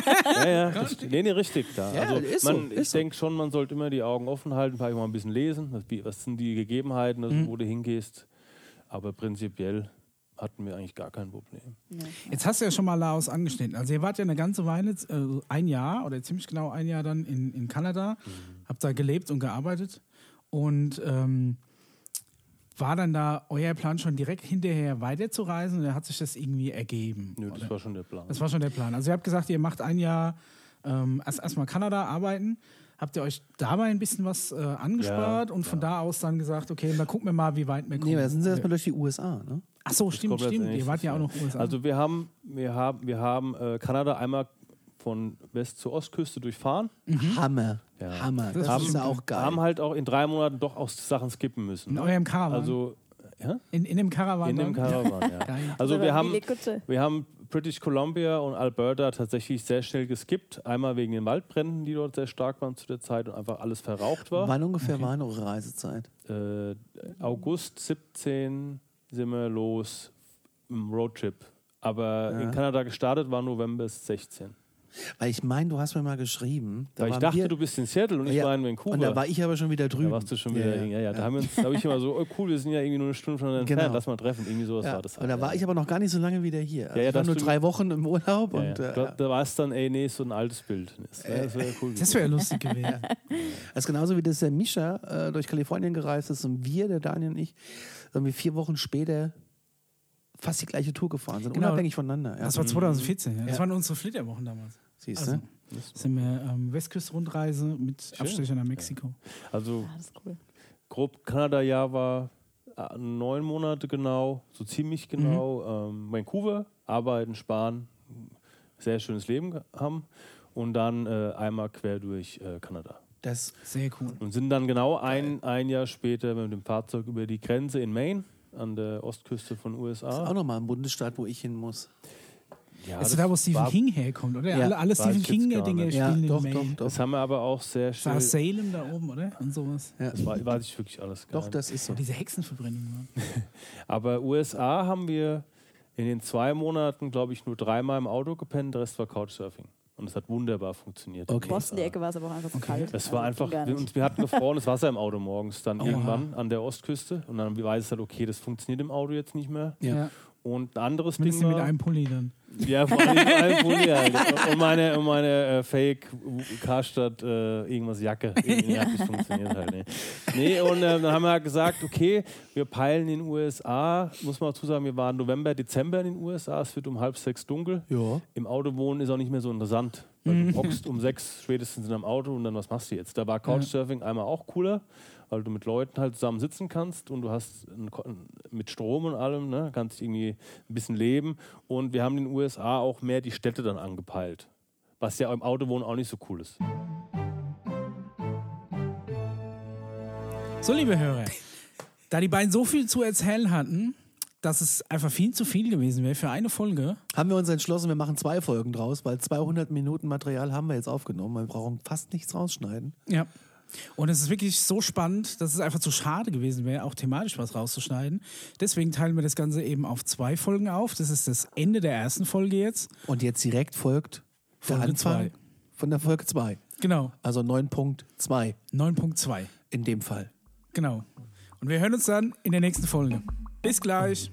ja, ja das, nee, nee, richtig da.
Ja,
also
ist so,
man,
ist
ich
so.
denke schon, man sollte immer die Augen offen halten, vielleicht mal ein bisschen lesen. Was, wie- was sind die Gegebenheiten,
Hm.
also, wo du hingehst? Aber prinzipiell hatten wir eigentlich gar kein Problem.
Jetzt hast du ja schon mal Laos angeschnitten. Also ihr wart ja eine ganze Weile, äh, ein Jahr oder ziemlich genau ein Jahr dann in, in Kanada,
Mhm.
habt da gelebt und gearbeitet und ähm, war dann da euer Plan schon direkt hinterher weiterzureisen oder hat sich das irgendwie ergeben?
Nö, das
Oder-
war schon der Plan.
das war schon der Plan. Also ihr habt gesagt, ihr macht ein Jahr ähm, erst erstmal Kanada arbeiten, Habt ihr euch dabei ein bisschen was äh, angespart
Ja,
und von da aus dann gesagt, okay, mal gucken wir mal, wie weit wir kommen.
Nee, aber da sind sie erstmal
Ja.
durch die USA, ne?
Ach so, stimmt,
kommt als
stimmt. Ihr
nächstes,
wart ja auch
ja.
noch USA.
Also wir haben, wir haben, wir haben äh, Kanada einmal von West zur Ostküste durchfahren.
Mhm.
Hammer.
Ja.
Hammer. Das
Haben-
ist ja auch geil.
Haben halt auch in drei Monaten doch auch Sachen skippen müssen.
in eurem Caravan.
Also ja?
in, in dem Caravan.
in dem
dann?
Caravan, ja.
(laughs) Geil.
Also wir haben,
Kutsche.
wir haben British Columbia und Alberta tatsächlich sehr schnell geskippt. Einmal wegen den Waldbränden, die dort sehr stark waren zu der Zeit und einfach alles verraucht war.
Wann ungefähr war noch eure Reisezeit?
Äh, August 17 sind wir los im Roadtrip. Aber
Ja.
in Kanada gestartet war November 16.
Weil ich meine, du hast mir mal geschrieben. da
Weil ich
waren
dachte,
wir-
du bist in Seattle und ich
Ja.
war in Vancouver.
Und da war ich aber schon wieder
Da
drüben.
warst du schon wieder. Ja, ja. Da haben wir uns, glaube ich, immer so, oh cool, wir sind ja irgendwie nur eine Stunde von entfernt,
Genau.
lass mal treffen. Irgendwie sowas
Ja,
war das. halt,
und da war ich aber noch gar nicht so lange wieder hier. Also
ja,
ich
da
war
hast
nur
du-
drei Wochen im Urlaub
Ja, ja.
und
Da,
äh,
da war es dann, ey, nee, ist so ein altes Bild. Das wäre das wär cool.
Das wäre lustig gewesen.
das ist genauso wie das der Mischa äh, durch Kalifornien gereist ist und wir, der Daniel und ich, irgendwie vier Wochen später fast die gleiche Tour gefahren sind,
Genau.
unabhängig voneinander. Ja.
Das war 2014, ja. Das
Mhm. Ja.
waren unsere Flitterwochen damals.
Siehst du?
Also, sind wir ähm, Westküstenrundreise mit Abstecher nach Mexiko.
Also
Ah, das ist cool.
grob Kanada-Jahr war äh, neun Monate genau, so ziemlich
Mhm.
genau. Ähm, Vancouver, arbeiten, sparen, sehr schönes Leben ge- haben und dann äh, einmal quer durch äh, Kanada.
Das,
Sehr cool.
Und sind dann genau ein, ein Jahr später mit dem Fahrzeug über die Grenze in Maine an der Ostküste von
das ist auch
USA.
nochmal ein Bundesstaat, wo ich hin muss.
Ja,
Also da, wo Stephen
war-
King herkommt, oder?
Ja,
alle alle
weiß
Stephen
ich jetzt gar
King-Dinge
nicht.
Ja,
spielen
doch,
in
doch,
Maine.
doch.
Das halt haben wir aber auch sehr
Das
schön.
war Salem da oben, oder? Und sowas.
Ja.
Das war, weiß ich wirklich alles gar
Doch,
nicht.
das ist so.
Und diese Hexenverbrennung. ne? Ja.
Aber USA haben wir in den zwei Monaten, glaube ich, nur dreimal im Auto gepennt, der Rest war Couchsurfing. Und es hat wunderbar funktioniert. in
Okay.
den
Boston, die
USA.
Ecke war es aber auch einfach so kalt.
Das war
Also,
einfach,
ging gar nicht.
und wir hatten gefrorenes Wasser im Auto morgens dann irgendwann an der Ostküste. Und dann weiß es halt, okay, das funktioniert im Auto jetzt nicht mehr.
Ja.
Und ein anderes
Zumindest
Ding
mit
war,
einem Pulli dann.
ja, vor allem mit einem Pulli halt. Und meine, und meine äh, Fake Karstadt äh, irgendwas Jacke. Irgendwie hat nicht funktioniert halt. Nee, nee und ähm, dann haben wir halt gesagt, okay, wir peilen in den USA. Muss man auch zusagen, wir waren November, Dezember in den USA. Es wird um halb sechs dunkel.
Ja.
Im Auto wohnen ist auch nicht mehr so interessant. Weil du bockst um sechs spätestens in einem Auto und dann was machst du jetzt? Da war Couchsurfing einmal auch cooler, weil du mit Leuten halt zusammen sitzen kannst und du hast ein, Ko- ein- mit Strom und allem, ne, kannst irgendwie ein bisschen leben. Und wir haben in den USA auch mehr die Städte dann angepeilt. Was ja im Auto wohnen auch nicht so cool ist.
So, liebe Hörer, da die beiden so viel zu erzählen hatten, dass es einfach viel zu viel gewesen wäre für eine Folge.
Haben wir uns entschlossen, wir machen zwei Folgen draus, weil 200 Minuten Material haben wir jetzt aufgenommen. Wir brauchen fast nichts rausschneiden.
Ja. Und es ist wirklich so spannend, dass es einfach zu schade gewesen wäre, auch thematisch was rauszuschneiden. Deswegen teilen wir das Ganze eben auf zwei Folgen auf. Das ist das Ende der ersten Folge jetzt.
Und jetzt direkt folgt der
Folge
Anfang
zwei.
von der Folge 2.
Genau,
Also 9.2
9.2.
in dem Fall.
Genau. Und wir hören uns dann in der nächsten Folge. Bis gleich.